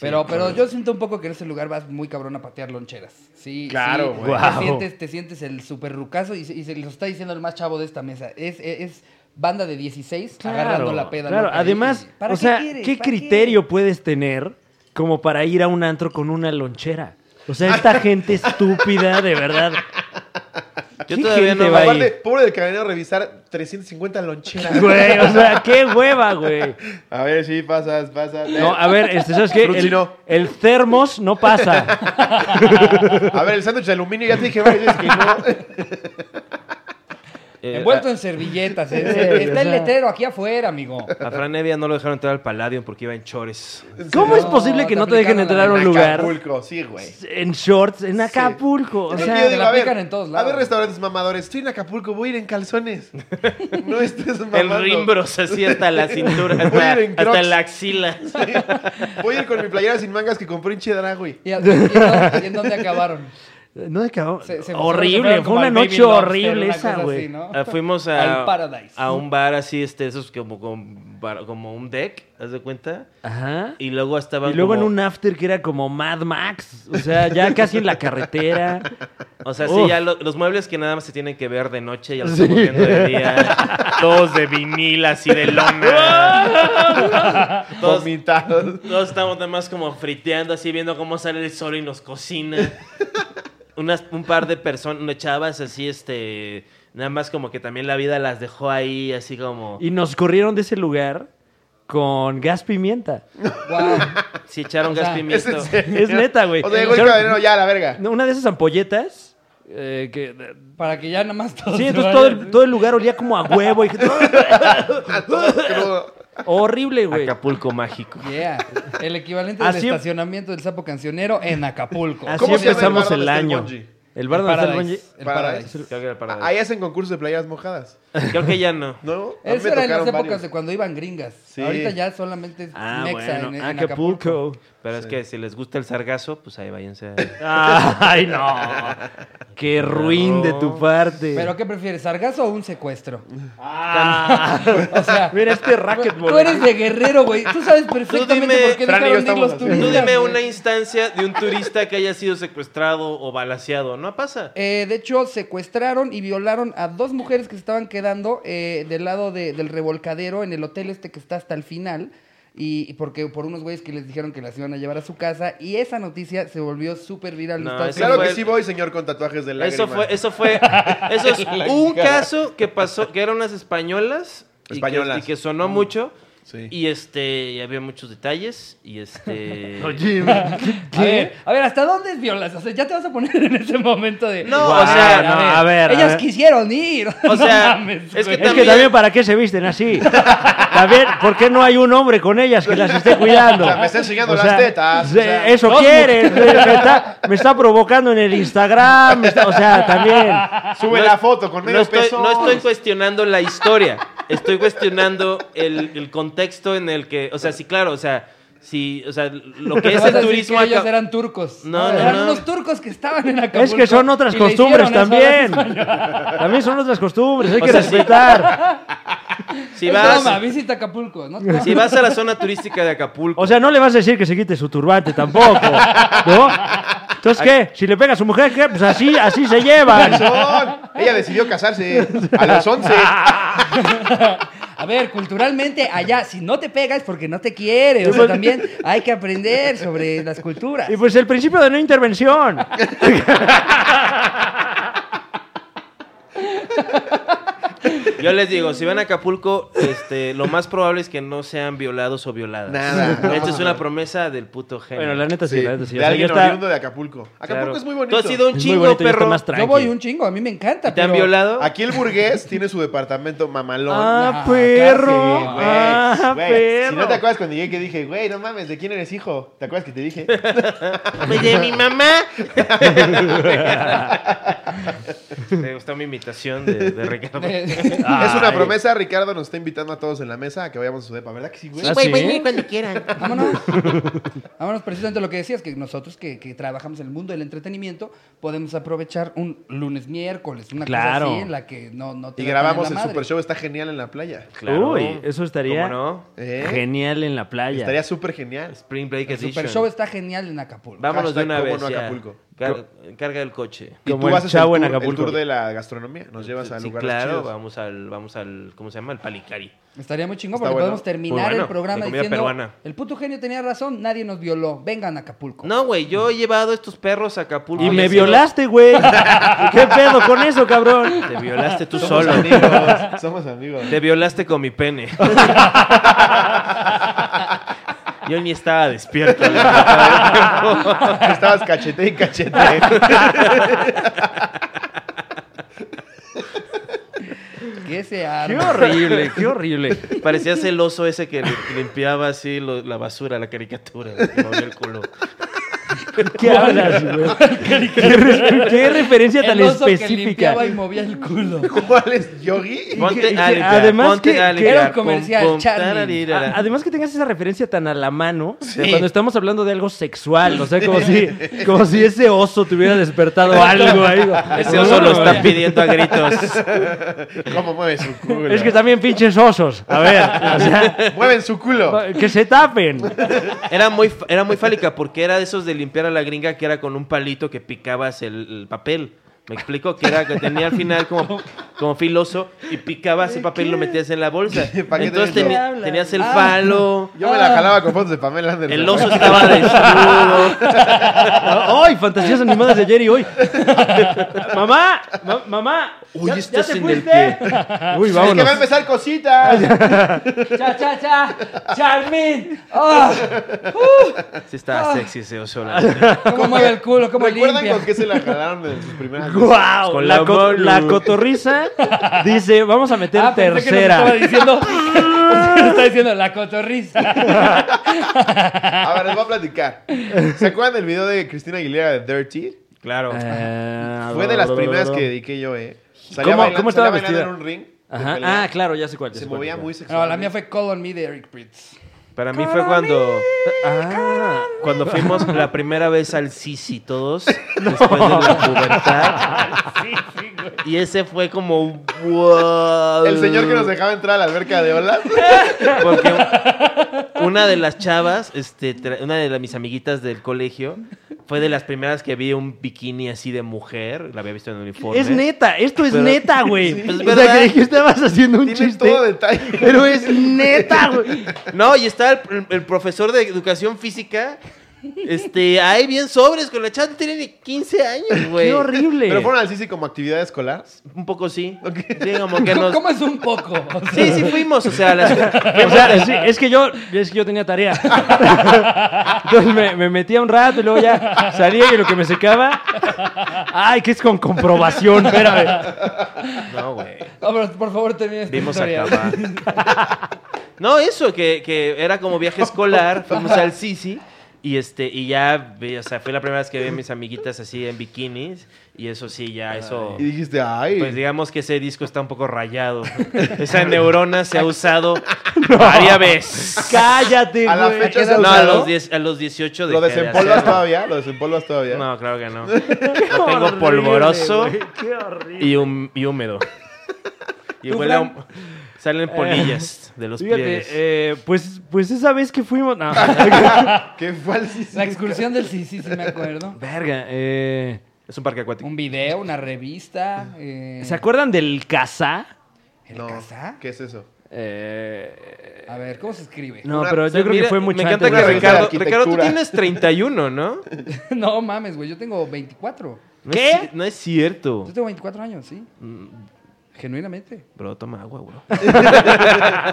Speaker 3: Pero, pero yo siento un poco que en ese lugar vas muy cabrón a patear loncheras. Sí,
Speaker 1: Claro,
Speaker 3: sí.
Speaker 1: güey.
Speaker 3: Te,
Speaker 2: Guau.
Speaker 3: sientes, te sientes el super rucazo y, se- y se los está diciendo el más chavo de esta mesa. Es, es, es banda de 16 agarrando la peda.
Speaker 2: Claro,
Speaker 3: loca ahí.
Speaker 2: además,
Speaker 3: ¿Para
Speaker 2: o sea,
Speaker 3: quieres?
Speaker 2: ¿qué
Speaker 3: ¿Para qué?
Speaker 2: criterio puedes tener como para ir a un antro con una lonchera? O sea, esta gente estúpida, de verdad.
Speaker 4: Yo
Speaker 2: ¿Qué
Speaker 4: todavía
Speaker 2: gente
Speaker 4: no-
Speaker 2: va ahí?
Speaker 1: Aparte, pobre del camionero revisar 350 loncheras.
Speaker 2: (laughs) Güey, o sea, qué hueva, güey.
Speaker 1: A ver, sí, pasas, pasas.
Speaker 2: No, a ver, este, ¿sabes qué?
Speaker 1: Frutti
Speaker 2: El,
Speaker 1: no.
Speaker 2: el termos no pasa.
Speaker 1: A ver, el sándwich de aluminio, ya te dije varias veces que no.
Speaker 4: eh,
Speaker 3: Envuelto en servilletas. eh, eh, está el letrero aquí afuera, amigo.
Speaker 4: a, a Fran Evia no lo dejaron entrar al Palladium porque iba en chores.
Speaker 2: ¿Cómo es
Speaker 3: No,
Speaker 2: posible que
Speaker 3: te
Speaker 2: no te dejen
Speaker 3: aplicaron la
Speaker 2: entrar a
Speaker 3: de
Speaker 2: un lugar
Speaker 1: Acapulco, sí, güey.
Speaker 2: en shorts, en Acapulco? O
Speaker 1: Es lo que yo
Speaker 2: sea,
Speaker 3: te
Speaker 1: digo,
Speaker 3: la
Speaker 1: a ver,
Speaker 3: aplican en todos
Speaker 1: A ver,
Speaker 3: lados.
Speaker 1: restaurantes mamadores. Estoy en Acapulco, voy a ir en calzones. No estés mamando.
Speaker 4: El rimbros así
Speaker 1: (laughs)
Speaker 4: hasta la cintura,
Speaker 1: Voy a
Speaker 4: hasta,
Speaker 1: ir en
Speaker 4: hasta
Speaker 1: Crocs.
Speaker 4: la axila.
Speaker 1: Voy a ir con mi playera sin mangas que compré en Chedragui.
Speaker 3: ¿Y, a- y en dónde- y en dónde acabaron?
Speaker 2: no acabó.
Speaker 3: Se- se- se
Speaker 2: horrible,
Speaker 3: fueron
Speaker 2: fue
Speaker 3: como
Speaker 2: una
Speaker 3: al Baby
Speaker 2: noche
Speaker 3: Lobster,
Speaker 2: horrible
Speaker 3: una
Speaker 2: esa,
Speaker 3: cosa
Speaker 2: güey.
Speaker 3: así, ¿no?
Speaker 4: Ah, Fuimos a,
Speaker 3: Al Paradise.
Speaker 4: a un bar así, este, esos como, con bar- como un deck, ¿haz de cuenta?
Speaker 2: Ajá.
Speaker 4: Y luego estaban
Speaker 2: Y luego en
Speaker 4: como-
Speaker 2: un after que era como Mad Max,
Speaker 1: (laughs)
Speaker 2: o sea, ya casi en la carretera.
Speaker 4: O sea,
Speaker 2: Uf.
Speaker 4: sí, ya lo- los muebles que nada más se tienen que ver de noche, ya los
Speaker 2: Sí.
Speaker 4: estamos viendo de día. Todos de vinil, así de lona. todos,
Speaker 1: Vomitados.
Speaker 4: todos estamos nada más como friteando, así viendo cómo sale el sol y nos cocina. Unas, un par de personas, unas chavas así, este. Nada más como que también la vida las dejó ahí, así como.
Speaker 2: Y nos corrieron de ese lugar con gas pimienta.
Speaker 3: Wow.
Speaker 4: Si echaron gas
Speaker 3: sea,
Speaker 1: Es,
Speaker 4: pimiento.
Speaker 1: en serio.
Speaker 2: Es neta, güey.
Speaker 1: O sea, llegó el
Speaker 2: Claro.
Speaker 1: caballero, ya, la verga.
Speaker 2: No, Una de esas ampolletas. eh, que,
Speaker 3: Para que ya nada más todo.
Speaker 1: (laughs)
Speaker 2: sí,
Speaker 3: se
Speaker 2: entonces
Speaker 3: vaya.
Speaker 2: todo el, todo el lugar olía como a huevo. y-
Speaker 1: Ah, todo crudo.
Speaker 2: horrible, güey.
Speaker 4: Acapulco mágico.
Speaker 3: Yeah. El equivalente
Speaker 2: Así- em
Speaker 3: del estacionamiento del sapo cancionero en Acapulco.
Speaker 2: Así
Speaker 1: ¿Cómo se llama el
Speaker 2: empezamos
Speaker 1: bar
Speaker 2: el,
Speaker 1: donde está el
Speaker 2: año.
Speaker 1: bungee?
Speaker 2: El
Speaker 3: El
Speaker 2: bar donde está el
Speaker 3: Paradise,
Speaker 2: bungee.
Speaker 3: el
Speaker 1: Paradise.
Speaker 3: Paradise.
Speaker 4: Creo que era para
Speaker 1: Ahí hacen concurso de playeras mojadas.
Speaker 4: Creo que ya no.
Speaker 1: ¿No? A mí me
Speaker 3: Eso era en las
Speaker 1: tocaron
Speaker 3: épocas
Speaker 1: varios.
Speaker 3: de cuando iban gringas.
Speaker 1: Sí.
Speaker 3: Ahorita ya solamente es
Speaker 2: Ah,
Speaker 3: mexa
Speaker 2: bueno.
Speaker 3: en- en, Acapulco.
Speaker 2: Acapulco.
Speaker 4: Pero es que si les gusta el sargazo, pues ahí váyanse. a-
Speaker 2: Ay, no. (laughs) Qué ruin de tu parte.
Speaker 3: ¿Pero qué prefieres, sargazo o
Speaker 1: (laughs)
Speaker 3: un secuestro? Ah,
Speaker 2: o sea, mira este racquetball.
Speaker 3: Tú eres de guerrero, güey. Tú sabes
Speaker 4: Tú
Speaker 3: perfectamente
Speaker 4: dime-
Speaker 3: por qué
Speaker 1: Fran y yo
Speaker 3: dejaron de ir
Speaker 1: estamos
Speaker 3: los
Speaker 1: así.
Speaker 3: turistas.
Speaker 4: Tú dime
Speaker 3: güey.
Speaker 4: una instancia de un turista que haya sido secuestrado o balaseado. No pasa.
Speaker 3: Eh, de hecho, secuestraron y violaron a dos mujeres que se estaban quedando eh, del lado de- del revolcadero en el hotel este que está hasta el final. Y, y porque por unos güeyes que les dijeron que las iban a llevar a su casa. Y esa noticia se volvió súper viral. en
Speaker 4: No,
Speaker 3: Estados
Speaker 4: ese
Speaker 1: Claro
Speaker 3: Unidos.
Speaker 4: fue-
Speaker 1: que sí voy, señor, con tatuajes de lágrima.
Speaker 4: Eso fue, eso fue,
Speaker 1: (laughs)
Speaker 4: eso es un caso que pasó, que eran unas españolas, y que-
Speaker 1: Españolas. Mm.
Speaker 4: Y, que, sonó mucho.
Speaker 1: Sí.
Speaker 4: Y este, y había muchos detalles. Y
Speaker 2: (laughs)
Speaker 4: este.
Speaker 3: A ver, a ver, ¿hasta dónde es violas? O sea, ya te vas a poner (laughs) en ese momento de.
Speaker 4: No,
Speaker 2: Guau,
Speaker 4: o sea,
Speaker 2: no, a ver, a
Speaker 3: Ellas
Speaker 2: ver.
Speaker 3: quisieron ir. (laughs)
Speaker 4: O sea, es
Speaker 3: es
Speaker 4: que
Speaker 3: que
Speaker 2: Es que también, ¿para qué se visten así? También, ¿por qué no hay un hombre con ellas que las esté cuidando?
Speaker 1: O sea, me está enseñando las tetas,
Speaker 2: se-
Speaker 1: o sea.
Speaker 2: eso quieren. Me está, me está provocando en el Instagram. me está- o sea, también.
Speaker 1: Sube
Speaker 4: No
Speaker 1: la
Speaker 4: es-
Speaker 1: foto con medio
Speaker 4: no estoy,
Speaker 1: peso.
Speaker 4: no estoy cuestionando la historia. Estoy cuestionando el, el contexto en el que. O sea, sí, claro, o sea, sí, o sea, lo que es el turismo.
Speaker 3: Que ellos
Speaker 4: acá-
Speaker 3: eran turcos. Ah,
Speaker 4: No, no,
Speaker 3: eran
Speaker 4: no.
Speaker 3: unos turcos que estaban en Acapulco.
Speaker 2: Es que son otras
Speaker 3: y le
Speaker 2: costumbres
Speaker 3: hicieron eso a las
Speaker 2: también.
Speaker 3: (laughs) españolas.
Speaker 2: También son otras costumbres, hay
Speaker 4: O
Speaker 2: que
Speaker 4: sea, sí.
Speaker 2: respetar.
Speaker 4: Si
Speaker 3: Es
Speaker 4: vas,
Speaker 3: broma, visita Acapulco. ¿no?
Speaker 4: si vas a la zona turística de Acapulco.
Speaker 2: O sea, no le vas a decir que se quite su turbante tampoco. ¿No? Entonces, ¿qué? Si le pega a su mujer, ¿qué? Pues así, así se llevan.
Speaker 1: Son- Ella decidió casarse a los
Speaker 4: (laughs)
Speaker 1: 11.
Speaker 3: (laughs) A ver, culturalmente, allá, si no te pega es porque no te quiere. O sea, también hay que aprender sobre las culturas.
Speaker 2: pues- (laughs) Y pues el principio de no intervención.
Speaker 4: Yo les digo, si van a Acapulco, este, lo más probable es que no sean violados o violadas.
Speaker 1: Nada.
Speaker 4: Esta es una promesa del puto genio.
Speaker 2: Bueno, la neta sí,
Speaker 1: Sí,
Speaker 2: la neta sí.
Speaker 1: de
Speaker 2: O sea,
Speaker 1: alguien
Speaker 2: ya está-
Speaker 1: oriundo de Acapulco. Acapulco
Speaker 4: Claro.
Speaker 1: es muy bonito.
Speaker 4: Tú has sido un
Speaker 2: es muy
Speaker 4: chingo,
Speaker 2: bonito, ya está
Speaker 4: perro.
Speaker 2: más
Speaker 3: Yo
Speaker 2: tranqui.
Speaker 3: voy un chingo, a mí me encanta.
Speaker 4: ¿Te han
Speaker 3: pero-
Speaker 4: violado?
Speaker 1: Aquí el burgués tiene su departamento mamalón.
Speaker 2: Ah,
Speaker 3: Ah,
Speaker 2: perro.
Speaker 3: casi,
Speaker 1: Güey,
Speaker 2: ah,
Speaker 1: güey,
Speaker 2: perro.
Speaker 1: Si no te acuerdas cuando llegué que dije, güey, no mames, ¿de quién eres hijo? ¿Te acuerdas que te
Speaker 4: (laughs)
Speaker 1: dije?
Speaker 4: Pues de
Speaker 1: (laughs)
Speaker 4: mi mamá. Me gustó mi imitación de, de Ricardo.
Speaker 3: (laughs) Eh,
Speaker 1: Es una promesa, Ricardo nos está invitando a todos en la mesa a que vayamos a su depa, ¿verdad que sí, güey?
Speaker 2: ¿Ah, sí?
Speaker 6: cuando quieran.
Speaker 3: Vámonos. Vámonos, precisamente lo que decías, que nosotros que, que trabajamos en el mundo del entretenimiento, podemos aprovechar un lunes, miércoles, una
Speaker 2: Claro.
Speaker 3: cosa así en la que no, no te
Speaker 1: Y
Speaker 3: va a poner
Speaker 1: grabamos
Speaker 3: la
Speaker 1: el
Speaker 3: madre.
Speaker 1: super show, está genial en la playa.
Speaker 4: Claro.
Speaker 2: Uy, eso estaría
Speaker 4: ¿Cómo no?
Speaker 1: ¿Eh?
Speaker 2: genial en la playa.
Speaker 1: Estaría súper genial.
Speaker 4: Spring Break
Speaker 3: El
Speaker 4: Edition.
Speaker 3: super show está genial en Acapulco.
Speaker 4: Vámonos de
Speaker 1: Hashtag
Speaker 4: una
Speaker 1: cómo
Speaker 4: vez.
Speaker 1: no
Speaker 4: ya.
Speaker 1: Acapulco.
Speaker 4: Car- carga el coche.
Speaker 1: Y
Speaker 2: Como
Speaker 1: tú
Speaker 2: el
Speaker 1: haces el
Speaker 2: chavo
Speaker 1: tour,
Speaker 2: en
Speaker 1: el
Speaker 2: Acapulco.
Speaker 1: tour de la gastronomía. Nos llevas a
Speaker 4: Sí,
Speaker 1: lugares
Speaker 4: claro,
Speaker 1: chidos.
Speaker 4: vamos al, vamos al, ¿cómo se llama? El palicari.
Speaker 3: Estaría muy chingón
Speaker 1: Está
Speaker 3: porque
Speaker 1: bueno.
Speaker 3: podemos terminar
Speaker 4: Muy bueno,
Speaker 3: el programa
Speaker 4: de comida
Speaker 3: diciendo
Speaker 4: peruana.
Speaker 3: el puto genio tenía razón, nadie nos violó, vengan a Acapulco.
Speaker 4: No, güey, yo he llevado estos perros a Acapulco.
Speaker 2: Y
Speaker 4: ha
Speaker 2: me
Speaker 4: sido-
Speaker 1: (laughs)
Speaker 2: violaste, güey. ¿Qué pedo con eso, cabrón?
Speaker 4: Te violaste tú
Speaker 1: Somos
Speaker 4: solo.
Speaker 1: amigos. Somos amigos.
Speaker 4: Te violaste con mi
Speaker 2: (laughs)
Speaker 4: pene. Yo ni estaba despierto.
Speaker 1: (laughs) Estabas cachete y cachete.
Speaker 3: Que se arme.
Speaker 2: Qué horrible,
Speaker 1: (laughs)
Speaker 2: qué horrible.
Speaker 4: Parecías el oso ese que lim- limpiaba así lo- la basura, la caricatura. güey, que movió el culo.
Speaker 2: ¿Qué hablas,
Speaker 1: (laughs)
Speaker 2: güey? ¿Qué, re- qué referencia tan
Speaker 3: el oso que
Speaker 2: específica?
Speaker 3: limpiaba y movía el
Speaker 4: (laughs)
Speaker 3: culo.
Speaker 1: ¿Cuál es Yogi?
Speaker 4: Ponte
Speaker 2: que-
Speaker 4: a limpiar,
Speaker 2: además
Speaker 4: ponte
Speaker 2: que-
Speaker 4: a
Speaker 2: que
Speaker 4: limpiar,
Speaker 3: era un
Speaker 4: pum,
Speaker 3: comercial,
Speaker 4: pum,
Speaker 3: Charlie.
Speaker 4: tararira.
Speaker 2: A- Ah, Además que tengas esa referencia tan a la mano cuando estamos hablando de algo sexual, o sea, como si, como si ese oso te hubiera despertado
Speaker 4: (laughs)
Speaker 2: algo ahí.
Speaker 4: Ese oso lo está
Speaker 2: están
Speaker 4: pidiendo a gritos.
Speaker 1: ¿Cómo mueve su culo?
Speaker 2: Es que también pinches osos. A ver, o sea,
Speaker 4: (laughs)
Speaker 1: Mueven su culo.
Speaker 2: que se tapen.
Speaker 4: Era muy, fa- era muy fálica porque era de esos de limpiar a la gringa que era con un palito que picabas el, el papel. Me explico que era que tenía al final como, como filoso y picabas el papel y lo metías en la bolsa.
Speaker 1: (laughs) ¿Para qué
Speaker 4: Entonces
Speaker 1: tenés
Speaker 4: teni-
Speaker 1: lo-
Speaker 3: hablas?
Speaker 4: tenías el
Speaker 3: Ah.
Speaker 4: palo,
Speaker 1: Yo me la jalaba con fotos de Pamela Anderson. (laughs)
Speaker 4: el oso estaba desnudo.
Speaker 2: ¡Ay, fantasías animadas de ayer
Speaker 4: (laughs)
Speaker 2: y hoy! ¡Mamá! ma- ¡Mamá!
Speaker 4: Uy,
Speaker 2: ¿Ya-
Speaker 4: este
Speaker 2: ya
Speaker 4: es
Speaker 2: te
Speaker 4: en el
Speaker 2: fuiste? Uy,
Speaker 1: Es que va a
Speaker 2: vámonos.
Speaker 1: empezar cositas.
Speaker 3: ¡Cha, cha, cha! ¡Charmin! ¡Ah!
Speaker 4: Sí
Speaker 1: Ah.
Speaker 4: estaba sexy ese oso. la neta.
Speaker 3: ¿Cómo mueve el culo? ¿Cómo
Speaker 1: ¿Recuerdan
Speaker 3: limpia?
Speaker 1: con qué se la jalaron en sus
Speaker 2: (laughs)
Speaker 1: primeras veces?
Speaker 2: ¡Guau!
Speaker 4: Con
Speaker 2: la,
Speaker 4: la
Speaker 2: co-
Speaker 4: Malu.
Speaker 2: la cotorriza dice, vamos a meter
Speaker 3: Ah, pensé que nos
Speaker 2: tercera.
Speaker 3: estaba (laughs) diciendo, nos estaba diciendo la cotorriza.
Speaker 1: A ver, les voy a platicar. ¿Se acuerdan del video de Cristina Aguilera de Dirty?
Speaker 4: Claro.
Speaker 2: Eh,
Speaker 1: Fue de las primeras que dediqué yo, ¿eh? Salía
Speaker 2: ¿Cómo-
Speaker 1: bailando,
Speaker 2: cómo estaba
Speaker 1: salía bailando
Speaker 2: vestida?
Speaker 1: en un ring. de
Speaker 2: Ajá.
Speaker 1: pelea.
Speaker 2: Ah, claro, ya sé cuál. ya
Speaker 1: Se
Speaker 2: sé cuál,
Speaker 1: movía
Speaker 2: ya sé
Speaker 1: muy
Speaker 2: cuál.
Speaker 1: sexual.
Speaker 3: No, la mía fue Call on Me de Eric Pritz.
Speaker 4: Para mí fue cuando,
Speaker 2: Ah,
Speaker 4: cuando fuimos la primera vez al
Speaker 1: (laughs)
Speaker 4: Sisi todos, después de la pubertad. Y ese fue como un wow.
Speaker 1: El señor que nos dejaba entrar a la alberca de olas.
Speaker 4: Porque una de las chavas, este, tra- una de las- mis amiguitas del colegio, fue de las primeras que vi un bikini así de mujer. La había visto en uniforme.
Speaker 2: es neta, esto es
Speaker 4: Pero-
Speaker 2: neta, güey.
Speaker 4: Sí. Pues,
Speaker 2: o sea,
Speaker 4: ¿verdad?
Speaker 2: creí que estabas haciendo un
Speaker 1: Tiene
Speaker 2: chiste.
Speaker 1: todo detalle.
Speaker 2: Pero
Speaker 1: (laughs)
Speaker 2: es neta, güey.
Speaker 4: No, y está el, el- el profesor de educación física. Este, ahí bien sobres con la chava. Tiene ni 15 años, güey.
Speaker 2: Qué horrible.
Speaker 1: Pero fueron al Sisi como actividad escolar.
Speaker 4: Un poco sí. Sí, como que
Speaker 3: ¿Cómo,
Speaker 4: nos-
Speaker 3: cómo es un poco? O sea,
Speaker 4: Sí, sí fuimos, o sea, las-
Speaker 2: O sea, sí, es que yo, es que yo tenía tarea. Entonces me, me metía un rato y luego ya salía y lo que me secaba. Ay, que es con comprobación, espérame.
Speaker 4: No, güey.
Speaker 3: no, Ah, pero por favor, termina esta
Speaker 4: Vimos
Speaker 3: historia.
Speaker 4: acabar.
Speaker 3: (laughs)
Speaker 4: No, eso, que, que era como viaje escolar, fuimos al Sisi y este, y ya, vi- o sea, fue la primera vez que vi a mis amiguitas así en bikinis, y eso sí, ya, eso.
Speaker 1: Y dijiste, ay.
Speaker 4: Oh. Pues digamos que ese disco está un
Speaker 3: (laughs)
Speaker 4: poco rayado. Esa neurona se ha usado varias veces.
Speaker 2: Cállate,
Speaker 1: A la
Speaker 2: güey.
Speaker 1: fecha se ha
Speaker 4: No, a
Speaker 1: usado.
Speaker 4: los, 10 a los 18
Speaker 1: ¿Lo
Speaker 4: dejé de
Speaker 1: desempolvas
Speaker 4: hacerlo.
Speaker 1: todavía? ¿Lo desempolvas todavía?
Speaker 4: No, claro que no. Lo tengo polvoroso y, hum- y
Speaker 2: (laughs)
Speaker 4: húmedo. Y
Speaker 2: Tú,
Speaker 4: huele a
Speaker 2: Fran.
Speaker 4: hum- Salen polillas de los
Speaker 2: Fíjate,
Speaker 4: pliegues.
Speaker 2: eh, pues, pues esa vez que
Speaker 1: (laughs)
Speaker 2: fuimos. No,
Speaker 1: ¿Qué fue al Sisi?
Speaker 3: La excursión del sí, sí, sí, me acuerdo.
Speaker 2: verga. Eh,
Speaker 4: Es un parque acuático.
Speaker 3: Un video, una revista. eh,
Speaker 2: ¿Se acuerdan del casa?
Speaker 3: ¿El
Speaker 1: No.
Speaker 3: casa?
Speaker 1: ¿Qué es eso?
Speaker 2: Eh,
Speaker 3: A ver, ¿cómo se escribe?
Speaker 2: no,
Speaker 1: Una-
Speaker 2: pero yo creo
Speaker 4: Mira,
Speaker 2: que fue mucho
Speaker 4: Me encanta
Speaker 2: antes.
Speaker 1: Una
Speaker 4: que
Speaker 1: revista de
Speaker 4: Ricardo. Ricardo, tú
Speaker 1: arquitectura.
Speaker 4: tienes 31, ¿no?
Speaker 3: (laughs) No mames, güey, yo tengo 24.
Speaker 4: No
Speaker 2: ¿Qué?
Speaker 4: es ci- no es cierto.
Speaker 3: Yo tengo 24 años, sí. Mm, Genuinamente.
Speaker 4: Bro, toma agua,
Speaker 2: (laughs)
Speaker 4: bro.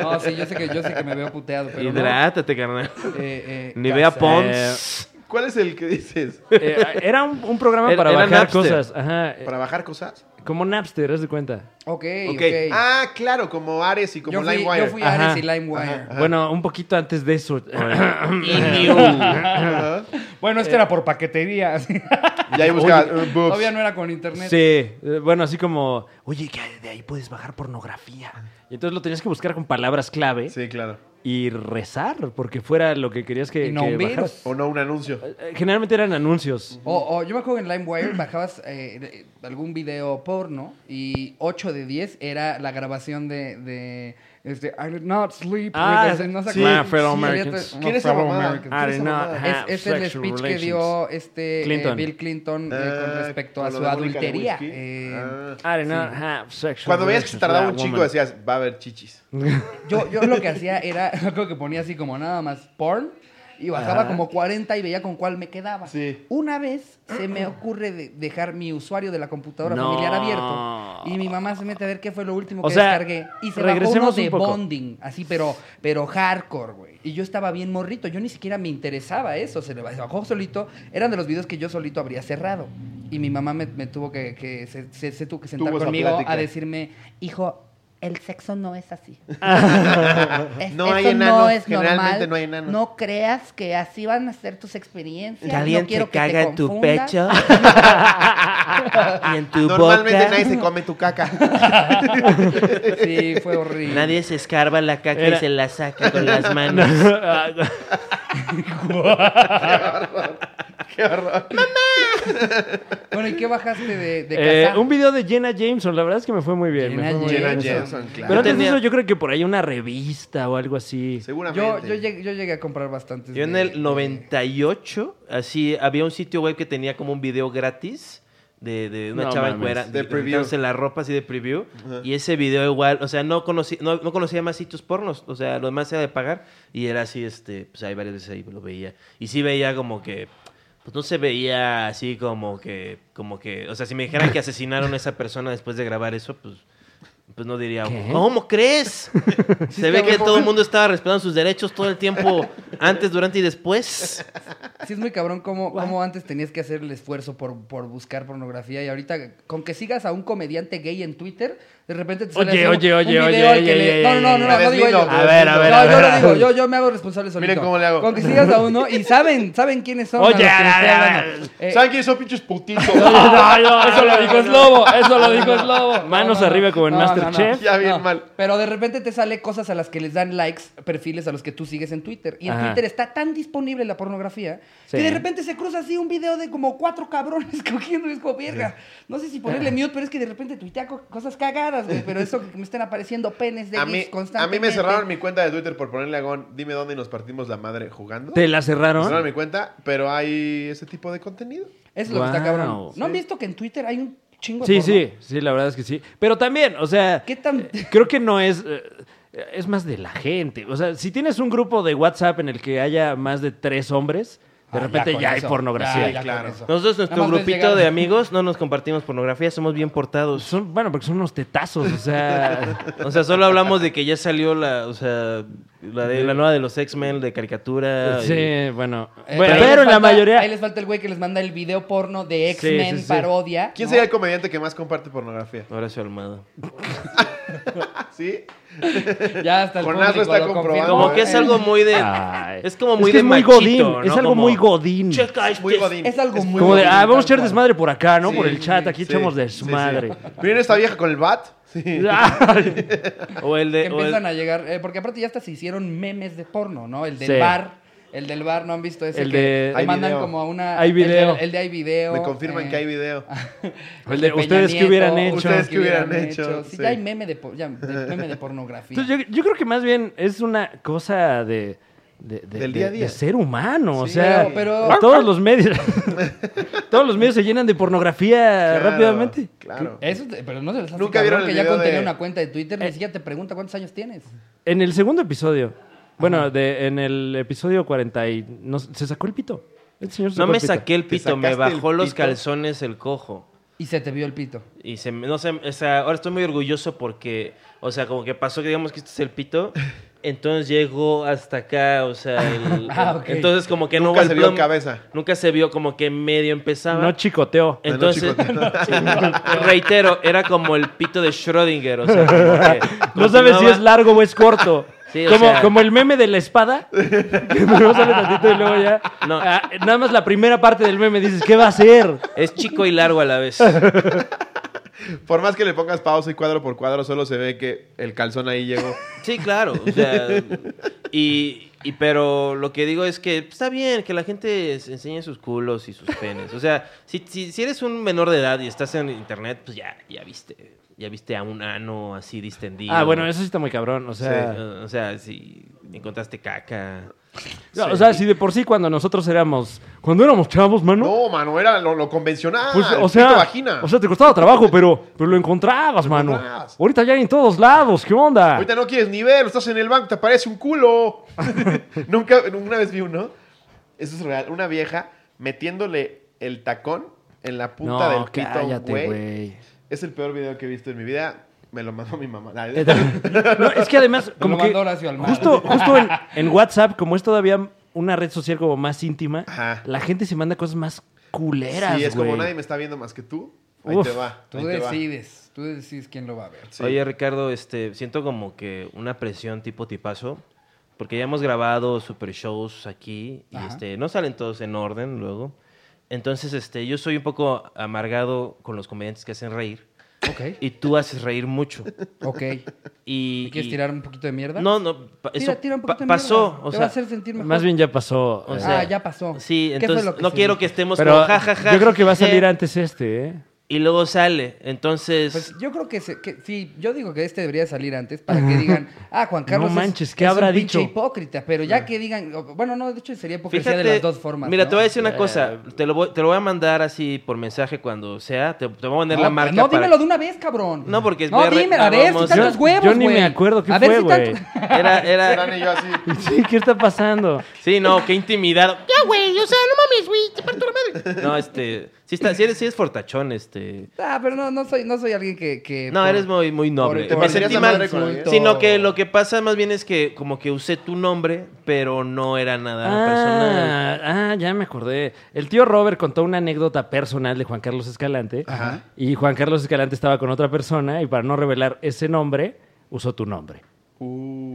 Speaker 3: No, sí, yo sé que, yo sé que me veo puteado, pero no.
Speaker 4: Hidrátate, carnal.
Speaker 3: Eh, eh,
Speaker 4: Ni vea
Speaker 3: casa.
Speaker 4: Pons.
Speaker 1: ¿Cuál es el que dices?
Speaker 2: (laughs) Eh, era un, un programa
Speaker 4: Era-
Speaker 2: para
Speaker 4: era
Speaker 2: bajar
Speaker 4: Napster.
Speaker 2: cosas. Ajá. eh,
Speaker 1: ¿Para bajar cosas?
Speaker 2: Como Napster, haz de cuenta.
Speaker 3: Ok, ok.
Speaker 1: Ah, claro, como Ares y como
Speaker 3: yo, fui,
Speaker 1: LimeWire.
Speaker 3: yo fui
Speaker 2: Ajá.
Speaker 3: Ares y LimeWire.
Speaker 2: Bueno, un poquito antes de eso.
Speaker 4: (laughs)
Speaker 1: Ajá.
Speaker 3: Bueno, este era por paquetería.
Speaker 1: Y ahí buscaba eh, boobs.
Speaker 3: Todavía no era con internet.
Speaker 2: (coughs) Sí, eh, bueno, así como, oye, que de ahí puedes bajar pornografía. Y entonces lo tenías que buscar con palabras clave
Speaker 1: Sí, claro.
Speaker 2: y rezar, porque fuera lo que querías que,
Speaker 3: Y
Speaker 2: que
Speaker 3: nombres.
Speaker 2: bajaras.
Speaker 1: O no, un anuncio.
Speaker 2: Eh, Generalmente eran anuncios.
Speaker 3: O, o yo me acuerdo que en LimeWire bajabas eh, de- algún video porno y 8 de 10 era la grabación de, de este, I did not sleep.
Speaker 2: Ah,
Speaker 3: with the- no sé
Speaker 2: sí,
Speaker 3: cómo-
Speaker 2: My fellow
Speaker 3: sí,
Speaker 2: Americans.
Speaker 3: había-
Speaker 1: ¿Quién es esa
Speaker 3: fellow
Speaker 1: mamada?
Speaker 3: Americans.
Speaker 1: Ah,
Speaker 2: I did not
Speaker 3: Es-
Speaker 2: have
Speaker 3: es el
Speaker 2: sexual
Speaker 3: speech que
Speaker 2: relations.
Speaker 3: dio este eh,
Speaker 2: Clinton.
Speaker 3: Bill Clinton eh,
Speaker 1: Ah,
Speaker 3: con respecto
Speaker 1: con
Speaker 3: a
Speaker 1: lo
Speaker 3: su
Speaker 1: de Mónica
Speaker 3: adultería.
Speaker 1: Lewinsky.
Speaker 3: Eh,
Speaker 1: Ah.
Speaker 2: I did not have sexual
Speaker 1: Cuando veías que se
Speaker 2: relations
Speaker 1: tardaba
Speaker 2: with
Speaker 1: un
Speaker 2: a
Speaker 1: chingo,
Speaker 2: woman.
Speaker 1: decías, va a haber chichis.
Speaker 3: Yo, yo lo que hacía era, (laughs) yo creo que ponía así como nada más porn y bajaba como 40 y veía con cuál me quedaba.
Speaker 1: Sí.
Speaker 3: Una vez se me ocurre de- dejar mi usuario de la computadora
Speaker 2: No.
Speaker 3: familiar abierto y mi mamá se mete a ver qué fue lo último
Speaker 2: O
Speaker 3: que
Speaker 2: sea,
Speaker 3: descargué y se bajó uno
Speaker 2: regresemos un
Speaker 3: de
Speaker 2: poco.
Speaker 3: bonding, así pero pero hardcore, güey. Y yo estaba bien morrito, yo ni siquiera me interesaba eso, se le bajó solito, eran de los videos que yo solito habría cerrado. Y mi mamá me, me tuvo que, que se, se- se tuvo que sentar
Speaker 1: Tuvo esa
Speaker 3: conmigo
Speaker 1: plática.
Speaker 3: a decirme, hijo,
Speaker 9: El sexo no es así. Es-
Speaker 1: No
Speaker 9: eso
Speaker 1: hay enanos,
Speaker 9: no es
Speaker 1: generalmente
Speaker 9: normal.
Speaker 1: no hay enanos.
Speaker 9: No creas que así van a ser tus experiencias. no
Speaker 4: Caliente
Speaker 9: quiero que
Speaker 4: caga
Speaker 9: te
Speaker 4: en tu
Speaker 9: confundas.
Speaker 2: (laughs)
Speaker 4: pecho. y en tu
Speaker 1: Normalmente
Speaker 4: boca.
Speaker 1: nadie se come tu
Speaker 3: (laughs)
Speaker 1: caca.
Speaker 3: (laughs)
Speaker 1: (laughs)
Speaker 3: Sí, fue horrible.
Speaker 4: Nadie se escarba la caca y
Speaker 2: Era-
Speaker 4: se la saca con
Speaker 2: (laughs)
Speaker 4: las manos.
Speaker 1: Qué horror.
Speaker 3: Bueno, ¿y qué bajaste de,
Speaker 2: (laughs)
Speaker 3: de
Speaker 2: Eh,
Speaker 3: casa?
Speaker 2: un video de Jenna Jameson, la verdad es que me fue muy bien. me
Speaker 3: Jenna
Speaker 2: fue muy bien.
Speaker 1: Jenna
Speaker 3: Eso.
Speaker 1: Jameson,
Speaker 2: Pero
Speaker 1: claro.
Speaker 2: antes
Speaker 4: tenía-
Speaker 2: de eso yo creo que por ahí una revista o algo así. (laughs)
Speaker 3: Yo,
Speaker 1: Seguramente.
Speaker 3: yo, llegué, yo llegué a comprar bastantes.
Speaker 4: Yo en
Speaker 3: de-
Speaker 4: el 98, así, había un sitio web que tenía como un video gratis de, de una
Speaker 2: No
Speaker 4: chava en
Speaker 2: mames.
Speaker 4: cuera,
Speaker 1: De preview.
Speaker 4: quitándose la ropa así de preview. Y ese video igual, o sea, no, conocí, no, no conocía más sitios pornos, o sea, lo demás era de pagar. Y era así, este, pues hay varias veces ahí lo veía. Y sí veía como que, pues no se veía así como que, como que, o sea, si me dijeran que asesinaron a esa persona después de grabar eso, pues... Pues no diría,
Speaker 2: ¿Qué?
Speaker 3: (laughs)
Speaker 4: ¿cómo crees? Se ve que
Speaker 1: cabrón.
Speaker 4: todo el mundo estaba respetando sus derechos todo el tiempo, antes, durante y después.
Speaker 3: Sí, es muy cabrón cómo, cómo antes tenías que hacer el esfuerzo por, por buscar pornografía y ahorita, con que sigas a un comediante gay en Twitter, de repente te sale así
Speaker 2: Oye,
Speaker 3: un-
Speaker 2: oye,
Speaker 3: un
Speaker 2: oye,
Speaker 3: video
Speaker 2: oye,
Speaker 3: al que
Speaker 2: oye,
Speaker 3: le-
Speaker 2: oye,
Speaker 3: No, no, no, no,
Speaker 2: oye,
Speaker 3: no,
Speaker 1: oye.
Speaker 3: no digo
Speaker 1: Deslindo,
Speaker 3: yo.
Speaker 1: A
Speaker 2: ver, a ver,
Speaker 3: No,
Speaker 2: a
Speaker 3: yo
Speaker 2: ver,
Speaker 3: lo
Speaker 2: a
Speaker 3: digo,
Speaker 2: ver.
Speaker 3: yo, yo me hago responsable solito.
Speaker 1: Miren cómo le hago.
Speaker 3: Con que sigas a uno y saben, saben quiénes son. a los
Speaker 2: Oye,
Speaker 3: que
Speaker 2: a ver,
Speaker 3: estoy
Speaker 2: a ver.
Speaker 3: hablando. Eh,
Speaker 1: ¿Saben quiénes son pinches
Speaker 3: (laughs)
Speaker 1: putitos?
Speaker 2: (laughs) eso lo dijo Slobo, eso lo dijo Slobo. Manos arriba como en
Speaker 3: No, no, no.
Speaker 2: Masterchef.
Speaker 1: Ya bien mal.
Speaker 3: Pero de repente te sale cosas a las que les dan likes, perfiles a los que tú sigues en Twitter. Y en
Speaker 2: Ajá.
Speaker 3: Twitter está tan disponible la pornografía
Speaker 2: Sí.
Speaker 3: que de repente se cruza así un video de como cuatro cabrones (laughs) cogiendo y es como, verga. No sé si ponerle mute, pero es que de repente tuitea co- cosas cagadas, güey. Pero eso que me están apareciendo penes de
Speaker 1: A
Speaker 3: gifs
Speaker 1: mí, a mí
Speaker 3: constantemente.
Speaker 1: me cerraron mi cuenta de Twitter por ponerle a Gon, dime dónde nos partimos la madre jugando.
Speaker 2: ¿Te la
Speaker 1: Me cerraron
Speaker 2: cerraron?
Speaker 1: mi cuenta, pero hay ese tipo de contenido.
Speaker 3: Eso es lo que está
Speaker 2: Wow.
Speaker 3: cabrón.
Speaker 2: Sí.
Speaker 3: ¿No han visto que en Twitter hay un chingo de
Speaker 2: Sí,
Speaker 3: porno?
Speaker 2: sí, sí, la verdad es que sí. Pero también, o sea,
Speaker 3: ¿Qué tan...? (laughs)
Speaker 2: creo que no es... eh, Es más de la gente. O sea, si tienes un grupo de WhatsApp en el que haya más de tres hombres, de
Speaker 3: Ah,
Speaker 2: repente ya,
Speaker 3: con
Speaker 2: hay
Speaker 3: eso.
Speaker 2: pornografía.
Speaker 3: Ya, ya con
Speaker 1: claro.
Speaker 3: eso.
Speaker 4: Nosotros,
Speaker 3: Nada
Speaker 4: nuestro
Speaker 3: más ves
Speaker 4: grupito
Speaker 3: llegar.
Speaker 4: de amigos, no nos compartimos pornografía, somos bien portados.
Speaker 2: Son, bueno, porque son unos tetazos,
Speaker 3: (laughs)
Speaker 2: o sea...
Speaker 4: O sea, solo hablamos de que ya salió la, o sea, la, de, la nueva de los X-Men de caricatura. y-
Speaker 2: sí, bueno.
Speaker 3: Eh,
Speaker 2: Bueno,
Speaker 3: ahí les
Speaker 2: pero en la
Speaker 3: falta-
Speaker 2: mayoría...
Speaker 3: Ahí les falta el güey que les manda el video porno de
Speaker 2: Sí, sí,
Speaker 3: X-Men
Speaker 2: sí.
Speaker 3: parodia.
Speaker 1: ¿Quién
Speaker 3: ¿no?
Speaker 1: sería el comediante que más comparte pornografía? (laughs)
Speaker 4: Horacio Almada.
Speaker 1: ¿Sí?
Speaker 3: Ya hasta el
Speaker 1: Con
Speaker 3: público
Speaker 1: Aslo está ¿eh?
Speaker 3: lo confirma.
Speaker 1: comprobado,
Speaker 4: Como que es algo muy de.
Speaker 3: Ah.
Speaker 2: Ay.
Speaker 4: Es como
Speaker 2: Es
Speaker 4: muy
Speaker 2: que
Speaker 4: de
Speaker 2: es muy
Speaker 4: machito,
Speaker 2: godín,
Speaker 4: ¿no?
Speaker 2: es algo
Speaker 4: Como,
Speaker 2: muy godín.
Speaker 4: Checa este-
Speaker 1: Muy godín.
Speaker 3: Es algo muy
Speaker 2: Como de, ah,
Speaker 3: bonito,
Speaker 2: vamos a echar
Speaker 3: tal cual.
Speaker 2: desmadre por acá, ¿no?
Speaker 1: Sí,
Speaker 2: por el chat, aquí
Speaker 1: sí,
Speaker 2: echamos
Speaker 1: sí, (laughs)
Speaker 2: desmadre.
Speaker 1: sí. ¿Vieron esta vieja con el bat? Sí.
Speaker 2: Ay.
Speaker 4: O
Speaker 3: Que
Speaker 4: el de. o el-
Speaker 3: empiezan a llegar, eh, porque aparte ya hasta se hicieron memes de porno, ¿no? El del
Speaker 2: Sí.
Speaker 3: bar, el del bar, ¿no han visto ese?
Speaker 2: El
Speaker 3: que
Speaker 2: de-
Speaker 3: te
Speaker 1: Hay
Speaker 3: mandan
Speaker 1: video.
Speaker 3: como a una...
Speaker 2: Hay
Speaker 3: el de-
Speaker 2: video.
Speaker 3: El, de hay
Speaker 1: (laughs)
Speaker 3: video.
Speaker 1: Me confirman
Speaker 3: eh,
Speaker 1: que hay video.
Speaker 2: El de
Speaker 3: Peña
Speaker 2: ustedes que hubieran hecho.
Speaker 1: Ustedes que hubieran hecho,
Speaker 3: Sí,
Speaker 1: sí.
Speaker 3: ya hay meme de, por- ya, de-
Speaker 1: (laughs)
Speaker 3: meme de pornografía.
Speaker 2: Entonces, yo, yo creo que más bien es una cosa de. de- de-
Speaker 1: Del día a
Speaker 2: de-
Speaker 1: día.
Speaker 2: de ser humano, o
Speaker 1: Sí,
Speaker 2: sea,
Speaker 3: pero-
Speaker 2: a todos los medios, (laughs) todos los medios se llenan de pornografía
Speaker 1: Claro,
Speaker 2: Eh, rápidamente.
Speaker 1: Claro.
Speaker 3: Eso, te- pero no se les hace
Speaker 1: Nunca vieron
Speaker 3: cabrón
Speaker 1: el
Speaker 3: que ya
Speaker 1: video
Speaker 3: con tener
Speaker 1: de-
Speaker 3: una cuenta de Twitter,
Speaker 2: Eh.
Speaker 3: ni siquiera te pregunta cuántos años tienes.
Speaker 2: En el segundo episodio, bueno, de, en el episodio 40 y no- se sacó el pito. El señor se
Speaker 4: No
Speaker 2: sacó
Speaker 4: me
Speaker 2: el pito.
Speaker 4: saqué el
Speaker 1: ¿Te
Speaker 4: pito, me
Speaker 1: sacaste el
Speaker 4: bajó los
Speaker 1: pito?
Speaker 4: calzones el cojo.
Speaker 3: Y se te vio el pito.
Speaker 4: Y se, me- no sé, o sea, ahora estoy muy orgulloso porque, o sea, como que pasó que digamos que este es el
Speaker 2: (laughs)
Speaker 4: pito, entonces llegó hasta acá, o sea,
Speaker 2: (laughs)
Speaker 4: el-
Speaker 3: Ah, ok.
Speaker 4: entonces como que no
Speaker 1: Nunca
Speaker 4: hubo
Speaker 1: se
Speaker 4: el
Speaker 1: vio
Speaker 4: plum.
Speaker 1: cabeza.
Speaker 4: Nunca se vio como que medio empezaba.
Speaker 2: No chicoteo. (laughs)
Speaker 1: No, no,
Speaker 4: entonces,
Speaker 1: chicos,
Speaker 4: (laughs)
Speaker 1: no.
Speaker 4: reitero, era como el pito de Schrödinger, o sea, como que
Speaker 2: (laughs) No sabes si es
Speaker 4: continuaba-
Speaker 2: largo o es corto.
Speaker 4: (laughs) Sí, o
Speaker 2: como,
Speaker 4: sea-
Speaker 2: como el meme de la espada. (laughs) Que primero sale tantito y luego ya.
Speaker 4: No.
Speaker 2: Ah, nada más la primera parte del meme dices, ¿qué va a hacer?
Speaker 4: Es chico y largo a la
Speaker 2: (laughs)
Speaker 4: vez.
Speaker 1: Por más que le pongas pausa y cuadro por cuadro, solo se ve que el calzón ahí
Speaker 2: (laughs)
Speaker 1: llegó.
Speaker 4: Sí, claro. o sea, y, y pero lo que digo es que está bien que la gente es- enseñe sus culos y sus penes. O sea, si, si, si eres un menor de edad y estás en internet, pues ya, ya viste. Ya viste a un ano así distendido.
Speaker 2: Ah, bueno, eso sí está muy cabrón. O sea,
Speaker 4: Eh, O sea, si encontraste caca.
Speaker 2: no, o sea, si de por sí cuando nosotros éramos, cuando éramos chavos, mano.
Speaker 1: No, mano, era lo, lo convencional.
Speaker 2: pues, o
Speaker 1: pito
Speaker 2: sea,
Speaker 1: vagina.
Speaker 2: o sea, te costaba trabajo, pero, pero lo encontrabas, mano.
Speaker 1: encontrabas.
Speaker 2: Ahorita ya hay en todos lados, ¿qué onda?
Speaker 1: Ahorita no quieres ni ver, estás en el banco, te aparece un culo. (laughs) Nunca, una vez vi uno. Eso es real. Una vieja metiéndole el tacón en la punta del pito a un güey. Es el peor video que he visto en mi vida. Me lo mandó mi
Speaker 2: (laughs)
Speaker 1: mamá. Ay,
Speaker 2: No, es que
Speaker 3: (laughs)
Speaker 2: además,
Speaker 3: Te
Speaker 2: como
Speaker 3: lo
Speaker 2: que
Speaker 3: mandó Horacio Almada.
Speaker 2: justo, justo
Speaker 1: (laughs)
Speaker 2: en, en WhatsApp, como es todavía una red social como más íntima,
Speaker 1: Ajá.
Speaker 2: la gente se manda cosas más culeras,
Speaker 1: sí, es como
Speaker 2: güey.
Speaker 1: nadie me está viendo más que tú. Ahí
Speaker 2: Uf,
Speaker 1: te va.
Speaker 3: Tú
Speaker 1: ahí te va.
Speaker 3: decides, tú decides quién lo va a ver.
Speaker 1: Sí.
Speaker 4: Oye, Ricardo, este, siento como que una presión tipo tipazo. Porque ya hemos grabado super shows aquí y
Speaker 3: Ajá.
Speaker 4: este, no salen todos en orden luego. Entonces, este, yo soy un poco amargado con los comediantes que hacen reír.
Speaker 3: Ok,
Speaker 4: Y tú haces
Speaker 3: (laughs)
Speaker 4: reír mucho.
Speaker 3: ok.
Speaker 4: Y,
Speaker 3: ¿Y quieres
Speaker 4: y-
Speaker 3: tirar un poquito de mierda?
Speaker 4: No, no, pa- eso
Speaker 3: Tira, tira un
Speaker 4: pa-
Speaker 3: poquito de
Speaker 4: pasó.
Speaker 3: mierda.
Speaker 4: O
Speaker 3: Te
Speaker 4: sea,
Speaker 3: va a hacer sentir mejor.
Speaker 2: Más bien ya pasó.
Speaker 4: O
Speaker 2: eh.
Speaker 4: sea,
Speaker 3: ah, ya pasó.
Speaker 4: Sí,
Speaker 3: ¿Qué fue
Speaker 4: entonces
Speaker 3: lo que
Speaker 4: no
Speaker 3: se
Speaker 4: quiero
Speaker 3: dijo?
Speaker 4: que estemos
Speaker 2: pero
Speaker 4: con jajaja.
Speaker 2: yo creo que va a salir antes este, ¿eh?
Speaker 4: Eh, y luego sale. Entonces,
Speaker 3: Pues yo creo que, se- que- sí, yo digo que este debería salir antes para que digan, ah, Juan Carlos
Speaker 2: No manches,
Speaker 3: es,
Speaker 2: ¿qué
Speaker 3: es
Speaker 2: habrá
Speaker 3: un pinche
Speaker 2: dicho?
Speaker 3: hipócrita, pero ya que digan, o- bueno, no, de hecho sería hipocresía
Speaker 4: Ah. fíjate.
Speaker 3: de las dos formas.
Speaker 4: mira,
Speaker 3: ¿no? Eh,
Speaker 4: te voy a decir una cosa. Te lo, voy, te lo voy a mandar así por mensaje cuando sea. Te, te voy a mandar
Speaker 3: No, pues,
Speaker 4: la marca.
Speaker 3: no,
Speaker 4: para-
Speaker 3: dímelo de una vez, cabrón.
Speaker 4: No, porque
Speaker 3: No,
Speaker 4: me re-
Speaker 3: dímelo, a ver, si
Speaker 4: vamos-
Speaker 3: tantos
Speaker 2: Yo-
Speaker 3: huevos,
Speaker 2: yo ni me
Speaker 3: güey.
Speaker 2: acuerdo qué
Speaker 3: A ver
Speaker 2: fue,
Speaker 3: si
Speaker 2: güey.
Speaker 3: tanto-
Speaker 4: Era,
Speaker 1: (laughs) Fran
Speaker 4: era.
Speaker 1: y yo así.
Speaker 2: (laughs) Sí, ¿qué está pasando?
Speaker 4: Sí, no, qué intimidad.
Speaker 5: Ya, güey, o sea, no mames, güey, te parto la madre.
Speaker 4: No, este. Sí, está, sí, eres, sí eres fortachón, este.
Speaker 3: Ah, pero no, no soy, no soy alguien que... que
Speaker 4: No,
Speaker 3: por-
Speaker 4: eres muy, muy noble.
Speaker 1: Te
Speaker 4: Me
Speaker 1: partirías
Speaker 4: sentí
Speaker 1: la
Speaker 4: mal.
Speaker 1: madre con alguien.
Speaker 4: Sino que lo que pasa más bien es que como que usé tu nombre, pero no era nada personal.
Speaker 2: Ah, ah, ya me acordé. El tío Robert contó una anécdota personal de Juan Carlos Escalante. Y Juan Carlos Escalante estaba con otra persona y para no revelar ese nombre, usó tu nombre.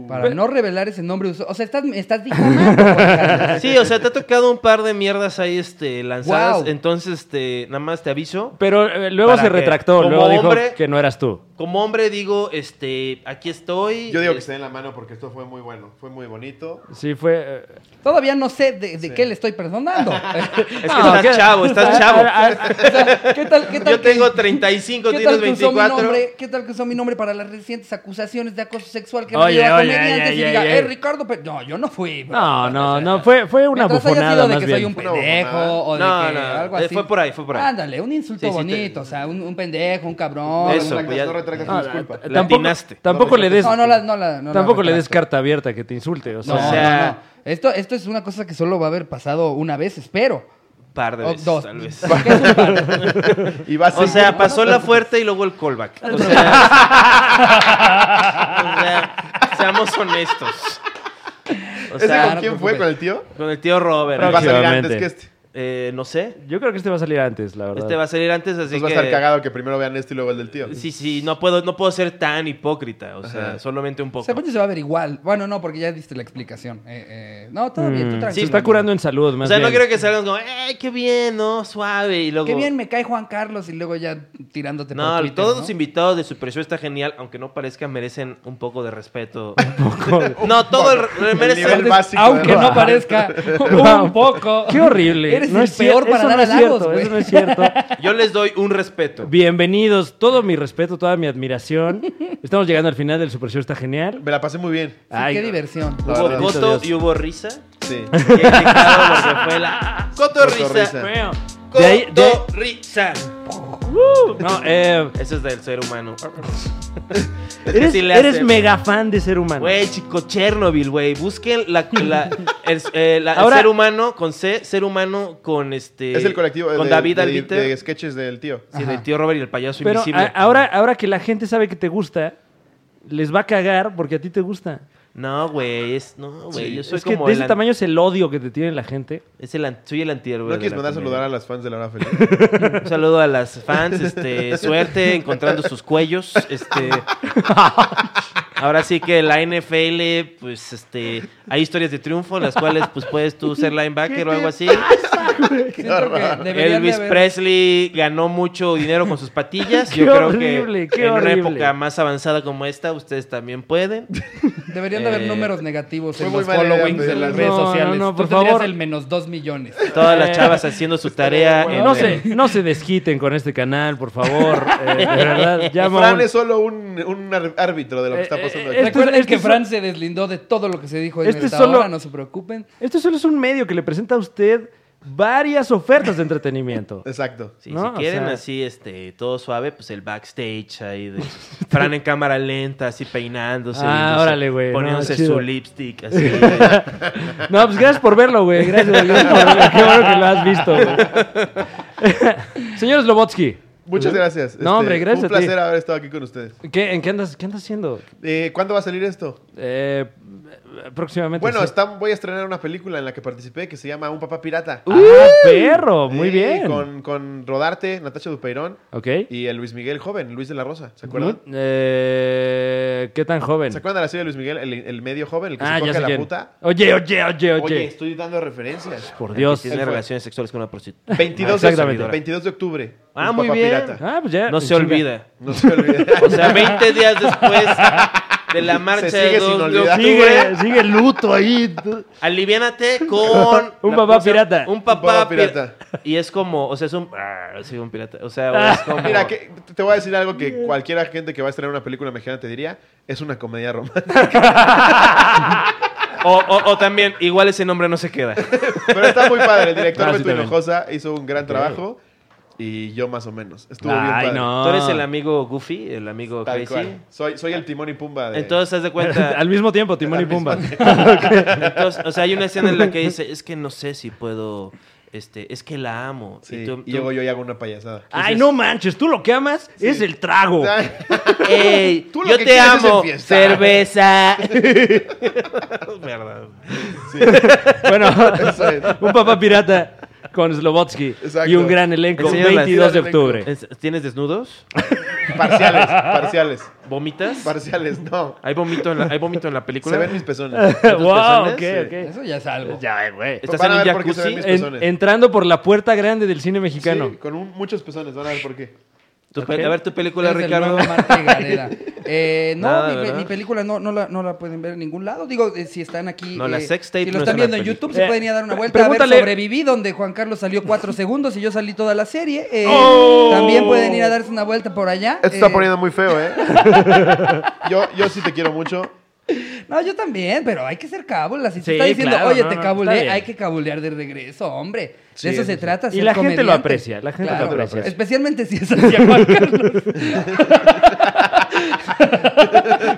Speaker 3: Para no revelar ese nombre, uso- o sea, estás, me
Speaker 4: (laughs)
Speaker 3: estás difamando, Juan Carlos.
Speaker 4: Sí, o sea, te ha tocado un par de mierdas ahí este, lanzadas.
Speaker 3: Guau.
Speaker 4: Entonces, este, nada más te aviso.
Speaker 2: Pero eh, luego
Speaker 4: Para
Speaker 2: se
Speaker 4: que,
Speaker 2: retractó,
Speaker 4: como
Speaker 2: luego dijo
Speaker 4: hombre-
Speaker 2: que no eras tú.
Speaker 4: Como hombre digo, este, aquí estoy.
Speaker 1: Yo digo que
Speaker 4: Eh,
Speaker 1: se den la mano porque esto fue muy bueno. Fue muy bonito.
Speaker 2: Sí, fue... eh,
Speaker 3: Todavía no sé de, de qué le estoy perdonando. (laughs)
Speaker 4: Es que
Speaker 2: no,
Speaker 4: estás
Speaker 2: ¿qué-
Speaker 4: chavo,
Speaker 2: (laughs)
Speaker 4: estás chavo.
Speaker 2: Ah, ah, ah,
Speaker 3: O sea, ¿Qué tal, qué tal
Speaker 4: Yo
Speaker 3: que-
Speaker 4: tengo 35,
Speaker 3: ¿Qué tal,
Speaker 4: tienes
Speaker 3: que usó mi
Speaker 4: 24.
Speaker 3: nombre, ¿Qué tal que usó mi nombre para las recientes acusaciones de acoso sexual que
Speaker 2: Oye,
Speaker 3: me lleva a
Speaker 2: oye,
Speaker 3: comediantes
Speaker 2: oye,
Speaker 3: y diga,
Speaker 2: oye.
Speaker 3: eh, Ricardo, pero no, yo no fui. bro".
Speaker 2: ah, No, no, no, fue, fue una
Speaker 3: Mientras haya
Speaker 2: bufonada
Speaker 3: sido de
Speaker 2: más
Speaker 3: que soy un
Speaker 2: bien.
Speaker 1: Una
Speaker 3: pendejo
Speaker 1: bufonada.
Speaker 3: o de
Speaker 4: No,
Speaker 3: que
Speaker 4: no,
Speaker 3: algo
Speaker 4: eh,
Speaker 3: así.
Speaker 4: fue por ahí, fue por ahí.
Speaker 3: Ándale, un insulto
Speaker 4: Sí, sí,
Speaker 3: bonito,
Speaker 4: te-
Speaker 3: o sea, un, un pendejo, un cabrón.
Speaker 4: Eso,
Speaker 1: No
Speaker 3: un-
Speaker 1: retractas,
Speaker 4: ya-
Speaker 1: pues no retractas tu disculpa.
Speaker 2: (laughs) Ah, Tampoco,
Speaker 4: atinaste.
Speaker 2: tampoco le des...
Speaker 3: No, no la, no la, no la
Speaker 2: Tampoco le des
Speaker 3: retracto.
Speaker 2: carta abierta que te insulte. O sea,
Speaker 3: No, no,
Speaker 4: o sea-
Speaker 3: no. Esto, esto es una cosa que solo va a haber pasado una vez, espero.
Speaker 4: Par de
Speaker 3: O
Speaker 4: veces,
Speaker 3: dos. (laughs)
Speaker 4: tal vez.
Speaker 3: Porque es un par.
Speaker 1: Y va a
Speaker 4: O
Speaker 1: ser-
Speaker 4: sea, pasó la fuerte y luego el callback. O sea,
Speaker 3: (laughs)
Speaker 4: o sea, seamos honestos. O
Speaker 1: ¿Ese
Speaker 4: sea,
Speaker 1: con quién
Speaker 3: no te
Speaker 1: fue?
Speaker 3: preocupes.
Speaker 1: ¿Con el tío?
Speaker 4: con el tío Robert.
Speaker 1: Va a salir antes
Speaker 2: Próximamente.
Speaker 1: que este.
Speaker 4: Eh, no sé.
Speaker 2: yo creo que este va a salir antes, la verdad.
Speaker 4: Este va a salir antes, así
Speaker 1: Entonces va a
Speaker 4: que.
Speaker 1: estar cagado que primero vean este y luego el del tío.
Speaker 4: Sí, sí, no puedo, no puedo ser tan hipócrita. O sea,
Speaker 1: Ajá.
Speaker 4: solamente un poco.
Speaker 3: Según yo se va a ver igual. Bueno, no, porque ya diste la explicación. Eh, eh, no, todo bien, tú tranquilo.
Speaker 2: Se Mm, está curando en salud,
Speaker 4: O
Speaker 2: más
Speaker 4: sea, no
Speaker 2: bien.
Speaker 4: quiero que salgan como, ¡ay, qué bien, no! Suave. Y luego.
Speaker 3: Qué bien me cae Juan Carlos y luego ya tirándote por
Speaker 4: No,
Speaker 3: Twitter,
Speaker 4: todos
Speaker 3: ¿no?
Speaker 4: los invitados de Super Show está genial, aunque no parezca, merecen un poco de
Speaker 2: (laughs)
Speaker 4: respeto. no, todo el, re- merecen-
Speaker 1: nivel básico,
Speaker 3: Aunque
Speaker 1: ¿no?
Speaker 3: no parezca
Speaker 1: (laughs)
Speaker 3: un poco.
Speaker 2: Qué horrible.
Speaker 3: Eres
Speaker 2: No
Speaker 3: el
Speaker 2: es cier-
Speaker 3: peor para
Speaker 2: eso
Speaker 3: dar
Speaker 2: no es
Speaker 3: halagos,
Speaker 2: cierto,
Speaker 3: güey.
Speaker 2: Eso no es cierto.
Speaker 4: Yo les doy un respeto.
Speaker 2: Bienvenidos, todo mi respeto, toda mi admiración. Estamos llegando al final del Super Show, está genial.
Speaker 1: Me la pasé muy bien.
Speaker 3: Sí, qué diversión.
Speaker 1: La
Speaker 4: Hubo
Speaker 1: verdad.
Speaker 4: coto
Speaker 2: Dios.
Speaker 4: y hubo risa.
Speaker 1: Sí.
Speaker 4: Y ahí te quedaron porque fue la
Speaker 2: (laughs)
Speaker 4: coto risa.
Speaker 1: Cotorrisa.
Speaker 2: Feo. De ahí, de-
Speaker 4: Coto risa.
Speaker 2: no, eh,
Speaker 4: Eso es del ser
Speaker 2: (laughs)
Speaker 4: humano.
Speaker 2: eres,
Speaker 4: Este Sí le
Speaker 2: eres
Speaker 4: hace.
Speaker 2: mega fan de ser humano.
Speaker 4: Güey, chico, Chernobyl, güey. Busquen la,
Speaker 2: (laughs)
Speaker 4: la- el, eh, la- el
Speaker 2: Ahora-
Speaker 4: ser humano con C, ser humano con este.
Speaker 1: Es el colectivo de,
Speaker 4: Con David Ah,
Speaker 1: de,
Speaker 4: Albiter.
Speaker 1: de sketches del tío.
Speaker 4: Sí, del tío Robert y el payaso
Speaker 2: Pero
Speaker 4: invisible.
Speaker 2: a- ahora, ahora que la gente sabe que te gusta, les va a cagar porque a ti te gusta.
Speaker 4: No, güey. Es, no, güey. yo soy
Speaker 2: es que
Speaker 4: como.
Speaker 2: de
Speaker 4: el
Speaker 2: ese
Speaker 4: an-
Speaker 2: tamaño es el odio que te tiene la gente.
Speaker 4: es el an- soy el antihéroe.
Speaker 1: ¿No
Speaker 4: de
Speaker 1: quieres mandar
Speaker 4: la
Speaker 1: a
Speaker 4: comedia. (laughs)
Speaker 1: saludar a las fans de la hora feliz?
Speaker 4: Un saludo a las fans, este, suerte encontrando sus cuellos, este. Ahora sí que la NFL, pues, este, hay historias de triunfo en las cuales, pues, puedes tú ser linebacker o algo así.
Speaker 3: Siento que deberían
Speaker 4: Elvis
Speaker 3: de haber-
Speaker 4: Presley ganó mucho dinero con sus patillas. Yo
Speaker 2: Qué
Speaker 4: creo
Speaker 2: horrible,
Speaker 4: que
Speaker 2: qué
Speaker 4: en
Speaker 2: horrible.
Speaker 4: una época más avanzada como esta, ustedes también pueden.
Speaker 3: Deberían de haber
Speaker 4: Eh,
Speaker 3: números negativos
Speaker 1: fue
Speaker 3: en
Speaker 1: muy
Speaker 3: los
Speaker 1: mala idea
Speaker 3: followings de
Speaker 1: pedirle
Speaker 3: las
Speaker 1: a-
Speaker 3: redes
Speaker 2: No, no,
Speaker 3: sociales.
Speaker 2: no,
Speaker 3: Tú
Speaker 2: por
Speaker 3: tendrías
Speaker 2: favor.
Speaker 3: el menos dos millones.
Speaker 4: Todas las chavas haciendo su tarea. en-
Speaker 2: No se, no se desquiten con este canal, por favor. Eh, de verdad, llama a
Speaker 1: Fran
Speaker 2: un-
Speaker 1: es solo un, un ar- árbitro de lo que está
Speaker 2: Eh,
Speaker 1: pasando
Speaker 2: eh,
Speaker 1: aquí.
Speaker 2: Esto es-
Speaker 3: Recuerden
Speaker 2: esto
Speaker 3: que
Speaker 2: es-
Speaker 3: Fran se deslindó de todo lo que se dijo en
Speaker 2: Este
Speaker 3: esta
Speaker 2: solo-
Speaker 3: hora, no se preocupen.
Speaker 2: Esto Este solo es un medio que le presenta a usted varias ofertas de entretenimiento.
Speaker 1: Exacto.
Speaker 4: Sí,
Speaker 2: No,
Speaker 4: si
Speaker 2: o
Speaker 4: quieren
Speaker 2: sea-
Speaker 4: así, este, todo suave, pues el backstage ahí
Speaker 2: (laughs)
Speaker 4: de Fran en cámara lenta, así peinándose.
Speaker 2: Ah,
Speaker 4: viéndose,
Speaker 2: órale, güey, no,
Speaker 4: Poniéndose
Speaker 2: chido.
Speaker 4: su lipstick,
Speaker 2: (laughs)
Speaker 4: así.
Speaker 2: No, pues gracias por verlo, güey. Gracias, gracias por verlo. Qué bueno que lo has visto, güey. (laughs) Señor Slobotsky,
Speaker 1: Muchas gracias.
Speaker 2: Pues,
Speaker 1: Este,
Speaker 2: No, hombre, gracias
Speaker 1: Un
Speaker 2: a ti.
Speaker 1: placer haber estado aquí con ustedes.
Speaker 2: ¿qué, ¿en qué andas, qué andas haciendo?
Speaker 1: Eh, ¿Cuándo va a salir esto?
Speaker 2: Eh, próximamente.
Speaker 1: Bueno,
Speaker 2: sí.
Speaker 1: está- voy a estrenar una película en la que participé que se llama Un Papá Pirata.
Speaker 2: ¡Ah, perro! Muy
Speaker 1: Sí,
Speaker 2: bien.
Speaker 1: Con, con Rodarte, Natasha Dupeirón
Speaker 2: Ok.
Speaker 1: y el Luis Miguel joven, Luis de la Rosa. ¿Se acuerdan?
Speaker 2: Muy- eh, ¿Qué tan joven? Ah,
Speaker 1: ¿Se acuerdan de la serie de Luis Miguel, el, el medio joven, el que se coge
Speaker 2: sé
Speaker 1: a la
Speaker 2: quién.
Speaker 1: puta?
Speaker 2: Oye, oye, oye, oye.
Speaker 1: Oye, estoy dando referencias.
Speaker 2: por
Speaker 4: Dios.
Speaker 2: Dios.
Speaker 4: Tiene
Speaker 1: Él fue.
Speaker 4: relaciones sexuales con
Speaker 1: (laughs)
Speaker 4: una prostituta.
Speaker 1: 22 de,
Speaker 2: Ah, Exactamente.
Speaker 1: 22 de octubre.
Speaker 4: Ah,
Speaker 1: Un
Speaker 4: muy
Speaker 1: Papá
Speaker 4: bien.
Speaker 1: Pirata.
Speaker 2: Ah, pues ya.
Speaker 4: No se
Speaker 2: (laughs) chinga.
Speaker 4: olvida.
Speaker 1: No se olviden.
Speaker 4: O sea, 20 días después de la marcha
Speaker 1: sigue
Speaker 4: de
Speaker 1: sin
Speaker 4: 2 de
Speaker 1: olvidar.
Speaker 4: octubre.
Speaker 2: Sigue, sigue el luto ahí. (laughs)
Speaker 4: Aliviánate con...
Speaker 2: Un
Speaker 4: la
Speaker 2: papá
Speaker 4: cosa-
Speaker 2: pirata.
Speaker 4: Un
Speaker 1: Un
Speaker 4: papá
Speaker 1: papá
Speaker 4: pirata.
Speaker 1: pirata.
Speaker 4: Y es como, o sea, es un... ah, sí, un pirata. O sea,
Speaker 2: (laughs)
Speaker 4: o es como...
Speaker 1: Mira, que- te voy a decir algo que cualquiera gente que va a estrenar una película mexicana te diría, es una comedia romántica.
Speaker 4: O, o- o también, igual ese nombre no
Speaker 1: (laughs)
Speaker 4: se queda.
Speaker 1: Pero está muy padre. El director
Speaker 2: Ah, sí,
Speaker 1: Beto
Speaker 2: también.
Speaker 1: Hinojosa hizo un gran trabajo y yo más o menos. Estuvo bien
Speaker 2: Ay,
Speaker 1: padre.
Speaker 2: no.
Speaker 4: Tú eres el amigo Goofy, el amigo
Speaker 1: Tal
Speaker 4: Crazy.
Speaker 1: cual. Soy, soy el timón y pumba de...
Speaker 4: Entonces, haz de cuenta.
Speaker 2: (laughs) (laughs) Al mismo tiempo, Timón y Pumba. (laughs)
Speaker 4: entonces, o sea, hay una escena en la que dice, es que no sé si puedo, este, es que la amo.
Speaker 1: Sí,
Speaker 4: Y
Speaker 1: y,
Speaker 4: tú- tú-
Speaker 1: luego yo y hago una payasada.
Speaker 2: Ay, no manches, tú lo que amas es el trago.
Speaker 4: Ey,
Speaker 1: (laughs) Tú lo
Speaker 4: yo
Speaker 1: que
Speaker 4: te
Speaker 1: quieres es
Speaker 4: amo.
Speaker 1: enfiestar.
Speaker 4: Cerveza. Verdad.
Speaker 2: Bueno,
Speaker 1: (laughs) Eso es.
Speaker 2: un papá pirata con Slobotsky
Speaker 1: Exacto.
Speaker 2: y un gran elenco.
Speaker 4: El señor Blas.
Speaker 2: 22 de
Speaker 1: Gran elenco.
Speaker 2: (laughs) octubre.
Speaker 4: Es- ¿Tienes desnudos?
Speaker 1: Parciales, parciales.
Speaker 4: ¿Vomitas?
Speaker 1: Parciales, no.
Speaker 4: ¿Hay vomito en la, hay vomito en la película?
Speaker 1: Se ven mis pezones.
Speaker 2: Wow,
Speaker 4: personas,
Speaker 2: ok,
Speaker 4: sí.
Speaker 2: ok.
Speaker 3: Eso ya es algo.
Speaker 2: Ya, güey.
Speaker 4: Eh, ¿Estás
Speaker 1: Van
Speaker 4: en
Speaker 1: a
Speaker 4: un
Speaker 1: ver por qué se
Speaker 4: jacuzzi?
Speaker 1: ven mis-
Speaker 2: En-
Speaker 1: pezones.
Speaker 2: entrando por la puerta grande del cine mexicano. (laughs)
Speaker 1: Sí, con un- muchos pezones, van a ver por qué.
Speaker 4: Tu pe- A ver tu película,
Speaker 3: Es el
Speaker 4: Ricardo. (laughs)
Speaker 3: nuevo Marte
Speaker 2: (laughs)
Speaker 3: Gareda. Eh, no,
Speaker 4: Nada,
Speaker 3: mi, pe-
Speaker 4: ¿verdad?
Speaker 3: mi película no, no, la, no la pueden ver en ningún lado. Digo, eh, si están aquí.
Speaker 4: No, la
Speaker 3: eh,
Speaker 4: sex tape
Speaker 3: Si lo
Speaker 4: no es
Speaker 3: están
Speaker 4: una
Speaker 3: viendo en
Speaker 4: película.
Speaker 3: YouTube, se
Speaker 2: Eh,
Speaker 3: pueden ir a dar una vuelta. A
Speaker 2: pregúntale-
Speaker 3: ver, sobreviví, donde Juan Carlos salió
Speaker 2: (laughs)
Speaker 3: cuatro segundos y yo salí toda la serie. Eh,
Speaker 2: ¡Oh!
Speaker 3: También pueden ir a darse una vuelta por allá.
Speaker 1: Esto está
Speaker 3: Eh,
Speaker 1: poniendo muy feo, ¿eh? (laughs) yo, yo sí te quiero mucho.
Speaker 3: No, yo también, pero hay que ser cábula. Si
Speaker 2: Sí,
Speaker 3: te está diciendo,
Speaker 2: claro,
Speaker 3: oye,
Speaker 2: no,
Speaker 3: te
Speaker 2: no, está
Speaker 3: cabulé,
Speaker 2: bien.
Speaker 3: hay que cabulear de regreso, hombre. De
Speaker 1: Sí,
Speaker 3: eso
Speaker 1: eso
Speaker 3: se
Speaker 1: sí.
Speaker 3: trata.
Speaker 2: Y
Speaker 3: ser
Speaker 2: la gente lo
Speaker 3: comediante.
Speaker 2: aprecia, la gente lo aprecia.
Speaker 3: Especialmente si es
Speaker 2: (laughs)
Speaker 3: hacia Juan Carlos.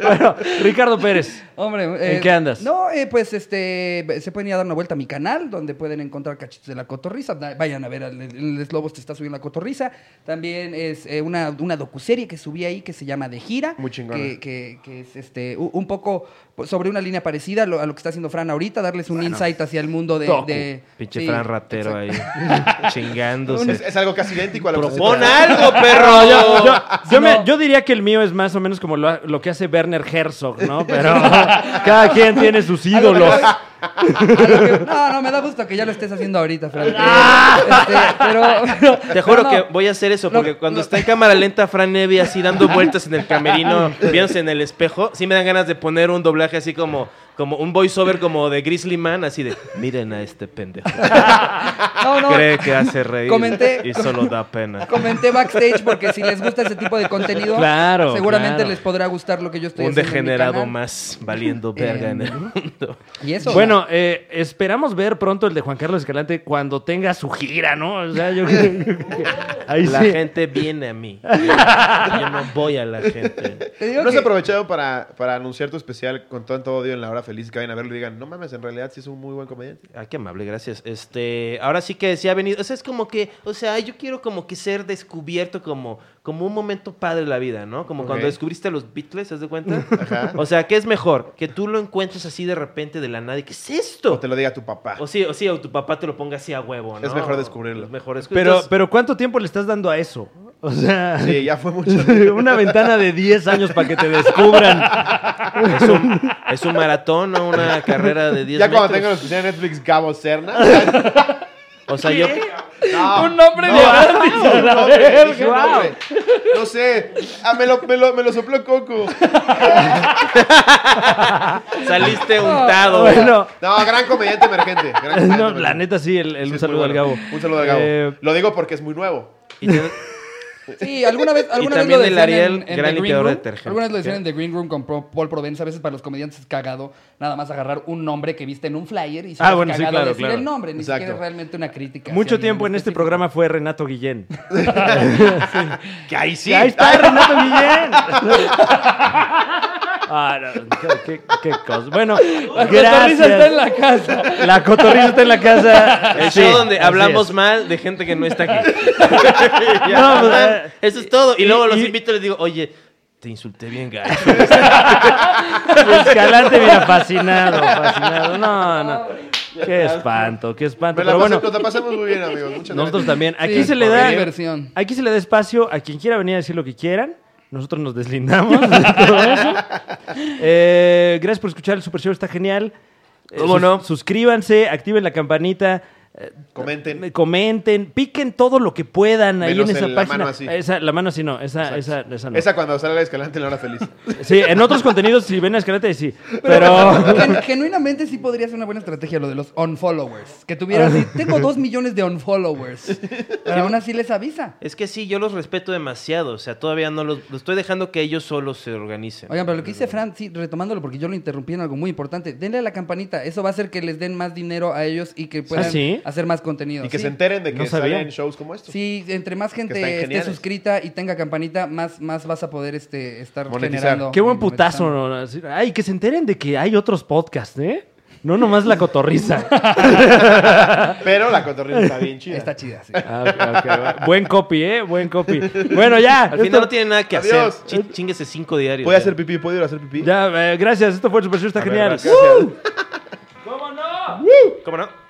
Speaker 2: Bueno, Ricardo Pérez.
Speaker 3: Hombre,
Speaker 2: ¿En
Speaker 3: eh,
Speaker 2: qué andas?
Speaker 3: No, eh, pues este, se pueden ir a dar una vuelta a mi canal, donde pueden encontrar cachitos de la cotorriza. Da- Vayan a ver, al- en Les Lobos te está subiendo la cotorriza. También es eh, una, una docuserie que subí ahí que se llama De Gira.
Speaker 1: Muy chingona.
Speaker 3: Que, que- que es este, u- un poco pues, sobre una línea parecida a lo, a lo que está haciendo Fran ahorita, darles un insight hacia el mundo de.
Speaker 2: docu.
Speaker 3: de-
Speaker 4: Pinche
Speaker 3: sí,
Speaker 4: Fran ratero ahí.
Speaker 2: (laughs)
Speaker 1: Es,
Speaker 4: Chingándose.
Speaker 1: es algo casi idéntico a lo que
Speaker 4: Propon
Speaker 1: se-
Speaker 4: algo, perro.
Speaker 2: No, yo, yo- yo
Speaker 3: Si
Speaker 2: me-
Speaker 3: no-
Speaker 2: yo diría que el mío es más o menos como lo, lo que hace Werner Herzog, ¿no? Pero (laughs) cada quien tiene sus
Speaker 3: A lo que
Speaker 2: ídolos.
Speaker 3: voy- a lo que- no, no, me da gusto que ya lo estés haciendo ahorita,
Speaker 4: (laughs)
Speaker 3: Fran. Eh, este, pero, (laughs)
Speaker 4: Te
Speaker 3: no,
Speaker 4: juro
Speaker 3: no.
Speaker 4: que voy a hacer eso,
Speaker 3: Lo-
Speaker 4: porque cuando
Speaker 3: lo-
Speaker 4: está en cámara lenta Fran Nevi así dando vueltas en
Speaker 3: (laughs)
Speaker 4: el camerino, viéndose en el espejo, sí me dan ganas de poner un doblaje así como, como un voiceover como de Grizzly Man, así de, miren a este pendejo.
Speaker 3: No, no.
Speaker 4: Cree que hace reír
Speaker 3: Comenté-
Speaker 4: y solo da
Speaker 3: (laughs)
Speaker 4: pena.
Speaker 3: Comenté backstage porque si les gusta ese tipo de contenido,
Speaker 2: Claro,
Speaker 3: seguramente
Speaker 2: claro.
Speaker 3: les podrá gustar lo que yo estoy
Speaker 4: Un
Speaker 3: haciendo. en mi
Speaker 4: degenerado
Speaker 3: canal.
Speaker 4: más valiendo verga en el mundo.
Speaker 3: Y eso.
Speaker 2: Bueno, eh, esperamos ver pronto el de Juan Carlos Escalante cuando tenga su gira, ¿no? O sea, yo (laughs) Ahí
Speaker 4: La
Speaker 2: sí.
Speaker 4: gente viene
Speaker 3: (laughs)
Speaker 4: a mí. Yo no voy a la gente.
Speaker 3: te digo
Speaker 1: ¿No has
Speaker 3: que-
Speaker 1: aprovechado para, para anunciar tu especial con tanto odio en la hora feliz que vayan a verlo y digan, no mames, en realidad sí es un muy buen comediante?
Speaker 4: Ah, qué amable, gracias. Este, ahora sí que sí ha venido. O sea, es como que, o sea, yo quiero como que ser descubierto como, como un momento padre de la vida, ¿no? Como cuando
Speaker 1: Ok.
Speaker 4: descubriste a los Beatles, ¿te das cuenta?
Speaker 1: (laughs) Ajá.
Speaker 4: O sea, ¿qué es mejor? Que tú lo encuentres así de repente de la nada y ¿qué es esto?
Speaker 1: O te lo diga tu papá.
Speaker 4: O sí, o sí, o tu papá te lo ponga así a huevo, ¿no?
Speaker 1: Es mejor descubrirlo.
Speaker 4: Es mejor descubrirlo.
Speaker 2: Pero, pero ¿cuánto tiempo le estás dando a eso? O sea,
Speaker 1: Sí, ya fue mucho.
Speaker 2: (laughs) una ventana de 10 años para que te descubran.
Speaker 4: es, un, es un maratón,
Speaker 1: (laughs)
Speaker 4: no una carrera de 10
Speaker 1: Ya cuando
Speaker 4: metros.
Speaker 1: tengo la especial de Netflix Gabo
Speaker 2: (laughs)
Speaker 1: Serna.
Speaker 4: O sea, yo...
Speaker 3: Un nombre de
Speaker 1: No, no, güey, dije, no, güey. No sé. Ah, me lo, me lo, me lo sopló Coco.
Speaker 4: Saliste
Speaker 1: Oh.
Speaker 4: untado.
Speaker 2: Bueno,
Speaker 1: No, gran comediante emergente. gran comediante
Speaker 2: (laughs) no,
Speaker 1: emergente.
Speaker 2: la neta sí, el, el-
Speaker 1: Sí,
Speaker 2: un
Speaker 1: es
Speaker 2: saludo
Speaker 1: muy
Speaker 2: al
Speaker 1: bueno.
Speaker 2: Gabo.
Speaker 1: Un saludo al Gabo.
Speaker 2: Eh,
Speaker 1: Lo digo porque es muy nuevo.
Speaker 4: Y te-
Speaker 3: Sí, alguna vez, alguna vez
Speaker 4: también
Speaker 3: lo
Speaker 4: el
Speaker 3: decían
Speaker 4: Ariel,
Speaker 3: en, en
Speaker 4: gran
Speaker 3: The Green
Speaker 4: limpiador de
Speaker 3: Room.
Speaker 4: detergente.
Speaker 3: Alguna vez lo decían en The Green Room con Pro- Paul Provence. A veces para los comediantes es cagado nada más agarrar un nombre que viste en un flyer y se
Speaker 2: Ah,
Speaker 3: hace
Speaker 2: bueno, sí,
Speaker 3: cagado
Speaker 2: claro,
Speaker 3: decir
Speaker 2: claro.
Speaker 3: el nombre. Ni
Speaker 1: Exacto.
Speaker 3: siquiera es realmente una crítica.
Speaker 2: mucho
Speaker 3: hacia
Speaker 2: tiempo en
Speaker 3: alguien
Speaker 2: este
Speaker 3: específico. (laughs)
Speaker 2: programa fue Renato Guillén.
Speaker 1: Que ahí sí.
Speaker 2: Ahí está Renato (laughs) Guillén. Ah, no, qué, qué- qué cosa. Bueno,
Speaker 3: La
Speaker 2: gracias.
Speaker 3: cotorriza está en la casa.
Speaker 2: La cotorriza está en la casa.
Speaker 4: El
Speaker 2: Sí,
Speaker 4: show donde
Speaker 2: así
Speaker 4: hablamos (laughs)
Speaker 2: es.
Speaker 4: mal de gente que no está
Speaker 2: (laughs)
Speaker 4: aquí. (laughs) Ya,
Speaker 2: No, pues,
Speaker 4: ¿verdad?
Speaker 2: eh,
Speaker 4: Eso es todo. Y,
Speaker 2: y-
Speaker 4: luego los
Speaker 2: y-
Speaker 4: invito y les digo, oye, te insulté bien, gacho.
Speaker 2: (laughs) Y Escalante, Pues, mira, fascinado, fascinado. No, no. Qué espanto, qué espanto.
Speaker 1: Me la
Speaker 2: Pero
Speaker 1: pasé-
Speaker 2: bueno,
Speaker 1: Nos la pasamos muy bien, amigos. Muchas
Speaker 2: nosotros también. Aquí
Speaker 3: Sí,
Speaker 2: se le
Speaker 3: qué
Speaker 2: da.
Speaker 3: diversión.
Speaker 2: Aquí se le da espacio a quien quiera venir a decir lo que quieran. Nosotros nos deslindamos de todo eso. Eh, gracias por escuchar el Super Show, está genial. Eh,
Speaker 4: ¿Cómo no?
Speaker 2: Suscríbanse, activen la campanita. eh,
Speaker 1: Comenten.
Speaker 2: eh, comenten, piquen todo lo que puedan ahí
Speaker 1: Menos
Speaker 2: en esa
Speaker 1: el- la
Speaker 2: página.
Speaker 1: mano así.
Speaker 2: Esa, la mano así no, esa, esa, esa no.
Speaker 1: Esa cuando sale la escalante en la hora feliz.
Speaker 2: Sí, en otros contenidos si ven a Escalante, sí. (laughs) Pero...
Speaker 3: Gen- genuinamente sí podría ser una buena estrategia lo de los unfollowers. Que tuviera así, tengo dos millones de unfollowers. Y aún así les avisa.
Speaker 4: Es que sí, yo los respeto demasiado. O sea, todavía no los. los estoy dejando que ellos solos se organicen.
Speaker 3: Oigan, pero lo que dice Fran, sí, retomándolo porque yo lo interrumpí en algo muy importante. Denle a la campanita. Eso va a hacer que les den más dinero a ellos y que puedan
Speaker 2: ¿Ah, sí?
Speaker 3: hacer más contenido.
Speaker 1: Y que
Speaker 3: sí.
Speaker 1: se enteren de que
Speaker 2: No sabía.
Speaker 1: salen shows como estos.
Speaker 3: Sí, entre más gente
Speaker 1: están
Speaker 3: esté
Speaker 1: geniales.
Speaker 3: suscrita y tenga campanita, más, más vas a poder este, estar
Speaker 1: Monetizar.
Speaker 3: generando.
Speaker 2: Qué buen
Speaker 3: y
Speaker 2: putazo.
Speaker 3: monetizando.
Speaker 2: ¿no? Así- Ay, que se enteren de que hay otros podcasts, ¿eh? No nomás la cotorriza.
Speaker 1: Pero la cotorrilla está bien chida.
Speaker 3: (laughs) Está chida, sí.
Speaker 2: (laughs) Ah, ok, ok, va. Buen copy, ¿eh? Buen copy. Bueno, ya.
Speaker 4: Al final
Speaker 2: esto-
Speaker 4: no tiene nada que
Speaker 1: Adiós.
Speaker 4: hacer. Chi- Chinguese cinco diarios.
Speaker 1: ¿Puede
Speaker 4: ya.
Speaker 1: hacer pipí? ¿Puedo ir a hacer pipí?
Speaker 2: Ya, eh, gracias. Esto fue el Super Show, está
Speaker 1: A ver,
Speaker 2: genial.
Speaker 1: gracias.
Speaker 4: ¿Cómo no?